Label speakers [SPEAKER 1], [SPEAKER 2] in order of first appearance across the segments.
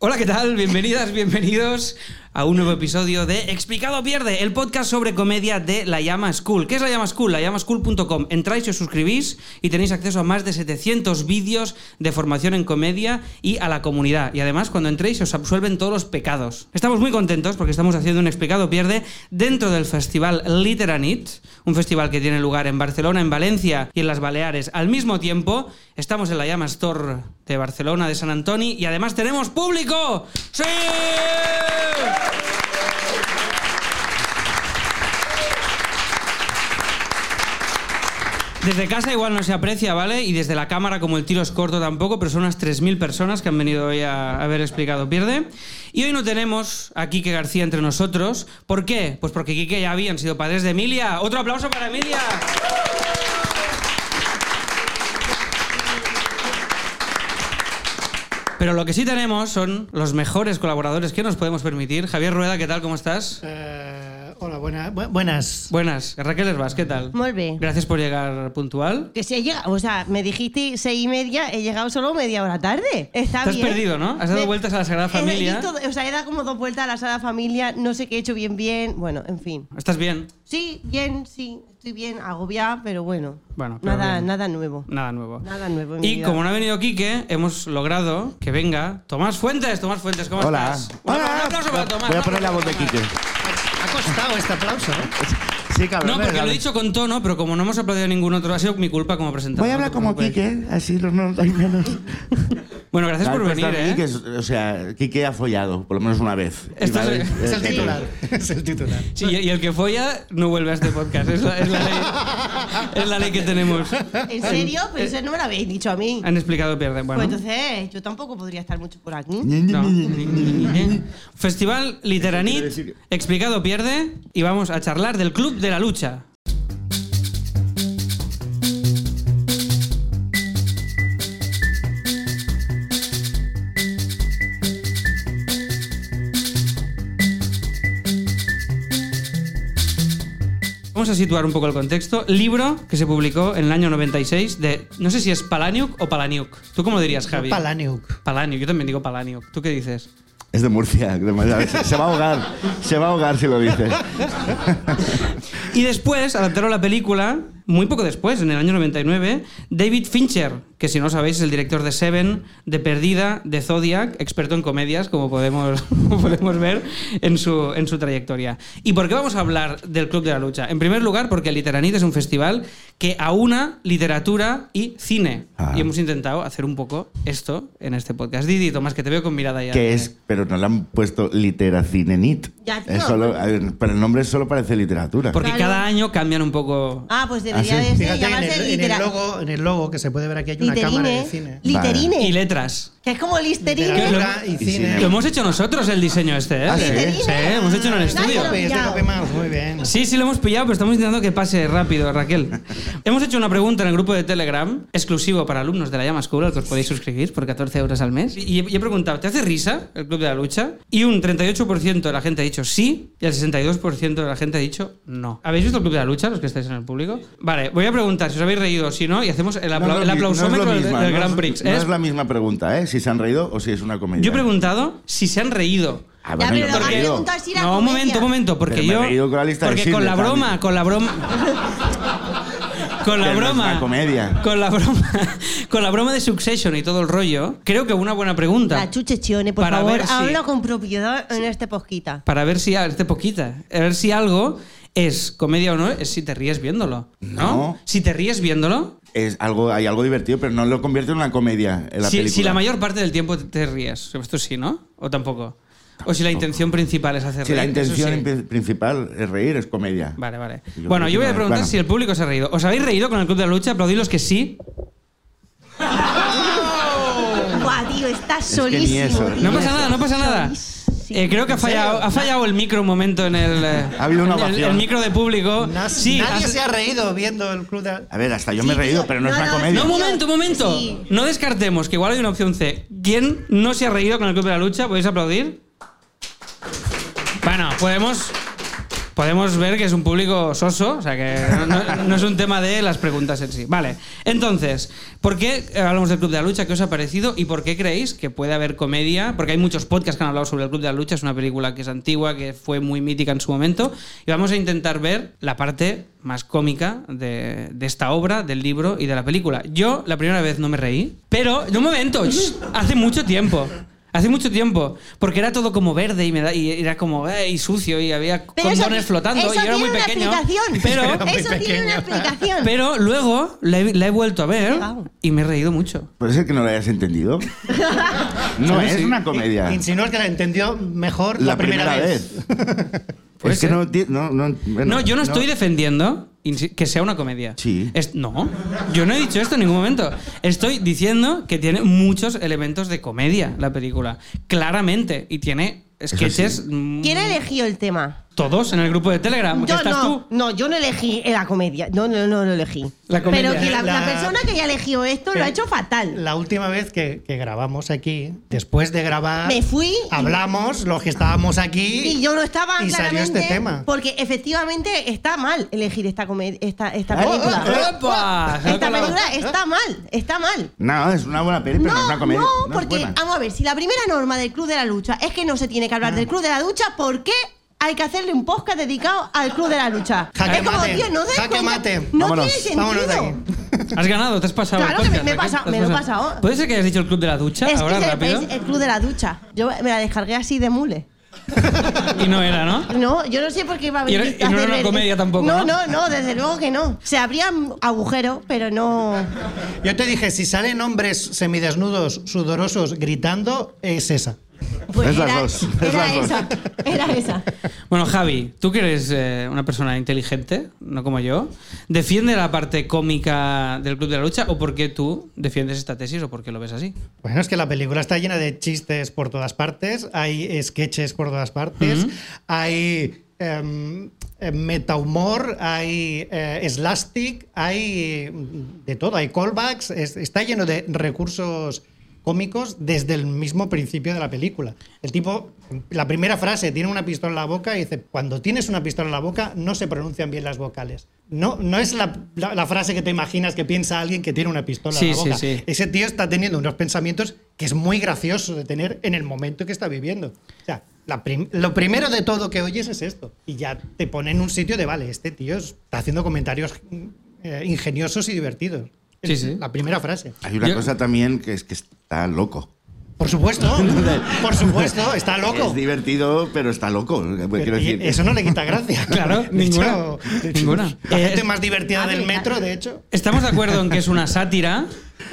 [SPEAKER 1] Hola, ¿qué tal? Bienvenidas, bienvenidos a un nuevo episodio de Explicado Pierde, el podcast sobre comedia de La Llama School. ¿Qué es La Llama School? LaLlamaSchool.com. Entráis y os suscribís y tenéis acceso a más de 700 vídeos de formación en comedia y a la comunidad. Y además, cuando entréis, os absuelven todos los pecados. Estamos muy contentos porque estamos haciendo un Explicado Pierde dentro del festival Literanit, un festival que tiene lugar en Barcelona, en Valencia y en las Baleares. Al mismo tiempo, estamos en La Llama Store de Barcelona, de San Antoni y además tenemos público. ¡Sí! Desde casa igual no se aprecia, ¿vale? Y desde la cámara, como el tiro es corto tampoco, pero son unas 3.000 personas que han venido hoy a haber explicado Pierde. Y hoy no tenemos a Quique García entre nosotros. ¿Por qué? Pues porque Quique ya habían sido padres de Emilia. ¡Otro aplauso para Emilia! Pero lo que sí tenemos son los mejores colaboradores que nos podemos permitir. Javier Rueda, ¿qué tal? ¿Cómo estás?
[SPEAKER 2] Eh, hola, buena- bu- buenas.
[SPEAKER 1] Buenas. Raquel Herbas, ¿qué tal?
[SPEAKER 3] Molt bé.
[SPEAKER 1] Gracias por llegar puntual.
[SPEAKER 3] Que si he llegado, o sea, me dijiste seis y media, he llegado solo media hora tarde. Está
[SPEAKER 1] Te has
[SPEAKER 3] bien.
[SPEAKER 1] perdido, ¿no? Has dado
[SPEAKER 3] Me-
[SPEAKER 1] vueltas a la Sagrada
[SPEAKER 3] he-
[SPEAKER 1] Familia.
[SPEAKER 3] he visto- o sea, he dado como dos vueltas a la Sagrada Familia, no sé qué he hecho bien, bien. Bueno, en fin.
[SPEAKER 1] ¿Estás bien?
[SPEAKER 3] Sí, bien, sí, estoy bien, agobiada, pero bueno.
[SPEAKER 1] Bueno, pero
[SPEAKER 3] nada,
[SPEAKER 1] bien.
[SPEAKER 3] nada nuevo.
[SPEAKER 1] Nada nuevo.
[SPEAKER 3] Nada nuevo en mi
[SPEAKER 1] Y
[SPEAKER 3] vida.
[SPEAKER 1] como no ha venido Quique, hemos logrado que venga Tomás Fuentes. Tomás Fuentes, ¿cómo
[SPEAKER 4] Hola.
[SPEAKER 1] estás? Un aplauso para Tomás.
[SPEAKER 4] Voy a
[SPEAKER 1] un
[SPEAKER 4] poner la
[SPEAKER 1] aplauso
[SPEAKER 4] voz de
[SPEAKER 1] para
[SPEAKER 4] Kike.
[SPEAKER 1] Tomás.
[SPEAKER 2] Ha costado este aplauso, ¿eh?
[SPEAKER 4] Sí, cabrón.
[SPEAKER 1] No, porque
[SPEAKER 4] dale.
[SPEAKER 1] lo he dicho con tono, pero como no hemos aplaudido a ningún otro, ha sido mi culpa como presentador.
[SPEAKER 4] Voy a
[SPEAKER 1] no
[SPEAKER 4] hablar
[SPEAKER 1] te
[SPEAKER 4] como
[SPEAKER 1] preocupes.
[SPEAKER 4] Kike, así los no hay menos.
[SPEAKER 1] Bueno, gracias por
[SPEAKER 4] Claro,
[SPEAKER 1] venir,
[SPEAKER 4] está
[SPEAKER 1] ¿eh?
[SPEAKER 4] pues, Quique, es- o sea, Kike ha follado, por lo menos una vez. Y
[SPEAKER 1] Esto es-
[SPEAKER 4] vale,
[SPEAKER 2] Es el
[SPEAKER 4] eh,
[SPEAKER 2] titular. Es el titular.
[SPEAKER 1] Sí, y el que folla no vuelve a este podcast. Es la, es la ley, es la ley que tenemos.
[SPEAKER 3] ¿En serio? Pero eso no me lo habéis dicho a mí.
[SPEAKER 1] Han explicado pierde. Eh, Bueno.
[SPEAKER 3] Pues entonces, yo tampoco podría estar mucho por aquí.
[SPEAKER 1] No. Festival Literanit,
[SPEAKER 4] Eso quiere decir
[SPEAKER 1] explicado pierde, y vamos a charlar del Club de la Lucha. Vamos a situar un poco el contexto. Libro que se publicó en el año 96 de, no sé si es Palaniuk o Palaniuk. ¿Tú cómo dirías, Javi?
[SPEAKER 2] Palaniuk.
[SPEAKER 1] Palaniuk, yo también digo Palaniuk. ¿Tú qué dices?
[SPEAKER 4] Es de Murcia. de Madrid. Se se va a ahogar. Se va a ahogar si lo dices.
[SPEAKER 1] Y después adaptaron la película, muy poco después, en el año 99, David Fincher, que si no sabéis es el director de Seven, de Perdida, de Zodiac, experto en comedias, como podemos, como podemos ver en su, en su trayectoria. ¿Y por qué vamos a hablar del Club de la Lucha? En primer lugar, porque Literanit es un festival que aúna literatura y cine.
[SPEAKER 4] Ah.
[SPEAKER 1] Y hemos intentado hacer un poco esto en este podcast. Didi, Tomás, que te veo con mirada ya.
[SPEAKER 4] Que es, pero no le han puesto literacinenit.
[SPEAKER 3] Ya, tío.
[SPEAKER 4] Es solo, eh, pero el nombre solo parece literatura.
[SPEAKER 1] Porque
[SPEAKER 3] Claro.
[SPEAKER 1] cada año cambian un poco
[SPEAKER 3] Ah, pues debería
[SPEAKER 4] Ah, sí.
[SPEAKER 3] de ser,
[SPEAKER 2] Fíjate, en
[SPEAKER 3] llamarse
[SPEAKER 2] el, en el
[SPEAKER 3] litera-
[SPEAKER 2] logo, en el logo que se puede ver aquí hay una cámara de
[SPEAKER 3] Literine.
[SPEAKER 2] cine.
[SPEAKER 3] Literine.
[SPEAKER 1] y letras.
[SPEAKER 3] Que es como Listerine.
[SPEAKER 2] Literatura y
[SPEAKER 4] Y
[SPEAKER 2] cine.
[SPEAKER 4] cine.
[SPEAKER 1] Lo hemos hecho nosotros el diseño este, ¿eh?
[SPEAKER 4] Ah,
[SPEAKER 1] Sí,
[SPEAKER 4] ¿sí?
[SPEAKER 1] Sí, hemos hecho en el estudio.
[SPEAKER 3] Nadie lo-
[SPEAKER 2] Este
[SPEAKER 3] Ya.
[SPEAKER 2] copy mouse, muy bien.
[SPEAKER 1] Sí, sí lo hemos pillado, pero estamos intentando que pase rápido, Raquel. hemos hecho una pregunta en el grupo de Telegram, exclusivo para alumnos de la Llama School, al que os podéis suscribir por 14 euros al mes. Y y he preguntado, ¿te hace risa el Club de la Lucha? Y un 38% de la gente ha dicho sí y el 62% de la gente ha dicho no. ¿Habéis visto el Club de la Lucha, los que estáis en el público? Vale, voy a preguntar si os habéis reído o si no y hacemos el, apla-
[SPEAKER 4] No
[SPEAKER 1] el
[SPEAKER 4] es lo mi- no es lo
[SPEAKER 1] aplausómetro del-
[SPEAKER 4] misma,
[SPEAKER 1] del
[SPEAKER 4] no es-
[SPEAKER 1] Grand Prix.
[SPEAKER 4] No
[SPEAKER 1] ¿eh?
[SPEAKER 4] es la misma pregunta, ¿eh? Si se han reído o si es una comedia.
[SPEAKER 1] Yo he preguntado si se han reído.
[SPEAKER 4] Ah,
[SPEAKER 3] Ya,
[SPEAKER 4] bueno,
[SPEAKER 3] pero
[SPEAKER 4] yo me he
[SPEAKER 3] lo que ha
[SPEAKER 4] reído.
[SPEAKER 3] preguntado es si era
[SPEAKER 1] No, un
[SPEAKER 3] comedia.
[SPEAKER 1] momento, un momento, porque
[SPEAKER 4] Pero me
[SPEAKER 1] yo.
[SPEAKER 4] he reído con la lista de
[SPEAKER 1] porque con
[SPEAKER 4] Schindler
[SPEAKER 1] la
[SPEAKER 4] también.
[SPEAKER 1] broma, con la broma. Con la
[SPEAKER 4] Que no es
[SPEAKER 1] broma.
[SPEAKER 4] una comedia.
[SPEAKER 1] Con la broma. Con la broma de Succession y todo el rollo. Creo que una buena pregunta.
[SPEAKER 3] La chuche chione, por
[SPEAKER 1] Para
[SPEAKER 3] favor,
[SPEAKER 1] ver si-
[SPEAKER 3] habla con propiedad en este posquita.
[SPEAKER 1] Para ver si a este poquita. A ver si algo es comedia o no, es si te ríes viéndolo. ¿No?
[SPEAKER 4] No.
[SPEAKER 1] Si te ríes viéndolo.
[SPEAKER 4] es algo, hay algo divertido, pero no lo convierte en una comedia en la
[SPEAKER 1] si,
[SPEAKER 4] película.
[SPEAKER 1] si la mayor parte del tiempo te, te ríes. Esto sí, ¿no? ¿O tampoco? O si la intención principal es hacer
[SPEAKER 4] Si la
[SPEAKER 1] reír, eso
[SPEAKER 4] intención
[SPEAKER 1] sí.
[SPEAKER 4] pri- principal es reír, es comedia.
[SPEAKER 1] Vale, vale.
[SPEAKER 4] Yo
[SPEAKER 1] bueno,
[SPEAKER 4] creo
[SPEAKER 1] yo voy
[SPEAKER 4] que
[SPEAKER 1] a
[SPEAKER 4] no,
[SPEAKER 1] preguntar
[SPEAKER 4] bueno.
[SPEAKER 1] si el público se ha reído. ¿Os habéis reído con el Club de la Lucha? Aplaudid los que sí.
[SPEAKER 3] Buah, tío, está
[SPEAKER 4] que ni
[SPEAKER 3] solísimo.
[SPEAKER 4] eso.
[SPEAKER 3] tío.
[SPEAKER 1] No pasa nada, no pasa nada.
[SPEAKER 3] Solísimo.
[SPEAKER 1] Eh, creo que ha fallado, ha fallado el micro un momento en el. eh,
[SPEAKER 4] Ha habido una
[SPEAKER 1] en el,
[SPEAKER 4] ovación.
[SPEAKER 1] el micro de público.
[SPEAKER 2] Na-
[SPEAKER 1] sí,
[SPEAKER 2] nadie
[SPEAKER 1] has-
[SPEAKER 2] se ha reído viendo el club de...
[SPEAKER 4] A ver, hasta yo me he
[SPEAKER 3] Sí,
[SPEAKER 4] reído,
[SPEAKER 3] tío.
[SPEAKER 4] pero no, es
[SPEAKER 3] No,
[SPEAKER 4] una
[SPEAKER 3] no,
[SPEAKER 4] comedia.
[SPEAKER 1] No, un momento, un momento.
[SPEAKER 3] Sí.
[SPEAKER 1] No descartemos, que igual hay una opción C. ¿Quién no se ha reído con el Club de la Lucha? ¿Podéis aplaudir? Bueno, podemos. Podemos ver que es un público soso, o sea que no, no- no es un tema de las preguntas en sí. Vale, entonces, ¿por qué eh, hablamos del Club de la Lucha? ¿Qué os ha parecido? ¿Y por qué creéis que puede haber comedia? Porque hay muchos podcasts que han hablado sobre el Club de la Lucha, es una película que es antigua, que fue muy mítica en su momento, y vamos a intentar ver la parte más cómica de, de esta obra, del libro y de la película. Yo la primera vez no me reí, pero de un momento, ¡sh! hace mucho tiempo. Hace mucho tiempo, porque era todo como verde y, me da- y era como eh, y sucio y había
[SPEAKER 3] Pero eso
[SPEAKER 1] condones
[SPEAKER 3] ti-
[SPEAKER 1] flotando
[SPEAKER 3] eso
[SPEAKER 1] y yo era
[SPEAKER 3] tiene
[SPEAKER 1] muy
[SPEAKER 3] una
[SPEAKER 1] pequeño.
[SPEAKER 3] explicación.
[SPEAKER 1] Pero,
[SPEAKER 2] muy
[SPEAKER 3] eso tiene una
[SPEAKER 2] pequeño.
[SPEAKER 3] explicación.
[SPEAKER 1] pero luego la he, la he vuelto a ver
[SPEAKER 3] Pegao.
[SPEAKER 1] y me he reído mucho.
[SPEAKER 4] Puede ser que no lo hayas entendido. No
[SPEAKER 2] ¿Sabes?
[SPEAKER 4] es
[SPEAKER 2] Sí.
[SPEAKER 4] una comedia.
[SPEAKER 2] Insinuar que la entendió mejor la,
[SPEAKER 4] La primera vez.
[SPEAKER 1] Puede
[SPEAKER 4] Es que
[SPEAKER 1] ser.
[SPEAKER 4] no, ti- no, no, bueno,
[SPEAKER 1] no, yo no, estoy defendiendo insi- que sea una comedia.
[SPEAKER 4] Sí.
[SPEAKER 1] Es- no, yo no he dicho esto en ningún momento. Estoy diciendo que tiene muchos elementos de comedia la película, claramente, y tiene
[SPEAKER 4] Eso
[SPEAKER 1] sketches
[SPEAKER 4] sí.
[SPEAKER 1] mm,
[SPEAKER 3] ¿Quién ha elegido el tema?
[SPEAKER 1] todos en el grupo de Telegram. que
[SPEAKER 3] Yo
[SPEAKER 1] estás
[SPEAKER 3] no,
[SPEAKER 1] tú.
[SPEAKER 3] no, yo no elegí la comedia. No, no, no lo elegí.
[SPEAKER 1] La comedia.
[SPEAKER 3] Pero que la, la
[SPEAKER 2] La-
[SPEAKER 3] persona que haya elegido esto lo ha hecho fatal.
[SPEAKER 2] La última vez que, que grabamos aquí, después de grabar,
[SPEAKER 3] Me fui y-
[SPEAKER 2] hablamos los que estábamos aquí
[SPEAKER 3] Y yo no estaba
[SPEAKER 2] y salió
[SPEAKER 3] claramente,
[SPEAKER 2] este tema.
[SPEAKER 3] Porque efectivamente está mal elegir esta, comedia, esta, esta
[SPEAKER 4] Ah,
[SPEAKER 3] película.
[SPEAKER 1] oh.
[SPEAKER 4] eh,
[SPEAKER 1] ¡Opa! Ah, Se ha
[SPEAKER 3] Esta
[SPEAKER 1] colado.
[SPEAKER 3] película está mal, está mal.
[SPEAKER 4] No, es una buena peli, pero no, es una comedia.
[SPEAKER 3] no,
[SPEAKER 4] es
[SPEAKER 3] porque,
[SPEAKER 4] buena.
[SPEAKER 3] vamos a ver, si la primera norma del Club de la Lucha es que no se tiene que
[SPEAKER 4] Ah.
[SPEAKER 3] hablar del Club de la Lucha, ¿por qué hay que hacerle un podcast dedicado al Club de la Lucha?
[SPEAKER 2] Jaque
[SPEAKER 3] es como,
[SPEAKER 2] mate,
[SPEAKER 3] tío, no des
[SPEAKER 2] jaque
[SPEAKER 3] cuenta-
[SPEAKER 2] mate.
[SPEAKER 3] No
[SPEAKER 4] Vámonos,
[SPEAKER 3] tiene sentido.
[SPEAKER 2] Vámonos de aquí.
[SPEAKER 1] Has ganado, te has pasado. el
[SPEAKER 3] Claro que me-
[SPEAKER 1] podcast,
[SPEAKER 3] me he
[SPEAKER 1] Raquel,
[SPEAKER 3] pasado,
[SPEAKER 1] te has
[SPEAKER 3] me lo he pasado.
[SPEAKER 1] ¿Puede ser que hayas dicho el club de la ducha
[SPEAKER 3] Es,
[SPEAKER 1] ahora
[SPEAKER 3] es el-
[SPEAKER 1] rápido?
[SPEAKER 3] es el Club de la Ducha. Yo me la descargué así de mule.
[SPEAKER 1] Y no era, ¿no?
[SPEAKER 3] No, yo no sé por qué iba a
[SPEAKER 1] Y
[SPEAKER 3] venir.
[SPEAKER 1] no- y no era una comedia tampoco,
[SPEAKER 3] No,
[SPEAKER 1] ¿no?
[SPEAKER 3] no, no, desde luego que no. Se abrían agujeros, pero no.
[SPEAKER 2] Yo te dije, si salen hombres semidesnudos, sudorosos, gritando, es esa.
[SPEAKER 3] Pues
[SPEAKER 4] Es las
[SPEAKER 3] era,
[SPEAKER 4] dos, es
[SPEAKER 3] era
[SPEAKER 4] las dos.
[SPEAKER 3] esa. Era esa.
[SPEAKER 1] Bueno, Javi, tú que eres eh, una persona inteligente, no como yo, ¿defiende la parte cómica del club de la lucha o por qué tú defiendes esta tesis o por qué lo ves así?
[SPEAKER 2] Bueno, es que la película está llena de chistes por todas partes, hay sketches por todas partes, hay em, eh, metahumor, hay eh, slastic, hay mm, de todo, hay callbacks, es- está lleno de recursos cómicos desde el mismo principio de la película. El tipo, la primera frase, tiene una pistola en la boca y dice, cuando tienes una pistola en la boca no se pronuncian bien las vocales. No, no es la, la- la frase que te imaginas que piensa alguien que tiene una pistola en la
[SPEAKER 1] Sí, sí,
[SPEAKER 2] boca
[SPEAKER 1] sí.
[SPEAKER 2] ese tío está teniendo unos pensamientos que es muy gracioso de tener en el momento que está viviendo. O sea, la prim- lo primero de todo que oyes es esto. Y ya te pone en un sitio de, vale, este tío está haciendo comentarios eh, ingeniosos y divertidos.
[SPEAKER 1] Sí,
[SPEAKER 2] Es
[SPEAKER 1] sí.
[SPEAKER 2] La primera frase.
[SPEAKER 4] Hay una
[SPEAKER 1] Yo-
[SPEAKER 4] cosa también que es que está loco.
[SPEAKER 2] Por supuesto, por supuesto, está
[SPEAKER 4] Es
[SPEAKER 2] loco.
[SPEAKER 4] divertido, pero está loco. Quiero
[SPEAKER 2] Y
[SPEAKER 4] decir,
[SPEAKER 2] eso no le quita gracia.
[SPEAKER 1] Claro,
[SPEAKER 2] De
[SPEAKER 1] ninguna,
[SPEAKER 2] hecho- de hecho,
[SPEAKER 1] ninguna.
[SPEAKER 2] La
[SPEAKER 1] Eh,
[SPEAKER 2] gente más divertida
[SPEAKER 3] a
[SPEAKER 2] del
[SPEAKER 3] ver,
[SPEAKER 2] metro, de hecho.
[SPEAKER 1] Estamos de acuerdo en que es una sátira,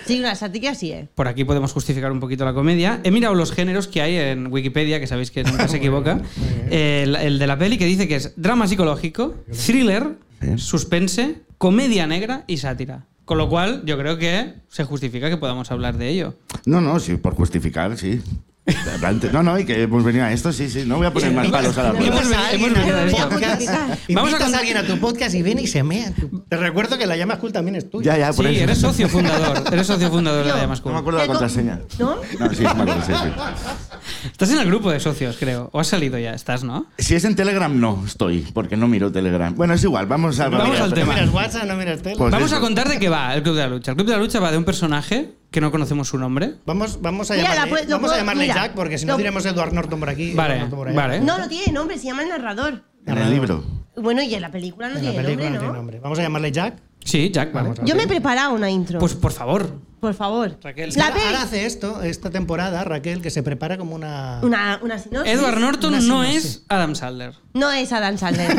[SPEAKER 3] Sí, una sátira sí ¿eh? es.
[SPEAKER 1] por aquí podemos justificar un poquito la comedia. He mirado los géneros que hay en Wikipedia, que sabéis que nunca se equivoca. Eh, El, el de la peli que dice que es drama psicológico, thriller,
[SPEAKER 4] Sí.
[SPEAKER 1] suspense, comedia negra y sátira. Con lo cual, yo creo que se justifica que podamos hablar de ello.
[SPEAKER 4] No, no, sí, por justificar, sí. Adelante. No, no, y que hemos venido a esto, sí, sí. No voy a poner más palos a la
[SPEAKER 1] Hemos
[SPEAKER 2] Invitas a
[SPEAKER 4] rueda.
[SPEAKER 1] venido- hemos
[SPEAKER 2] alguien
[SPEAKER 1] venido
[SPEAKER 2] a
[SPEAKER 1] a
[SPEAKER 2] tu
[SPEAKER 3] esto.
[SPEAKER 2] podcast,
[SPEAKER 3] Vamos
[SPEAKER 1] a
[SPEAKER 2] invitas
[SPEAKER 1] contar-
[SPEAKER 2] a alguien a tu podcast y viene y se mea. Te recuerdo que la llama cool también es tuya.
[SPEAKER 4] Ya, ya, Ah, por
[SPEAKER 1] sí,
[SPEAKER 4] eso.
[SPEAKER 1] eres socio fundador. Eres socio fundador de la Llamas
[SPEAKER 4] No
[SPEAKER 1] Cool.
[SPEAKER 4] me acuerdo la
[SPEAKER 3] Tengo-
[SPEAKER 4] contraseña.
[SPEAKER 3] ¿No?
[SPEAKER 4] No, sí, me acuerdo, sí, sí.
[SPEAKER 1] Estás en el grupo de socios, creo. O has salido ya, estás, ¿no?
[SPEAKER 4] Si es en Telegram, no estoy, porque no miro Telegram. Bueno, es igual, vamos al,
[SPEAKER 1] Vamos
[SPEAKER 4] mira,
[SPEAKER 1] al
[SPEAKER 4] pero-
[SPEAKER 2] No
[SPEAKER 1] tema.
[SPEAKER 2] miras WhatsApp, no miras tele.
[SPEAKER 4] Pues
[SPEAKER 1] Vamos
[SPEAKER 4] eso.
[SPEAKER 1] a contar de qué va el Club de la Lucha. El Club de la Lucha va de un personaje que no conocemos su nombre.
[SPEAKER 2] Vamos, vamos a
[SPEAKER 3] Mira,
[SPEAKER 2] llamarle,
[SPEAKER 3] la puedes- lo
[SPEAKER 2] vamos a
[SPEAKER 3] puedo-
[SPEAKER 2] llamarle
[SPEAKER 3] mira,
[SPEAKER 2] Jack porque si no
[SPEAKER 3] lo-
[SPEAKER 2] diremos Edward Norton por aquí. y
[SPEAKER 1] Vale,
[SPEAKER 2] Edward Norton por allá.
[SPEAKER 1] vale.
[SPEAKER 3] No, no tiene nombre, se llama el narrador.
[SPEAKER 4] En el libro.
[SPEAKER 3] Bueno, y en la película no
[SPEAKER 2] En la
[SPEAKER 3] tiene
[SPEAKER 2] película no
[SPEAKER 3] nombre,
[SPEAKER 2] tiene
[SPEAKER 3] ¿no?
[SPEAKER 2] nombre. Vamos a llamarle Jack.
[SPEAKER 1] Sí, Jack, vale.
[SPEAKER 2] Vamos a ver.
[SPEAKER 3] Yo me he preparado una intro.
[SPEAKER 1] Pues por favor.
[SPEAKER 3] por favor.
[SPEAKER 1] Raquel.
[SPEAKER 3] La
[SPEAKER 2] ahora,
[SPEAKER 3] peli-
[SPEAKER 2] ahora hace esto, esta temporada, Raquel, que se prepara como una...
[SPEAKER 3] Una, una sinopsis.
[SPEAKER 1] Edward
[SPEAKER 2] Una
[SPEAKER 1] Norton no
[SPEAKER 2] sinopsis.
[SPEAKER 1] es Adam Sandler.
[SPEAKER 3] No es Adam Sandler.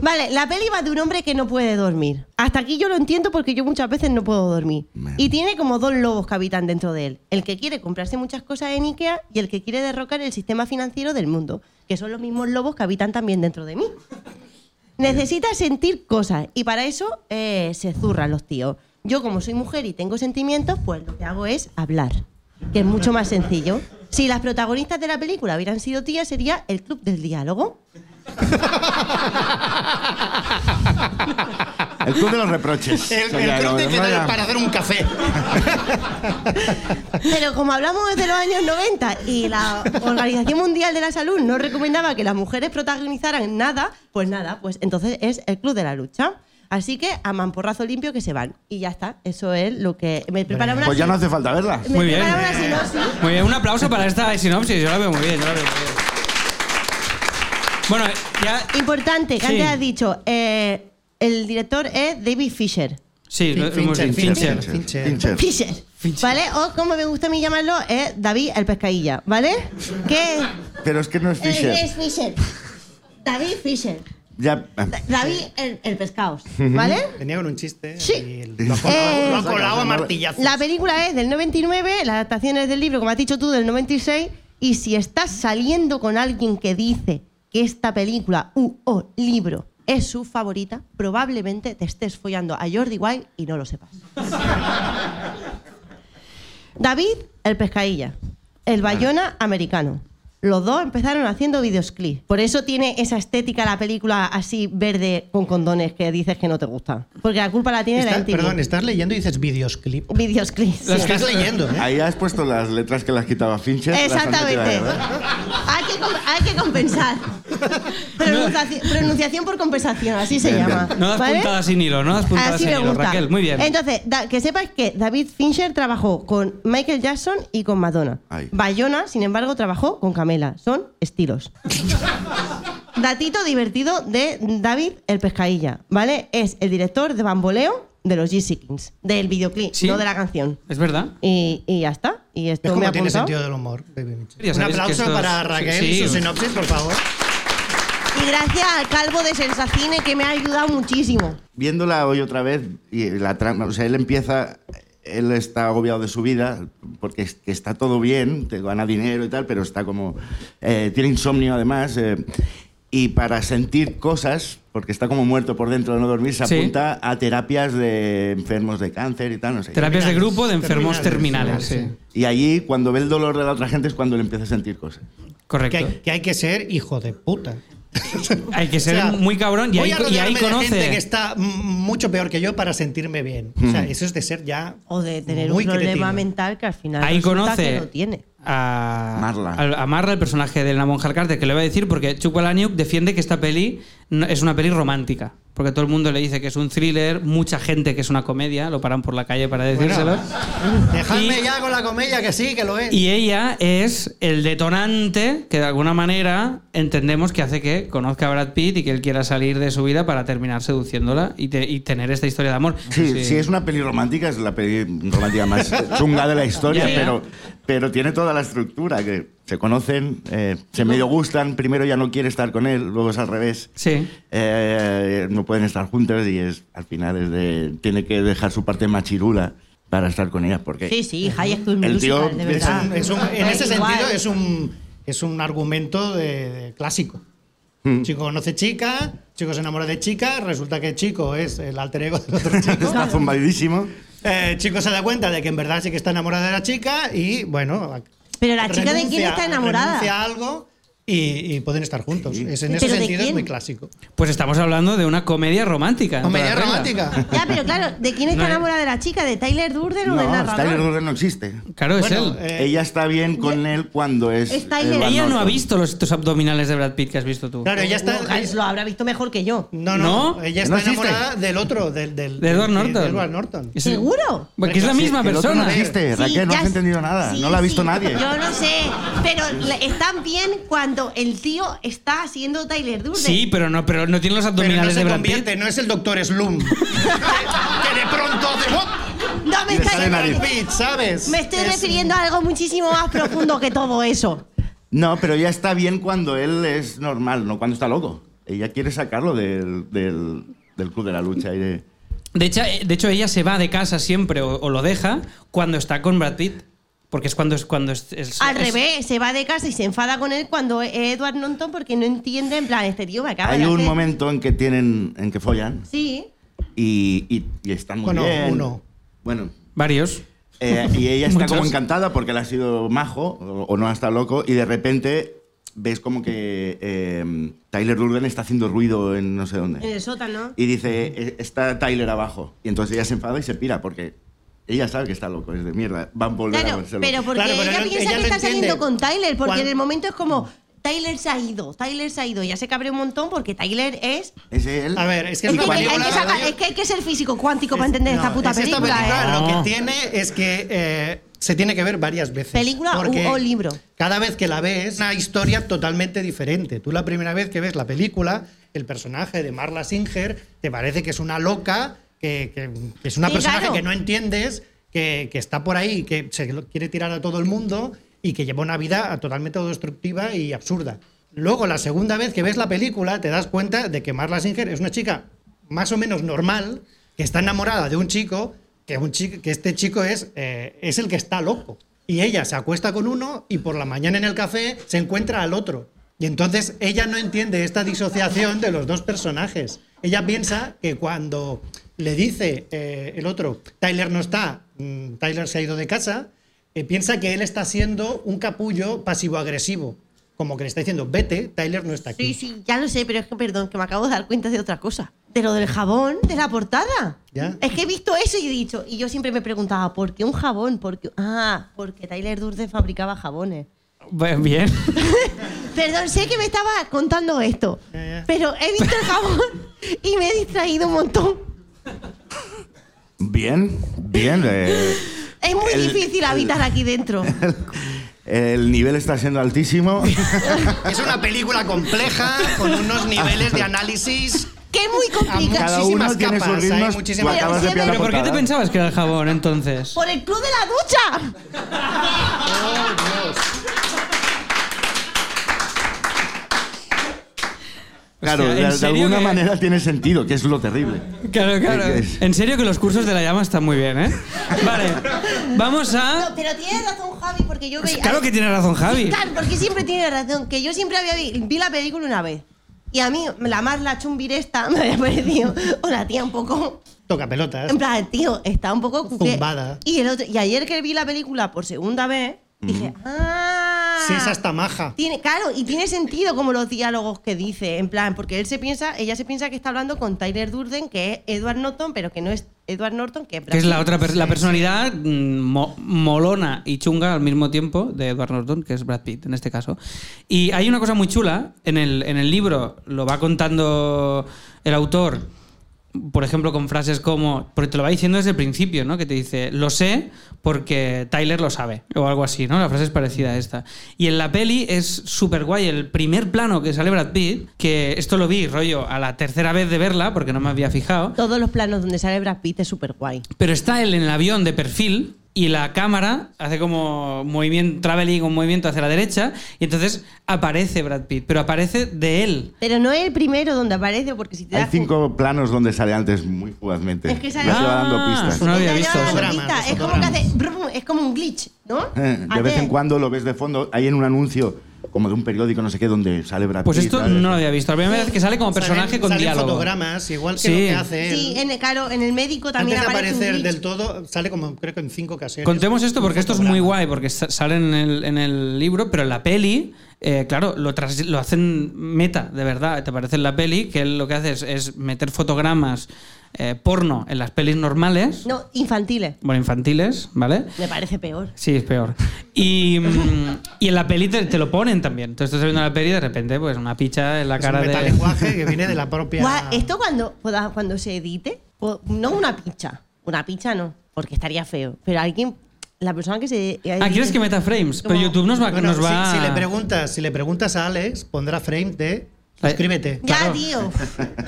[SPEAKER 3] vale, la peli va de un hombre que no puede dormir. Hasta aquí yo lo entiendo porque yo muchas veces no puedo dormir.
[SPEAKER 4] Man.
[SPEAKER 3] Y tiene como dos lobos que habitan dentro de él. El que quiere comprarse muchas cosas en Ikea y el que quiere derrocar el sistema financiero del mundo, que son los mismos lobos que habitan también dentro de mí. Necesita sentir cosas y para eso eh, se zurran los tíos. Yo como soy mujer y tengo sentimientos, pues lo que hago es hablar, que es mucho más sencillo. Si las protagonistas de la película hubieran sido tías, sería el club del diálogo.
[SPEAKER 4] El club de los reproches.
[SPEAKER 2] El,
[SPEAKER 4] Sería,
[SPEAKER 2] el
[SPEAKER 4] ¿no?
[SPEAKER 2] club de quedar
[SPEAKER 4] Vaya.
[SPEAKER 2] para hacer un café.
[SPEAKER 3] Pero como hablamos de los años 90 y la Organización Mundial de la Salud no recomendaba que las mujeres protagonizaran nada, pues nada, pues entonces es el club de la lucha. Así que a mamporrazo limpio que se van. Y ya está, eso es lo que me prepara una
[SPEAKER 4] Pues ya no
[SPEAKER 3] sin-
[SPEAKER 4] hace falta verla.
[SPEAKER 3] me
[SPEAKER 1] Muy bien.
[SPEAKER 3] prepara una sinopsis.
[SPEAKER 1] Muy bien, un aplauso para esta sinopsis. Yo la veo muy bien, yo la veo muy bien. Bueno, ya.
[SPEAKER 3] Importante, que
[SPEAKER 1] Sí.
[SPEAKER 3] antes has dicho, eh, el director es David Fisher.
[SPEAKER 1] Sí, lo hemos
[SPEAKER 2] Fincher,
[SPEAKER 1] dicho,
[SPEAKER 2] Fincher.
[SPEAKER 1] Fincher.
[SPEAKER 2] Fincher.
[SPEAKER 4] Fincher.
[SPEAKER 3] Fisher.
[SPEAKER 1] Fisher.
[SPEAKER 3] ¿Vale? O como me gusta a mí llamarlo, es David el Pescadilla, ¿vale? Que
[SPEAKER 4] Pero es que no es Fisher.
[SPEAKER 3] Eh, es Fisher. David Fisher.
[SPEAKER 4] Ya. eh,
[SPEAKER 3] David el, el pescaos, ¿vale?
[SPEAKER 2] Venía con un chiste
[SPEAKER 3] Sí.
[SPEAKER 2] y lo ha colado,
[SPEAKER 3] Eh,
[SPEAKER 2] lo ha colado a martillazos.
[SPEAKER 3] La película es del 99, la adaptación es del libro, como has dicho tú, del 96. Y si estás saliendo con alguien que dice que esta película u o libro es su favorita, probablemente te estés follando a Jordi Wild y no lo sepas. David, el pescadilla. El Bayona, americano. Los dos empezaron haciendo videoclips. Por eso tiene esa estética la película así verde con condones que dices que no te gusta. Porque la culpa la tiene la
[SPEAKER 2] Está-
[SPEAKER 3] MTV.
[SPEAKER 2] perdón, estás leyendo y dices vídeos clip.
[SPEAKER 3] Videos clips.
[SPEAKER 1] Las
[SPEAKER 2] Estás leyendo, ¿eh?
[SPEAKER 4] Ahí has puesto las letras que las quitaba Fincher. las has metido ahí,
[SPEAKER 3] Exactamente.
[SPEAKER 4] ¿verdad?
[SPEAKER 3] Hay que, com- hay que compensar. Pronunciaci- pronunciación por compensación, así se llama.
[SPEAKER 1] No das
[SPEAKER 3] ¿vale?
[SPEAKER 1] puntadas sin hilo, no das puntadas
[SPEAKER 3] Así
[SPEAKER 1] sin
[SPEAKER 3] me
[SPEAKER 1] hilo,
[SPEAKER 3] gusta.
[SPEAKER 1] Raquel. Muy bien.
[SPEAKER 3] Entonces, da- que sepas que David Fincher trabajó con Michael Jackson y con Madonna.
[SPEAKER 4] Ay.
[SPEAKER 3] Bayona, sin embargo, trabajó con Camela. Son estilos. Datito divertido de David el Pescadilla, ¿vale? Es el director de Bamboleo de los GC Kings, del videoclip,
[SPEAKER 1] Sí.
[SPEAKER 3] no de la canción.
[SPEAKER 1] Es verdad.
[SPEAKER 3] Y, y ya está. Y esto
[SPEAKER 2] Es
[SPEAKER 3] me ha
[SPEAKER 2] como tiene
[SPEAKER 3] apuntado.
[SPEAKER 2] sentido del humor. Baby Mitchell.
[SPEAKER 1] Ya
[SPEAKER 2] Un
[SPEAKER 1] sabéis que
[SPEAKER 2] aplauso
[SPEAKER 1] esto es-
[SPEAKER 2] para Raquel
[SPEAKER 1] sí.
[SPEAKER 2] y su sinopsis, por favor.
[SPEAKER 3] Y gracias al calvo de Sensacine que me ha ayudado muchísimo.
[SPEAKER 4] viéndola hoy otra vez, y la trama, o sea, él empieza, él está agobiado de su vida, porque es- que está todo bien, te gana dinero y tal, pero está como, eh, tiene insomnio además, eh, y para sentir cosas, porque está como muerto por dentro de no dormir, se
[SPEAKER 1] Sí.
[SPEAKER 4] apunta a terapias de enfermos de cáncer y tal, no sé.
[SPEAKER 1] Terapias de grupo de enfermos terminales.
[SPEAKER 2] Terminales,
[SPEAKER 1] sí.
[SPEAKER 4] Y allí, cuando ve el dolor de la otra gente, es cuando le empieza a sentir cosas.
[SPEAKER 2] Que
[SPEAKER 1] Correcto.
[SPEAKER 2] hay, que hay que ser hijo de puta.
[SPEAKER 1] Hay que ser
[SPEAKER 2] O sea,
[SPEAKER 1] muy cabrón y ahí,
[SPEAKER 2] voy a
[SPEAKER 1] y ahí
[SPEAKER 2] rodearme de gente que
[SPEAKER 1] conoce. Mm.
[SPEAKER 2] está mm, mucho peor que yo para sentirme bien. O sea, eso es de ser ya
[SPEAKER 3] O de tener
[SPEAKER 2] muy
[SPEAKER 3] un problema
[SPEAKER 2] cretino.
[SPEAKER 3] mental que al final
[SPEAKER 1] Ahí
[SPEAKER 3] resulta
[SPEAKER 1] conoce
[SPEAKER 3] que no tiene.
[SPEAKER 1] a
[SPEAKER 4] Marla.
[SPEAKER 1] al- A, Marla, el personaje de la monja Carter, que le voy a decir porque Chuck Palahniuk defiende que esta peli no- es una peli romántica. Porque todo el mundo le dice que es un thriller, mucha gente que es una comedia, lo paran por la calle para decírselo.
[SPEAKER 2] Dejadme
[SPEAKER 1] Mm. Y-
[SPEAKER 2] ya con la comedia, que sí, que lo es.
[SPEAKER 1] Y ella es el detonante que de alguna manera entendemos que hace que conozca a Brad Pitt y que él quiera salir de su vida para terminar seduciéndola y, te- y tener esta historia de amor.
[SPEAKER 4] Sí, si es una peli romántica, es la peli romántica más chunga de la historia,
[SPEAKER 1] Ya, ya.
[SPEAKER 4] Pero, pero tiene toda la estructura, que se conocen, eh, se medio gustan, primero ya no quiere estar con él, luego es al revés.
[SPEAKER 1] Sí.
[SPEAKER 4] Eh, no pueden estar juntos y es al final es de, tiene que dejar su parte machirula para estar con ella, porque
[SPEAKER 3] Sí, sí, High School
[SPEAKER 4] El tío
[SPEAKER 3] Musical, de
[SPEAKER 4] es
[SPEAKER 3] verdad.
[SPEAKER 4] un-
[SPEAKER 2] Es un- en
[SPEAKER 3] Da
[SPEAKER 2] ese
[SPEAKER 3] igual.
[SPEAKER 2] sentido es un, es un argumento de, de clásico.
[SPEAKER 1] Mm.
[SPEAKER 4] Mm.
[SPEAKER 2] Chico conoce chica, chico se enamora de chica, resulta que chico es el alter ego del otro chico.
[SPEAKER 4] está zumbadísimo.
[SPEAKER 2] Eh, chico se da cuenta de que en verdad sí que está enamorada de la chica y bueno.
[SPEAKER 3] Pero la chica de quién
[SPEAKER 2] renuncia-
[SPEAKER 3] está enamorada.
[SPEAKER 2] Renuncia a algo y, y pueden estar juntos. Es- en ese
[SPEAKER 3] ¿Pero de
[SPEAKER 2] sentido es
[SPEAKER 3] quién?
[SPEAKER 2] muy clásico.
[SPEAKER 1] Pues estamos hablando de una comedia romántica. en
[SPEAKER 2] Comedia
[SPEAKER 1] toda regla.
[SPEAKER 2] romántica.
[SPEAKER 3] Ya, pero claro, ¿de quién está
[SPEAKER 1] No eh. hay-
[SPEAKER 3] enamorada de la chica? ¿De Tyler Durden o
[SPEAKER 4] No,
[SPEAKER 3] de Narra
[SPEAKER 4] Tyler
[SPEAKER 3] Brown?
[SPEAKER 4] Durden no existe.
[SPEAKER 1] Claro, es
[SPEAKER 2] Bueno,
[SPEAKER 1] él.
[SPEAKER 2] eh,
[SPEAKER 4] ella está bien con él cuando es...
[SPEAKER 3] Es Tyler.
[SPEAKER 4] Edward
[SPEAKER 1] Ella no ha
[SPEAKER 4] Norton.
[SPEAKER 1] visto los, estos abdominales de Brad Pitt que has visto tú.
[SPEAKER 2] claro, ella está.
[SPEAKER 3] No, Hans lo habrá visto mejor que yo.
[SPEAKER 2] No, no,
[SPEAKER 1] ¿No?
[SPEAKER 2] Ella
[SPEAKER 4] ¿No
[SPEAKER 2] está
[SPEAKER 4] existe?
[SPEAKER 2] enamorada del otro, del. del
[SPEAKER 1] De Edward
[SPEAKER 2] del-
[SPEAKER 1] Norton.
[SPEAKER 2] de Edward Norton.
[SPEAKER 1] Es el-
[SPEAKER 3] ¿Seguro?
[SPEAKER 1] Porque es la
[SPEAKER 4] Sí,
[SPEAKER 1] misma
[SPEAKER 4] que el otro
[SPEAKER 1] persona.
[SPEAKER 4] No existe,
[SPEAKER 3] Sí,
[SPEAKER 4] Eh, Raquel, no
[SPEAKER 3] ya
[SPEAKER 4] has
[SPEAKER 3] sé.
[SPEAKER 4] entendido nada,
[SPEAKER 3] Sí,
[SPEAKER 4] no la ha visto
[SPEAKER 3] sí,
[SPEAKER 4] nadie.
[SPEAKER 3] Yo no sé, pero le- están bien cuando el tío está haciendo Tyler Durden.
[SPEAKER 1] Sí, pero no, pero no tiene los
[SPEAKER 2] Pero no
[SPEAKER 1] abdominales
[SPEAKER 2] se
[SPEAKER 1] de Brad Pitt.
[SPEAKER 2] convierte, no es el doctor Slum. que de pronto hace. ¡What!
[SPEAKER 3] No me
[SPEAKER 4] Le
[SPEAKER 3] estáis
[SPEAKER 4] sale nariz.
[SPEAKER 3] entendiendo.
[SPEAKER 2] Brad Pitt, ¿sabes?
[SPEAKER 3] Me estoy
[SPEAKER 2] Es-
[SPEAKER 3] refiriendo a algo muchísimo más profundo que todo eso.
[SPEAKER 4] No, pero ella está bien cuando él es normal, no cuando está loco. Ella quiere sacarlo del, del, del club de la lucha. y de-
[SPEAKER 1] De hecho, eh, de hecho, ella se va de casa siempre o, o lo deja cuando está con Brad Pitt. Porque es cuando es. Cuando es, es-
[SPEAKER 3] Al
[SPEAKER 1] es-
[SPEAKER 3] revés, se va de casa y se enfada con él cuando Edward Norton porque no entiende, en plan, este tío me acaba
[SPEAKER 4] Hay
[SPEAKER 3] de
[SPEAKER 4] un
[SPEAKER 3] hacer-
[SPEAKER 4] momento en que tienen, en que follan
[SPEAKER 3] Sí.
[SPEAKER 4] y, y- y están muy
[SPEAKER 2] Bueno,
[SPEAKER 4] bien.
[SPEAKER 2] uno.
[SPEAKER 4] Bueno,
[SPEAKER 1] Varios.
[SPEAKER 4] eh, y ella está como
[SPEAKER 1] Muchos.
[SPEAKER 4] encantada porque él ha sido majo o, o no ha estado loco y de repente ves como que eh, Tyler Durden está haciendo ruido en no sé dónde.
[SPEAKER 3] En el sótano.
[SPEAKER 4] Y dice, "E- está Tyler abajo. Y entonces ella se enfada y se pira porque ella sabe que está loco, es de mierda. Van a volver a
[SPEAKER 3] Claro,
[SPEAKER 4] volverse
[SPEAKER 3] pero
[SPEAKER 4] loco.
[SPEAKER 3] porque
[SPEAKER 2] Claro, pero
[SPEAKER 3] ella
[SPEAKER 2] no-
[SPEAKER 3] piensa
[SPEAKER 2] ella
[SPEAKER 3] que
[SPEAKER 2] lo
[SPEAKER 3] está saliendo
[SPEAKER 2] entiende.
[SPEAKER 3] con Tyler, porque
[SPEAKER 2] Cuando-
[SPEAKER 3] en el momento es como, Tyler se ha ido, Tyler se ha ido. Ya se cabre un montón porque Tyler es...
[SPEAKER 4] Es él.
[SPEAKER 2] A ver, es que
[SPEAKER 4] Y
[SPEAKER 2] es
[SPEAKER 3] Es
[SPEAKER 2] una
[SPEAKER 3] que, hay- hay que
[SPEAKER 2] película-
[SPEAKER 3] sacar- es que hay que ser físico cuántico para entender
[SPEAKER 2] No,
[SPEAKER 3] esta puta
[SPEAKER 2] es
[SPEAKER 3] película.
[SPEAKER 2] Esta
[SPEAKER 3] ¿eh?
[SPEAKER 2] película
[SPEAKER 1] No.
[SPEAKER 2] lo que tiene es que eh, se tiene que ver varias veces.
[SPEAKER 3] Película
[SPEAKER 2] Porque
[SPEAKER 3] u- o libro.
[SPEAKER 2] Cada vez que la ves, una historia totalmente diferente. Tú la primera vez que ves la película, el personaje de Marla Singer te parece que es una loca, que, que- que es una
[SPEAKER 3] Sí,
[SPEAKER 2] personaje
[SPEAKER 3] claro.
[SPEAKER 2] que no entiendes, que, que está por ahí, que se lo quiere tirar a todo el mundo y que lleva una vida totalmente autodestructiva y absurda. Luego, la segunda vez que ves la película, te das cuenta de que Marla Singer es una chica más o menos normal, que está enamorada de un chico, que, un chico, que este chico es, eh, es el que está loco. Y ella se acuesta con uno y por la mañana en el café se encuentra al otro. Y entonces ella no entiende esta disociación de los dos personajes. Ella piensa que cuando le dice eh, el otro, Tyler no está, mm, Tyler se ha ido de casa, eh, piensa que él está siendo un capullo pasivo-agresivo. Como que le está diciendo, vete, Tyler no está aquí.
[SPEAKER 3] Sí, sí, ya lo sé, pero es que, perdón, que me acabo de dar cuenta de otra cosa. De lo del jabón de la portada.
[SPEAKER 2] Ya.
[SPEAKER 3] Es que he visto eso y he dicho, y yo siempre me preguntaba, ¿por qué un jabón? ¿Por qué? Ah, porque Tyler Durden fabricaba jabones.
[SPEAKER 1] Bueno, Bien.
[SPEAKER 3] Perdón, sé que me estaba contando esto,
[SPEAKER 2] Ya, ya.
[SPEAKER 3] pero he visto el jabón y me he distraído un montón.
[SPEAKER 4] Bien, bien. eh,
[SPEAKER 3] Es muy
[SPEAKER 4] El-
[SPEAKER 3] difícil habitar aquí dentro.
[SPEAKER 4] el nivel está siendo altísimo.
[SPEAKER 2] Es una película compleja, con unos niveles de análisis.
[SPEAKER 3] Que es muy complicado.
[SPEAKER 4] Cada uno
[SPEAKER 2] muchísimas
[SPEAKER 4] tiene sus
[SPEAKER 2] capas, hay
[SPEAKER 4] ritmos.
[SPEAKER 2] muchísimas-
[SPEAKER 4] tú acabas de
[SPEAKER 3] Pero
[SPEAKER 4] pillar la
[SPEAKER 1] ¿Pero por qué te
[SPEAKER 4] portada.
[SPEAKER 1] pensabas que era el jabón entonces?
[SPEAKER 3] Por el club de la ducha.
[SPEAKER 4] Claro,
[SPEAKER 1] Hostia, ¿en
[SPEAKER 4] de- de,
[SPEAKER 1] serio
[SPEAKER 4] alguna
[SPEAKER 1] que-
[SPEAKER 4] manera tiene sentido, que es lo terrible.
[SPEAKER 1] Claro, claro.
[SPEAKER 4] Sí, que es.
[SPEAKER 1] En serio que los cursos de la llama están muy bien, ¿eh? Vale. Vamos
[SPEAKER 3] No,
[SPEAKER 1] a.
[SPEAKER 3] pero tienes razón, Javi, porque yo veía.
[SPEAKER 1] Pues Claro que tiene razón, Javi.
[SPEAKER 3] Claro, porque siempre tiene razón. Que yo siempre había vi, vi la película una vez. Y a mí, la más la chumbiresta me había parecido una tía un poco.
[SPEAKER 2] Toca pelotas.
[SPEAKER 3] En plan, tío, está un poco. cutre.
[SPEAKER 2] Zumbada.
[SPEAKER 3] Y, el otro, y ayer que vi la película por segunda vez, dije, ¡ah!
[SPEAKER 2] Si es hasta maja.
[SPEAKER 3] Tiene, claro, y tiene sentido como los diálogos que dice, en plan, porque él se piensa, ella se piensa que está hablando con Tyler Durden, que es Edward Norton, pero que no es Edward Norton, que es,
[SPEAKER 1] Que es la
[SPEAKER 3] Brad
[SPEAKER 1] otra per- la personalidad mm, mo- molona y chunga al mismo tiempo de Edward Norton, que es Brad Pitt en este caso. Y hay una cosa muy chula, en el, en el libro lo va contando el autor, por ejemplo, con frases como, porque te lo va diciendo desde el principio, ¿no? Que te dice, lo sé porque Tyler lo sabe, o algo así, ¿no? La frase es parecida a esta. Y en la peli es súper guay el primer plano que sale Brad Pitt, que esto lo vi, rollo, a la tercera vez de verla, porque no me había fijado.
[SPEAKER 3] Pitt. Todos los planos donde sale Brad Pitt es súper guay.
[SPEAKER 1] Pero está él en el avión de perfil y la cámara hace como movimiento, traveling, un movimiento hacia la derecha y entonces aparece Brad Pitt, pero aparece de él.
[SPEAKER 3] Pero no es el primero donde aparece, porque si te
[SPEAKER 4] Hay
[SPEAKER 3] das
[SPEAKER 4] cinco planos donde sale antes muy fugazmente.
[SPEAKER 3] Es que sale-
[SPEAKER 4] Ya te va dando
[SPEAKER 1] Ah,
[SPEAKER 4] pistas.
[SPEAKER 1] No había
[SPEAKER 3] Ya
[SPEAKER 1] visto
[SPEAKER 3] lleva
[SPEAKER 1] eso.
[SPEAKER 3] la
[SPEAKER 2] Fotogramas,
[SPEAKER 3] pista,
[SPEAKER 2] los
[SPEAKER 3] Es como que
[SPEAKER 2] fotogramas.
[SPEAKER 3] hace. brum, Es como un glitch, ¿no?
[SPEAKER 4] Eh, De vez
[SPEAKER 3] Hace-
[SPEAKER 4] en cuando lo ves de fondo. Hay en un anuncio, como de un periódico, no sé qué, donde sale Brad
[SPEAKER 1] Pues
[SPEAKER 4] Pitt,
[SPEAKER 1] esto
[SPEAKER 4] ¿sabes?
[SPEAKER 1] no lo había visto. La primera vez que sale como personaje
[SPEAKER 2] Salen-
[SPEAKER 1] con
[SPEAKER 2] salen
[SPEAKER 1] diálogo.
[SPEAKER 2] fotogramas, igual que
[SPEAKER 1] Sí.
[SPEAKER 2] lo que hace él.
[SPEAKER 3] Sí, en el, claro, en el médico también
[SPEAKER 2] Antes de
[SPEAKER 3] aparece. un
[SPEAKER 2] aparecer
[SPEAKER 3] glitch.
[SPEAKER 2] del todo, sale como creo que en cinco ocasiones.
[SPEAKER 1] Contemos esto
[SPEAKER 2] un
[SPEAKER 1] porque esto es
[SPEAKER 2] fotograma.
[SPEAKER 1] muy guay, porque sa- sale en el, en el libro, pero en la peli, eh, claro, lo, tras- lo hacen meta, de verdad, te parece en la peli, que él lo que hace es, es meter fotogramas eh, porno en las pelis normales,
[SPEAKER 3] No, infantiles.
[SPEAKER 1] bueno, infantiles, ¿vale?
[SPEAKER 3] Me parece peor.
[SPEAKER 1] Sí, es peor. Y, mm, y en la peli te, te lo ponen también. Entonces estás viendo la peli y de repente, pues una picha en la
[SPEAKER 2] Es
[SPEAKER 1] cara
[SPEAKER 2] un
[SPEAKER 1] de.
[SPEAKER 2] metalenguaje que viene de la propia.
[SPEAKER 3] Guau, esto cuando, pueda- cuando se edite, po- no una picha. Una picha no, porque estaría feo. Pero alguien, la persona que se.
[SPEAKER 1] Ah, ¿quieres que meta frames? Pero
[SPEAKER 3] Como-
[SPEAKER 1] YouTube nos va.
[SPEAKER 2] Bueno,
[SPEAKER 1] nos va...
[SPEAKER 2] si, si le preguntas, si le preguntas a Alex, pondrá frame de suscríbete.
[SPEAKER 3] Ya,
[SPEAKER 1] Claro.
[SPEAKER 3] tío.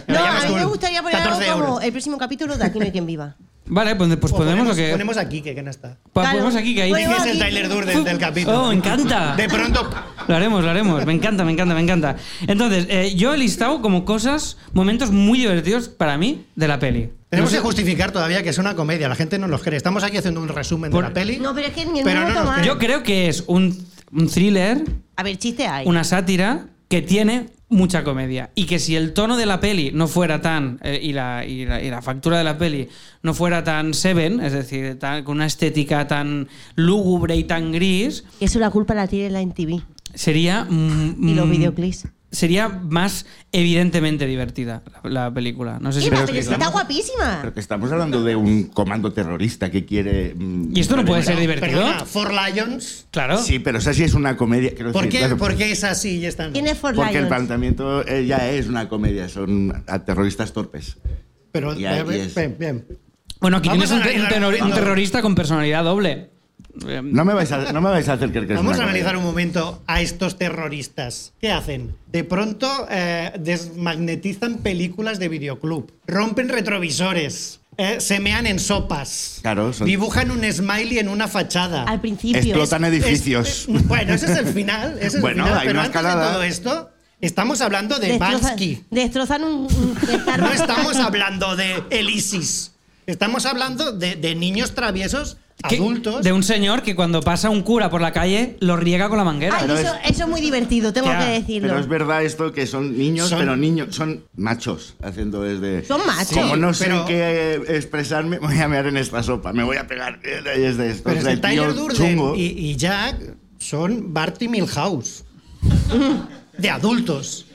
[SPEAKER 2] Lo
[SPEAKER 3] No, a
[SPEAKER 2] llamas
[SPEAKER 3] mí me
[SPEAKER 2] con
[SPEAKER 3] gustaría poner algo
[SPEAKER 2] 14
[SPEAKER 3] como
[SPEAKER 2] euros.
[SPEAKER 3] el próximo capítulo de Aquí no hay quien viva.
[SPEAKER 1] Vale, pues, pues
[SPEAKER 2] O
[SPEAKER 1] ponemos lo que.
[SPEAKER 2] ponemos aquí que, que no está.
[SPEAKER 1] pa-
[SPEAKER 3] Claro.
[SPEAKER 1] ponemos aquí que ahí.
[SPEAKER 2] Que
[SPEAKER 3] Ponemos
[SPEAKER 2] es
[SPEAKER 3] aquí.
[SPEAKER 2] el Tyler Durden del capítulo.
[SPEAKER 1] Oh, me encanta.
[SPEAKER 2] De pronto
[SPEAKER 1] Lo haremos, lo haremos. Me encanta, me encanta, me encanta. Entonces, eh, yo he listado como cosas, momentos muy divertidos para mí de la peli.
[SPEAKER 2] tenemos
[SPEAKER 1] No
[SPEAKER 2] que
[SPEAKER 1] sé-
[SPEAKER 2] justificar todavía que es una comedia. La gente no los cree. Estamos aquí haciendo un resumen
[SPEAKER 1] Por-
[SPEAKER 2] de la peli.
[SPEAKER 3] No, pero es que ni el
[SPEAKER 2] Pero no
[SPEAKER 3] mismo
[SPEAKER 2] nos
[SPEAKER 3] tomar.
[SPEAKER 2] cree.
[SPEAKER 1] Yo creo que es un, un thriller
[SPEAKER 3] A ver, chiste hay.
[SPEAKER 1] una sátira que tiene mucha comedia y que si el tono de la peli no fuera tan eh, y, la, y la- y la factura de la peli no fuera tan seven es decir tan- con una estética tan lúgubre y tan gris
[SPEAKER 3] Eso la culpa la tiene la MTV.
[SPEAKER 1] sería. mm,
[SPEAKER 3] Y los
[SPEAKER 1] mm,
[SPEAKER 3] videoclips.
[SPEAKER 1] Sería más evidentemente divertida la, la película. No sé si
[SPEAKER 3] Y
[SPEAKER 1] me
[SPEAKER 3] la
[SPEAKER 4] pero
[SPEAKER 3] película está
[SPEAKER 4] estamos-
[SPEAKER 3] guapísima.
[SPEAKER 4] Pero que estamos hablando de un comando terrorista que quiere. mm,
[SPEAKER 1] Y esto no puede ser
[SPEAKER 2] Pero,
[SPEAKER 1] divertido.
[SPEAKER 2] Perdona, For Lions.
[SPEAKER 1] Claro.
[SPEAKER 4] Sí, pero esa sí es una comedia. quiero
[SPEAKER 2] ¿Por
[SPEAKER 4] decir,
[SPEAKER 2] qué,
[SPEAKER 4] claro,
[SPEAKER 2] ¿Por qué es así y es tan.?
[SPEAKER 3] Tiene For
[SPEAKER 4] Porque el
[SPEAKER 3] Lions.
[SPEAKER 4] planteamiento eh, ya es una comedia, son a terroristas torpes.
[SPEAKER 2] Pero,
[SPEAKER 4] Y ahí
[SPEAKER 2] bien,
[SPEAKER 4] es.
[SPEAKER 2] bien, bien.
[SPEAKER 1] Bueno, aquí
[SPEAKER 2] Vamos
[SPEAKER 1] tienes un,
[SPEAKER 2] a
[SPEAKER 1] te- un
[SPEAKER 2] analizar-
[SPEAKER 1] tenor- un terrorista con personalidad doble. Eh,
[SPEAKER 4] No me vais a, no me vais a hacer creer que es
[SPEAKER 2] Vamos
[SPEAKER 4] una
[SPEAKER 2] a analizar
[SPEAKER 4] comedia.
[SPEAKER 2] un momento a estos terroristas. ¿Qué hacen? De pronto eh, desmagnetizan películas de videoclub, rompen retrovisores, eh, semean en sopas,
[SPEAKER 4] Claro, son-
[SPEAKER 2] dibujan un smiley en una fachada.
[SPEAKER 3] Al principio.
[SPEAKER 4] Explotan edificios.
[SPEAKER 2] Es- es- bueno, ese es el final. ese es el
[SPEAKER 4] Bueno,
[SPEAKER 2] final,
[SPEAKER 4] hay
[SPEAKER 2] pero
[SPEAKER 4] una
[SPEAKER 2] antes de
[SPEAKER 4] escalada.
[SPEAKER 2] todo esto, estamos hablando de
[SPEAKER 3] Destrozan,
[SPEAKER 2] Bansky.
[SPEAKER 3] destrozan un, un-
[SPEAKER 2] No estamos hablando de el ISIS. Estamos hablando de, de niños traviesos,
[SPEAKER 1] que-
[SPEAKER 2] adultos.
[SPEAKER 1] De un señor que cuando pasa un cura por la calle lo riega con la manguera.
[SPEAKER 3] Ay,
[SPEAKER 4] Pero
[SPEAKER 3] eso, eso es muy divertido, tengo
[SPEAKER 1] Ya,
[SPEAKER 3] que decirlo.
[SPEAKER 4] Pero es verdad esto que son niños,
[SPEAKER 2] Son-
[SPEAKER 4] pero niños, son machos haciendo desde.
[SPEAKER 3] Son machos.
[SPEAKER 4] Como no sé
[SPEAKER 2] pero-
[SPEAKER 4] qué expresarme, voy a mear en esta sopa, me voy a pegar. eh, Es de esto.
[SPEAKER 2] Pero
[SPEAKER 4] o
[SPEAKER 2] es
[SPEAKER 4] sea,
[SPEAKER 2] que
[SPEAKER 4] el tío
[SPEAKER 2] Tyler Durden
[SPEAKER 4] chungo.
[SPEAKER 2] y, y Jack son Bart y Milhouse. De adultos.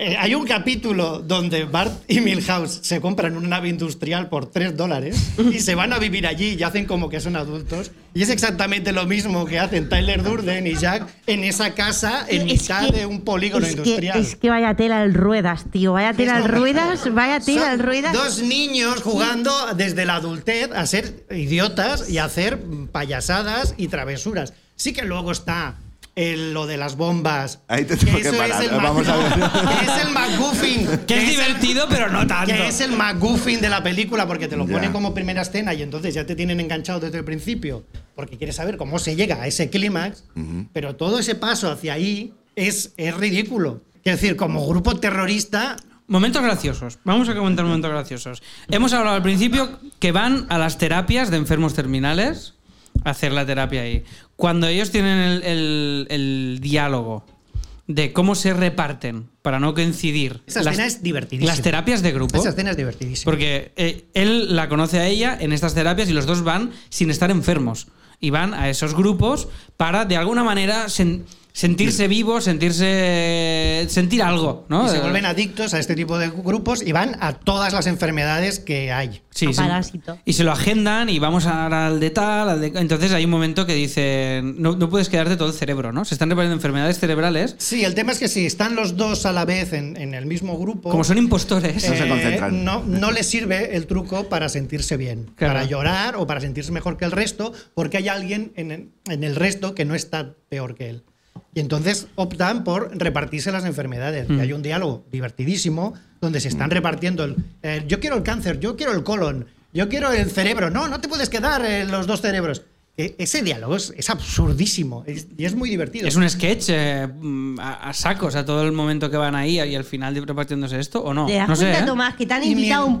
[SPEAKER 2] Eh, hay un capítulo donde Bart y Milhouse se compran una nave industrial por 3 dólares y se van a vivir allí y hacen como que son adultos. Y es exactamente lo mismo que hacen Tyler Durden y Jack en esa casa en
[SPEAKER 3] Es
[SPEAKER 2] mitad
[SPEAKER 3] que-
[SPEAKER 2] de un polígono
[SPEAKER 3] es que-
[SPEAKER 2] industrial.
[SPEAKER 3] es que vaya tela al ruedas, tío. Vaya tela al
[SPEAKER 2] Es lo mismo.
[SPEAKER 3] ruedas, vaya tela
[SPEAKER 2] Son
[SPEAKER 3] al ruedas.
[SPEAKER 2] Dos niños jugando desde la adultez a ser idiotas y a hacer payasadas y travesuras. Sí que luego está el- lo de las bombas.
[SPEAKER 4] Ahí te tengo que
[SPEAKER 2] eso
[SPEAKER 4] parar,
[SPEAKER 2] Es el,
[SPEAKER 4] vamos
[SPEAKER 2] Mac-
[SPEAKER 4] a ver.
[SPEAKER 2] que es el MacGuffin.
[SPEAKER 1] que es,
[SPEAKER 2] el-
[SPEAKER 1] divertido, pero no tanto.
[SPEAKER 2] que es el MacGuffin de la película porque te lo
[SPEAKER 4] Ya.
[SPEAKER 2] ponen como primera escena y entonces ya te tienen enganchado desde el principio porque quieres saber cómo se llega a ese clímax, pero todo ese paso hacia ahí es, es ridículo. Es decir, como grupo terrorista,
[SPEAKER 1] Momentos graciosos. Vamos a comentar momentos graciosos. Hemos hablado al principio que van a las terapias de enfermos terminales a hacer la terapia ahí. Cuando ellos tienen el, el- el diálogo de cómo se reparten para no coincidir.
[SPEAKER 2] Esa
[SPEAKER 1] las,
[SPEAKER 2] escena es divertidísima.
[SPEAKER 1] Las terapias de grupo.
[SPEAKER 2] esa escena es divertidísima.
[SPEAKER 1] Porque eh, él la conoce a ella en estas terapias y los dos van sin estar enfermos. Y van a esos grupos para, de alguna manera, sen- sentirse vivos, sentirse. sentir algo, ¿no?
[SPEAKER 2] Y se
[SPEAKER 1] De-
[SPEAKER 2] vuelven adictos a este tipo de grupos y van a todas las enfermedades que hay.
[SPEAKER 1] Sí,
[SPEAKER 3] A
[SPEAKER 1] sí.
[SPEAKER 3] parásito.
[SPEAKER 1] Y se lo agendan y vamos ahora al de tal. al de- Entonces hay un momento que dicen, no, no puedes quedarte todo el cerebro, ¿no? Se están repartiendo enfermedades cerebrales.
[SPEAKER 2] Sí, el tema es que si están los dos a la vez en, en el mismo grupo,
[SPEAKER 1] Como son impostores.
[SPEAKER 4] No se
[SPEAKER 2] Oh. eh,
[SPEAKER 4] concentran.
[SPEAKER 2] no, no les sirve el truco para sentirse bien,
[SPEAKER 1] Claro.
[SPEAKER 2] para llorar o para sentirse mejor que el resto, porque hay alguien en, en el resto que no está peor que él. Y entonces optan por repartirse las enfermedades.
[SPEAKER 1] Mm.
[SPEAKER 2] Y hay un diálogo divertidísimo donde se están repartiendo el, eh, yo quiero el cáncer, yo quiero el colon, yo quiero el cerebro. No, no te puedes quedar eh, los dos cerebros. E- Ese diálogo es, es absurdísimo es- y es muy divertido.
[SPEAKER 1] Es un sketch eh, mm, a, a sacos a todo el momento que van ahí y al final de- repartiéndose esto, ¿o no?
[SPEAKER 3] ¿Te das
[SPEAKER 1] No sé,
[SPEAKER 3] cuenta,
[SPEAKER 1] ¿eh?
[SPEAKER 3] Tomás, que te han
[SPEAKER 2] Y
[SPEAKER 3] invitado a
[SPEAKER 2] mi-
[SPEAKER 3] un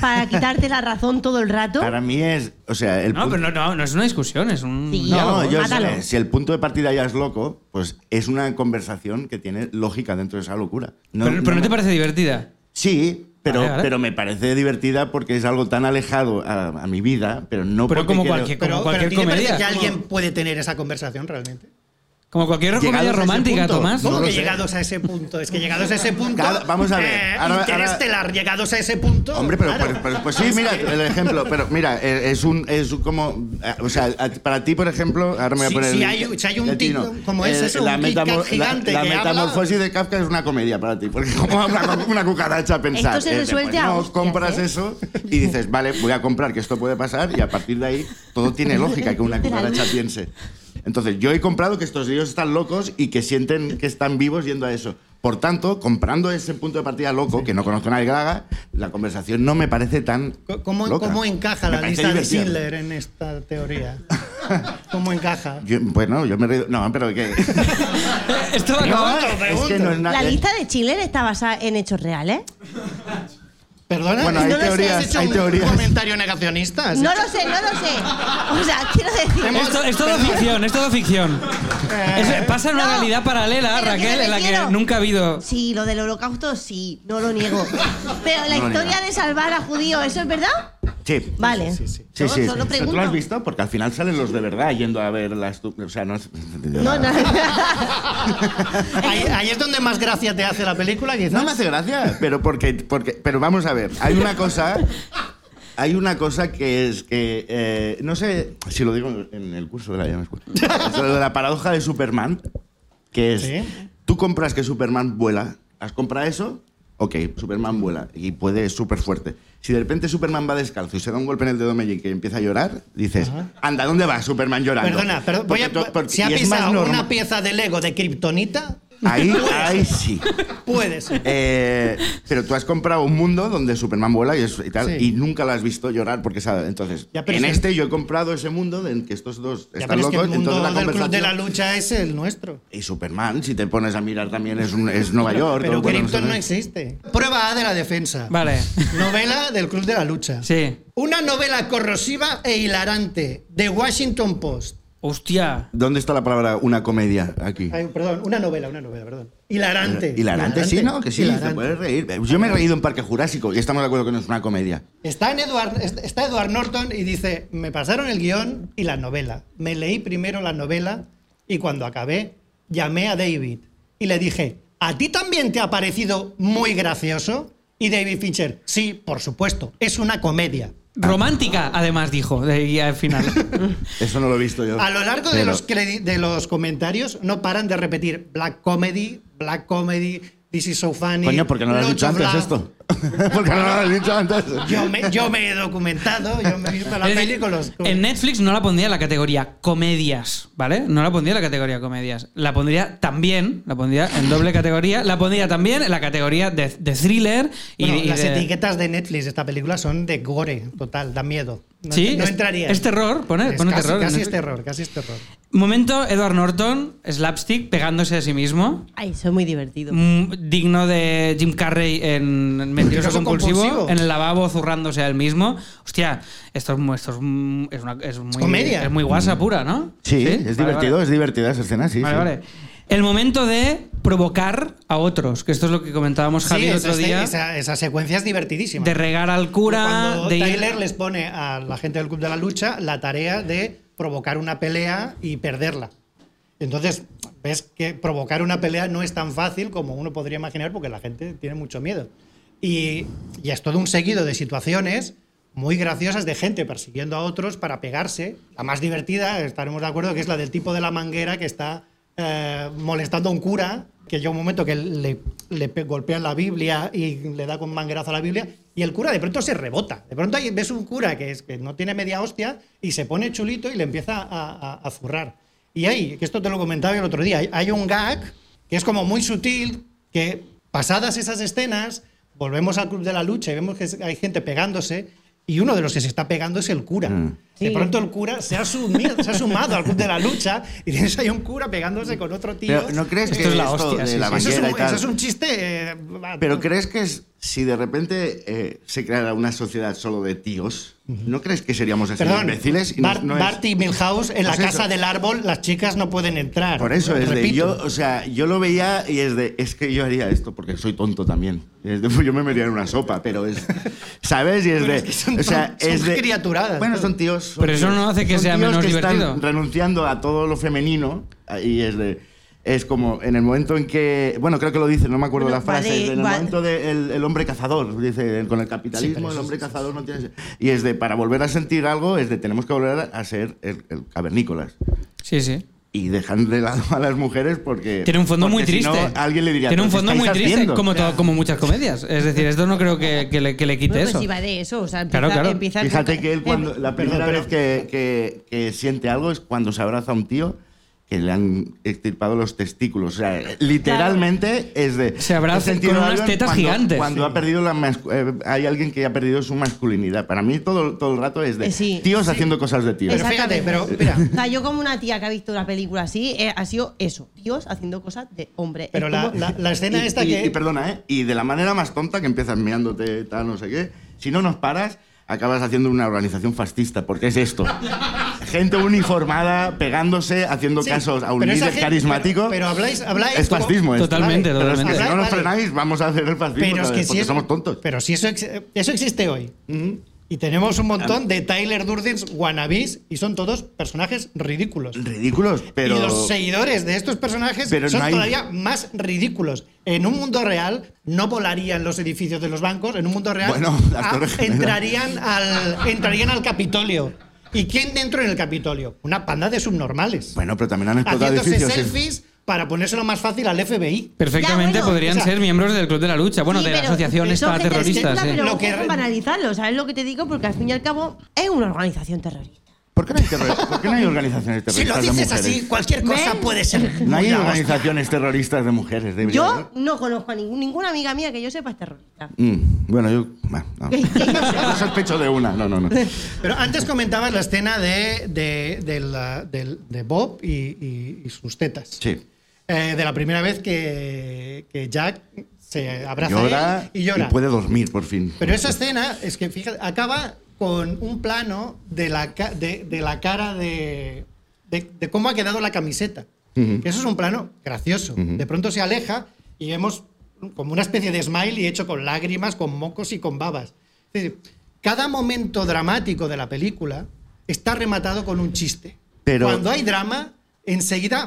[SPEAKER 3] para quitarte la razón todo el rato?
[SPEAKER 4] Para mí es. O sea, el
[SPEAKER 1] No,
[SPEAKER 4] punto-
[SPEAKER 1] pero no, no, no es una discusión, es un.
[SPEAKER 3] Sí.
[SPEAKER 4] No,
[SPEAKER 3] Diálogo,
[SPEAKER 4] yo
[SPEAKER 3] mátalo.
[SPEAKER 4] sé, si el punto de partida ya es loco, pues es una conversación que tiene lógica dentro de esa locura.
[SPEAKER 1] pero, pero no te
[SPEAKER 4] me-
[SPEAKER 1] parece divertida.
[SPEAKER 4] Sí, pero,
[SPEAKER 1] Vale, vale.
[SPEAKER 4] pero me parece divertida porque es algo tan alejado a, a mi vida, pero no
[SPEAKER 1] Pero
[SPEAKER 4] porque
[SPEAKER 1] como
[SPEAKER 4] quiero-
[SPEAKER 1] cualquier-
[SPEAKER 2] pero,
[SPEAKER 1] como
[SPEAKER 2] pero ¿a ti te
[SPEAKER 1] cualquier
[SPEAKER 2] parece
[SPEAKER 1] comedia.
[SPEAKER 2] que alguien
[SPEAKER 1] Como-
[SPEAKER 2] puede tener esa conversación realmente?
[SPEAKER 1] Como cualquier
[SPEAKER 4] Llegados a
[SPEAKER 1] comedia
[SPEAKER 4] ese
[SPEAKER 1] romántica,
[SPEAKER 4] punto,
[SPEAKER 1] Tomás.
[SPEAKER 2] ¿Cómo
[SPEAKER 4] No lo
[SPEAKER 2] que
[SPEAKER 4] sé.
[SPEAKER 2] llegados a ese punto? Es que llegados a ese punto.
[SPEAKER 4] Cada- vamos a ver,
[SPEAKER 2] eh,
[SPEAKER 4] ahora- ahora-
[SPEAKER 2] Interestelar, llegados a ese punto.
[SPEAKER 4] Hombre, pero,
[SPEAKER 2] claro.
[SPEAKER 4] pero- pero- pues sí, mira, el ejemplo, pero mira, eh, es un, es un como, eh, o sea, a- para ti, por ejemplo, ahora me voy a
[SPEAKER 2] Si-
[SPEAKER 4] poner...
[SPEAKER 2] si
[SPEAKER 4] el-
[SPEAKER 2] hay un- si hay un
[SPEAKER 4] el
[SPEAKER 2] tic-
[SPEAKER 4] tino.
[SPEAKER 2] como es eso, un Kit Kat
[SPEAKER 4] metamo- la-
[SPEAKER 2] gigante
[SPEAKER 4] la
[SPEAKER 2] que habla-
[SPEAKER 4] metamorfosis de Kafka es una comedia para ti, porque como habla como una cucaracha a pensar.
[SPEAKER 3] Esto se
[SPEAKER 4] eh,
[SPEAKER 3] resuelve
[SPEAKER 4] después,
[SPEAKER 3] a
[SPEAKER 4] no,
[SPEAKER 3] hostias,
[SPEAKER 4] compras
[SPEAKER 3] ¿eh?
[SPEAKER 4] eso y dices, vale, voy a comprar que esto puede pasar y a partir de ahí todo tiene lógica que una cucaracha piense. Entonces, yo he comprado que estos niños están locos y que sienten que están vivos yendo a eso. Por tanto, comprando ese punto de partida loco, que no conozco a nadie que lo haga, la conversación no me parece tan.
[SPEAKER 2] Co- ¿Cómo,
[SPEAKER 4] loca.
[SPEAKER 2] cómo encaja
[SPEAKER 4] Me
[SPEAKER 2] la
[SPEAKER 4] parece
[SPEAKER 2] lista de
[SPEAKER 4] divertida.
[SPEAKER 2] Schindler en esta teoría? ¿Cómo encaja?
[SPEAKER 4] Yo- bueno, yo me he reído. No, pero que.
[SPEAKER 1] Esto va a acabar.
[SPEAKER 4] es que no es nada.
[SPEAKER 3] la
[SPEAKER 2] ¿eh?
[SPEAKER 3] lista de Chile está basada en hechos reales.
[SPEAKER 2] Perdona,
[SPEAKER 4] Bueno, hay
[SPEAKER 2] ¿No les
[SPEAKER 4] teorías,
[SPEAKER 2] has hecho
[SPEAKER 4] hay
[SPEAKER 2] un
[SPEAKER 4] teorías.
[SPEAKER 2] comentario negacionista? Eh,
[SPEAKER 3] No lo sé, no lo sé. O sea, quiero decir.
[SPEAKER 1] Esto es todo ficción, es todo ficción.
[SPEAKER 2] Eh.
[SPEAKER 1] Es- pasa en una
[SPEAKER 3] No,
[SPEAKER 1] realidad paralela,
[SPEAKER 3] pero que
[SPEAKER 1] Raquel,
[SPEAKER 3] me
[SPEAKER 1] en la que
[SPEAKER 3] refiero-
[SPEAKER 1] nunca ha habido.
[SPEAKER 3] Sí, lo del holocausto sí, no lo niego. Pero la
[SPEAKER 4] No lo
[SPEAKER 3] historia
[SPEAKER 4] niega.
[SPEAKER 3] de salvar a judíos, ¿eso es verdad?
[SPEAKER 4] Sí.
[SPEAKER 3] Vale.
[SPEAKER 2] Sí, sí, sí.
[SPEAKER 4] Sí,
[SPEAKER 3] Solo-
[SPEAKER 4] sí,
[SPEAKER 3] solo
[SPEAKER 4] sí. ¿Tú lo
[SPEAKER 3] pregunto.
[SPEAKER 4] has visto? Porque al final salen los de verdad yendo a ver las... tu- O sea, no has entendido
[SPEAKER 3] No,
[SPEAKER 4] nada.
[SPEAKER 3] no.
[SPEAKER 2] Ahí, ahí es donde más gracia te hace la película, quizás.
[SPEAKER 4] No me hace gracia, pero porque, porque pero vamos a ver, hay una cosa hay una cosa que es que eh, no sé si lo digo en- en el curso de la llama School. Es lo de la paradoja de Superman, que es
[SPEAKER 2] Sí.
[SPEAKER 4] tú compras que Superman vuela, has comprado eso, ok, Superman vuela y puede es súper fuerte. Si de repente Superman va descalzo y se da un golpe en el dedo meñique y que empieza a llorar, dices, anda, ¿dónde va Superman llorando?
[SPEAKER 2] Perdona, pero voy a-
[SPEAKER 4] Porque to- porque-
[SPEAKER 2] si ha
[SPEAKER 4] y es más
[SPEAKER 2] pisado
[SPEAKER 4] normal.
[SPEAKER 2] una pieza de Lego de Kryptonita,
[SPEAKER 4] Ahí, ahí sí.
[SPEAKER 2] puede ser.
[SPEAKER 4] Eh, pero tú has comprado un mundo donde Superman vuela y, es- y tal,
[SPEAKER 2] Sí.
[SPEAKER 4] y nunca lo has visto llorar porque sabe. Entonces,
[SPEAKER 2] Ya, pero
[SPEAKER 4] en
[SPEAKER 2] es que-
[SPEAKER 4] este yo he comprado ese mundo en que estos dos
[SPEAKER 2] Ya,
[SPEAKER 4] están
[SPEAKER 2] pero es
[SPEAKER 4] locos.
[SPEAKER 2] que el mundo
[SPEAKER 4] entonces la
[SPEAKER 2] del club
[SPEAKER 4] conversación.
[SPEAKER 2] de la lucha es el nuestro.
[SPEAKER 4] Y Superman, si te pones a mirar también, es, un- es Nueva York.
[SPEAKER 2] Pero
[SPEAKER 4] todo, bueno, no sé
[SPEAKER 2] Krypton no
[SPEAKER 4] qué.
[SPEAKER 2] existe. Prueba A de la defensa.
[SPEAKER 1] Vale.
[SPEAKER 2] Novela del club de la lucha.
[SPEAKER 1] Sí.
[SPEAKER 2] Una novela corrosiva e hilarante de Washington Post.
[SPEAKER 1] Hostia.
[SPEAKER 4] ¿Dónde está la palabra una comedia aquí?
[SPEAKER 2] Ay, perdón, una novela, una novela, perdón. Hilarante.
[SPEAKER 4] Hilarante, sí, ¿no? Que sí,
[SPEAKER 2] hilarante.
[SPEAKER 4] te puedes reír. Yo me he reído en Parque Jurásico y estamos de acuerdo que no es una comedia.
[SPEAKER 2] Está, en Edward, está Edward Norton y dice, me pasaron el guión y la novela. Me leí primero la novela y cuando acabé, llamé a David y le dije, ¿a ti también te ha parecido muy gracioso? Y David Fincher, sí, por supuesto, es una comedia.
[SPEAKER 1] Romántica, además, dijo, de ahí al final.
[SPEAKER 4] Eso no lo he visto yo.
[SPEAKER 2] A lo largo de
[SPEAKER 4] Pero-
[SPEAKER 2] los, credi- de los comentarios no paran de repetir black comedy, black comedy, this is so funny.
[SPEAKER 4] Coño, porque no lo has
[SPEAKER 2] Lots
[SPEAKER 4] dicho
[SPEAKER 2] of
[SPEAKER 4] antes
[SPEAKER 2] love".
[SPEAKER 4] esto. porque no lo has dicho antes.
[SPEAKER 2] Yo me, yo me he documentado, yo me he visto la
[SPEAKER 1] Es
[SPEAKER 2] peli
[SPEAKER 1] decir,
[SPEAKER 2] con los...
[SPEAKER 1] en Netflix no la pondría en la categoría comedias, ¿vale? No la pondría en la categoría comedias. La pondría también, la pondría en doble categoría, la pondría también en la categoría de, de thriller y,
[SPEAKER 2] Bueno,
[SPEAKER 1] y
[SPEAKER 2] las
[SPEAKER 1] de-
[SPEAKER 2] etiquetas de Netflix de esta película son de gore, total, da miedo. No,
[SPEAKER 1] Sí,
[SPEAKER 2] no
[SPEAKER 1] es-
[SPEAKER 2] entraría.
[SPEAKER 1] es terror, pone-
[SPEAKER 2] Es
[SPEAKER 1] pone
[SPEAKER 2] casi,
[SPEAKER 1] terror en
[SPEAKER 2] Casi es
[SPEAKER 1] Netflix.
[SPEAKER 2] terror, casi es terror.
[SPEAKER 1] Momento Edward Norton, slapstick, pegándose a sí mismo.
[SPEAKER 3] Ay, eso es muy divertido.
[SPEAKER 1] Mm, digno de Jim Carrey en Mentiroso
[SPEAKER 2] Mentiroso
[SPEAKER 1] compulsivo,
[SPEAKER 2] compulsivo.
[SPEAKER 1] en el lavabo zurrándose a él mismo. Hostia, esto es, mu- esto es, mu- es una- es muy,
[SPEAKER 2] comedia.
[SPEAKER 1] Es muy guasa pura, ¿no?
[SPEAKER 4] Mm. Sí, es
[SPEAKER 1] Vale,
[SPEAKER 4] divertido,
[SPEAKER 1] vale.
[SPEAKER 4] es divertida esa escena, sí.
[SPEAKER 1] Vale,
[SPEAKER 4] sí.
[SPEAKER 1] vale. El momento de provocar a otros, que esto es lo que comentábamos Javi
[SPEAKER 2] Sí, este,
[SPEAKER 1] el
[SPEAKER 2] esa,
[SPEAKER 1] otro día,
[SPEAKER 2] esa, esa secuencia es divertidísima.
[SPEAKER 1] de regar al cura,
[SPEAKER 2] Cuando
[SPEAKER 1] de ir-
[SPEAKER 2] Tyler les pone a la gente del Club de la Lucha la tarea de provocar una pelea y perderla. Entonces, ves que provocar una pelea no es tan fácil como uno podría imaginar porque la gente tiene mucho miedo. Y, y es todo un seguido de situaciones muy graciosas de gente persiguiendo a otros para pegarse. La más divertida, estaremos de acuerdo, que es la del tipo de la manguera que está eh, molestando a un cura, que llega un momento que le, le pe- golpean la Biblia y le da con manguerazo a la Biblia, y el cura de pronto se rebota. De pronto ahí ves un cura que, es, que no tiene media hostia y se pone chulito y le empieza a, a- a zurrar. Y ahí, que esto te lo comentaba yo el otro día, hay- hay un gag que es como muy sutil, que pasadas esas escenas, volvemos al club de la lucha y vemos que hay gente pegándose, y uno de los que se está pegando es el cura.
[SPEAKER 4] Mm.
[SPEAKER 2] De
[SPEAKER 3] Sí.
[SPEAKER 2] pronto el cura se ha, sumido- se ha sumado al club de la lucha y tienes ahí un cura pegándose con otro tío.
[SPEAKER 4] Pero no crees
[SPEAKER 1] Esto
[SPEAKER 4] que
[SPEAKER 1] es la
[SPEAKER 4] esto
[SPEAKER 1] hostia,
[SPEAKER 4] de
[SPEAKER 1] sí,
[SPEAKER 4] la
[SPEAKER 1] sí.
[SPEAKER 2] eso, es un,
[SPEAKER 4] manguera y tal.
[SPEAKER 2] eso es un chiste. eh, va,
[SPEAKER 4] Pero crees que es- si de repente eh, se creara una sociedad solo de tíos, ¿no crees que seríamos así
[SPEAKER 2] Perdón,
[SPEAKER 4] imbéciles? Y no-
[SPEAKER 2] Bart,
[SPEAKER 4] no es-
[SPEAKER 2] Bart y Milhouse en la
[SPEAKER 4] Pues eso.
[SPEAKER 2] casa del árbol, las chicas no pueden entrar.
[SPEAKER 4] Por eso es de
[SPEAKER 2] Repito.
[SPEAKER 4] yo, o sea, yo lo veía y es de es que yo haría esto porque soy tonto también. Es de, yo me metería en una sopa, pero es ¿sabes? Y es
[SPEAKER 2] Bueno,
[SPEAKER 4] de
[SPEAKER 2] es que son
[SPEAKER 4] o sea,
[SPEAKER 2] ton-
[SPEAKER 4] es
[SPEAKER 2] son
[SPEAKER 4] de
[SPEAKER 2] criaturadas.
[SPEAKER 4] Bueno, son tíos. son
[SPEAKER 1] Pero eso
[SPEAKER 4] tíos.
[SPEAKER 1] no hace que
[SPEAKER 4] Son
[SPEAKER 1] sea
[SPEAKER 4] tíos
[SPEAKER 1] menos
[SPEAKER 4] que están
[SPEAKER 1] divertido.
[SPEAKER 4] renunciando a todo lo femenino y es de es como en el momento en que bueno creo que lo dice no me acuerdo
[SPEAKER 3] Bueno,
[SPEAKER 4] la frase
[SPEAKER 3] vale,
[SPEAKER 4] es de, en el
[SPEAKER 3] va-
[SPEAKER 4] momento del el hombre cazador dice con el capitalismo el hombre cazador no tiene y es de para volver a sentir algo es de tenemos que volver a ser el, el cavernícolas
[SPEAKER 1] Sí, sí.
[SPEAKER 4] y dejan de lado a las mujeres porque
[SPEAKER 1] Tiene un fondo
[SPEAKER 4] Eh, porque
[SPEAKER 1] muy
[SPEAKER 4] si
[SPEAKER 1] triste.
[SPEAKER 4] no, alguien le diría
[SPEAKER 1] Tiene un
[SPEAKER 4] "¿Pero qué
[SPEAKER 1] fondo muy
[SPEAKER 4] estáis
[SPEAKER 1] triste,
[SPEAKER 4] haciendo?".
[SPEAKER 1] como, todo- como muchas comedias. Es decir, esto no creo que, que le, que le quite
[SPEAKER 3] Bueno,
[SPEAKER 1] eso.
[SPEAKER 3] pues iba de eso, o sea, empieza,
[SPEAKER 1] Claro, claro.
[SPEAKER 3] empieza-
[SPEAKER 4] Fíjate que él cuando
[SPEAKER 3] Eh,
[SPEAKER 4] la primera
[SPEAKER 2] pero-
[SPEAKER 4] vez que, que- que siente algo es cuando se abraza a un tío que le han extirpado los testículos. O sea, literalmente es de...
[SPEAKER 1] Se abraza
[SPEAKER 4] he sentido
[SPEAKER 1] con unas
[SPEAKER 4] algo en
[SPEAKER 1] tetas
[SPEAKER 4] cuando-
[SPEAKER 1] gigantes.
[SPEAKER 4] Cuando
[SPEAKER 1] Sí.
[SPEAKER 4] ha perdido la mascu- eh, hay alguien que ha perdido su masculinidad. Para mí todo, todo el rato es de
[SPEAKER 3] Eh, sí.
[SPEAKER 4] tíos haciendo cosas de tíos.
[SPEAKER 2] Pero fíjate,
[SPEAKER 3] Exactamente.
[SPEAKER 2] pero mira,
[SPEAKER 3] O sea, yo como una tía que ha visto una película así, eh, ha sido eso, tíos haciendo cosas de hombre.
[SPEAKER 2] pero
[SPEAKER 3] Es
[SPEAKER 2] la,
[SPEAKER 3] como-
[SPEAKER 2] la- la escena
[SPEAKER 4] y,
[SPEAKER 2] esta
[SPEAKER 4] y-
[SPEAKER 2] que.
[SPEAKER 4] y perdona, ¿eh? Y de la manera más tonta que empiezas meándote, tal, no sé qué. Si no nos paras, acabas haciendo una organización fascista, porque es esto. Gente uniformada, pegándose, haciendo
[SPEAKER 2] Sí,
[SPEAKER 4] casos a un
[SPEAKER 2] pero esa
[SPEAKER 4] líder
[SPEAKER 2] gente-
[SPEAKER 4] carismático.
[SPEAKER 2] pero- pero habláis- habláis
[SPEAKER 4] Es
[SPEAKER 2] como-
[SPEAKER 4] fascismo, esto.
[SPEAKER 1] Totalmente,
[SPEAKER 4] Pero es que
[SPEAKER 1] totalmente.
[SPEAKER 4] si no nos
[SPEAKER 2] Vale.
[SPEAKER 4] frenáis, vamos a hacer el fascismo.
[SPEAKER 2] Pero es
[SPEAKER 4] otra
[SPEAKER 2] que
[SPEAKER 4] vez,
[SPEAKER 2] si
[SPEAKER 4] porque
[SPEAKER 2] es-
[SPEAKER 4] somos tontos.
[SPEAKER 2] Pero si eso, ex- eso existe hoy. Y tenemos un
[SPEAKER 4] Ah.
[SPEAKER 2] montón de Tyler Durdens wannabes y son todos personajes ridículos.
[SPEAKER 4] Ridículos, pero.
[SPEAKER 2] Y los seguidores de estos personajes
[SPEAKER 4] Pero
[SPEAKER 2] son
[SPEAKER 4] no hay-
[SPEAKER 2] todavía más ridículos. En un mundo real no volarían los edificios de los bancos, en un mundo real
[SPEAKER 4] Bueno, las
[SPEAKER 2] ah,
[SPEAKER 4] Torres Gemelas.
[SPEAKER 2] entrarían, al, entrarían al Capitolio. ¿Y quién dentro en el Capitolio? Una panda de subnormales.
[SPEAKER 4] Bueno, pero también han explotado
[SPEAKER 2] haciéndose
[SPEAKER 4] edificios.
[SPEAKER 2] selfies para ponérselo más fácil al FBI.
[SPEAKER 1] Perfectamente
[SPEAKER 3] Ya, bueno,
[SPEAKER 1] podrían
[SPEAKER 2] o sea-
[SPEAKER 1] ser miembros del Club de la Lucha, bueno,
[SPEAKER 3] Sí,
[SPEAKER 1] de la
[SPEAKER 3] pero
[SPEAKER 1] Asociación
[SPEAKER 2] son
[SPEAKER 1] esta
[SPEAKER 2] gente
[SPEAKER 1] terrorista.
[SPEAKER 2] estricta,
[SPEAKER 1] sí.
[SPEAKER 3] Pero
[SPEAKER 2] Lo
[SPEAKER 3] lo
[SPEAKER 2] que-
[SPEAKER 3] que banalizarlo, ¿sabes lo que te digo? Porque al fin y al cabo es una organización terrorista.
[SPEAKER 4] ¿Por qué no hay, terror- por qué no hay organizaciones
[SPEAKER 2] Si
[SPEAKER 4] terroristas
[SPEAKER 2] lo
[SPEAKER 4] de
[SPEAKER 2] dices
[SPEAKER 4] mujeres?
[SPEAKER 2] así, cualquier cosa
[SPEAKER 3] ¿Ven?
[SPEAKER 2] puede ser.
[SPEAKER 4] No hay
[SPEAKER 2] muy la hostia.
[SPEAKER 4] organizaciones terroristas de mujeres. debería
[SPEAKER 3] Yo
[SPEAKER 4] haber.
[SPEAKER 3] no conozco a ningún- ninguna amiga mía que yo sepa es terrorista.
[SPEAKER 4] Mm, bueno, yo. bah, no.
[SPEAKER 3] Que- que yo sepa.
[SPEAKER 4] Yo sospecho de una. No, no, no.
[SPEAKER 2] Pero antes comentabas la escena de, de, de la- del- de Bob y, y- y sus tetas.
[SPEAKER 4] Sí.
[SPEAKER 2] Eh, de la primera vez que, que Jack se abraza a él
[SPEAKER 4] Llora
[SPEAKER 2] y llora.
[SPEAKER 4] puede dormir por fin.
[SPEAKER 2] Pero esa escena, es que fíjate, acaba con un plano de la, ca- de, de la cara de, de, de cómo ha quedado la camiseta. Que Eso es un plano gracioso. De pronto se aleja y vemos como una especie de smiley hecho con lágrimas, con mocos y con babas. Es decir, cada momento dramático de la película está rematado con un chiste.
[SPEAKER 4] Pero-
[SPEAKER 2] Cuando hay drama, enseguida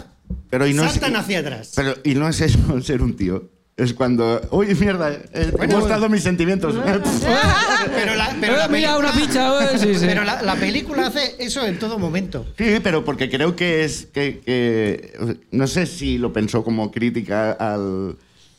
[SPEAKER 4] Pero y no es-
[SPEAKER 2] saltan hacia atrás.
[SPEAKER 4] Pero, y no es eso ser un tío. Es cuando. ¡Uy, mierda! eh, He mostrado mis sentimientos.
[SPEAKER 2] Pero la, pero
[SPEAKER 1] Eh,
[SPEAKER 2] la
[SPEAKER 1] mira, una picha, eh, sí, sí.
[SPEAKER 2] Pero la- la película hace eso en todo momento.
[SPEAKER 4] Sí, pero porque creo que es que, que- no sé si lo pensó como crítica al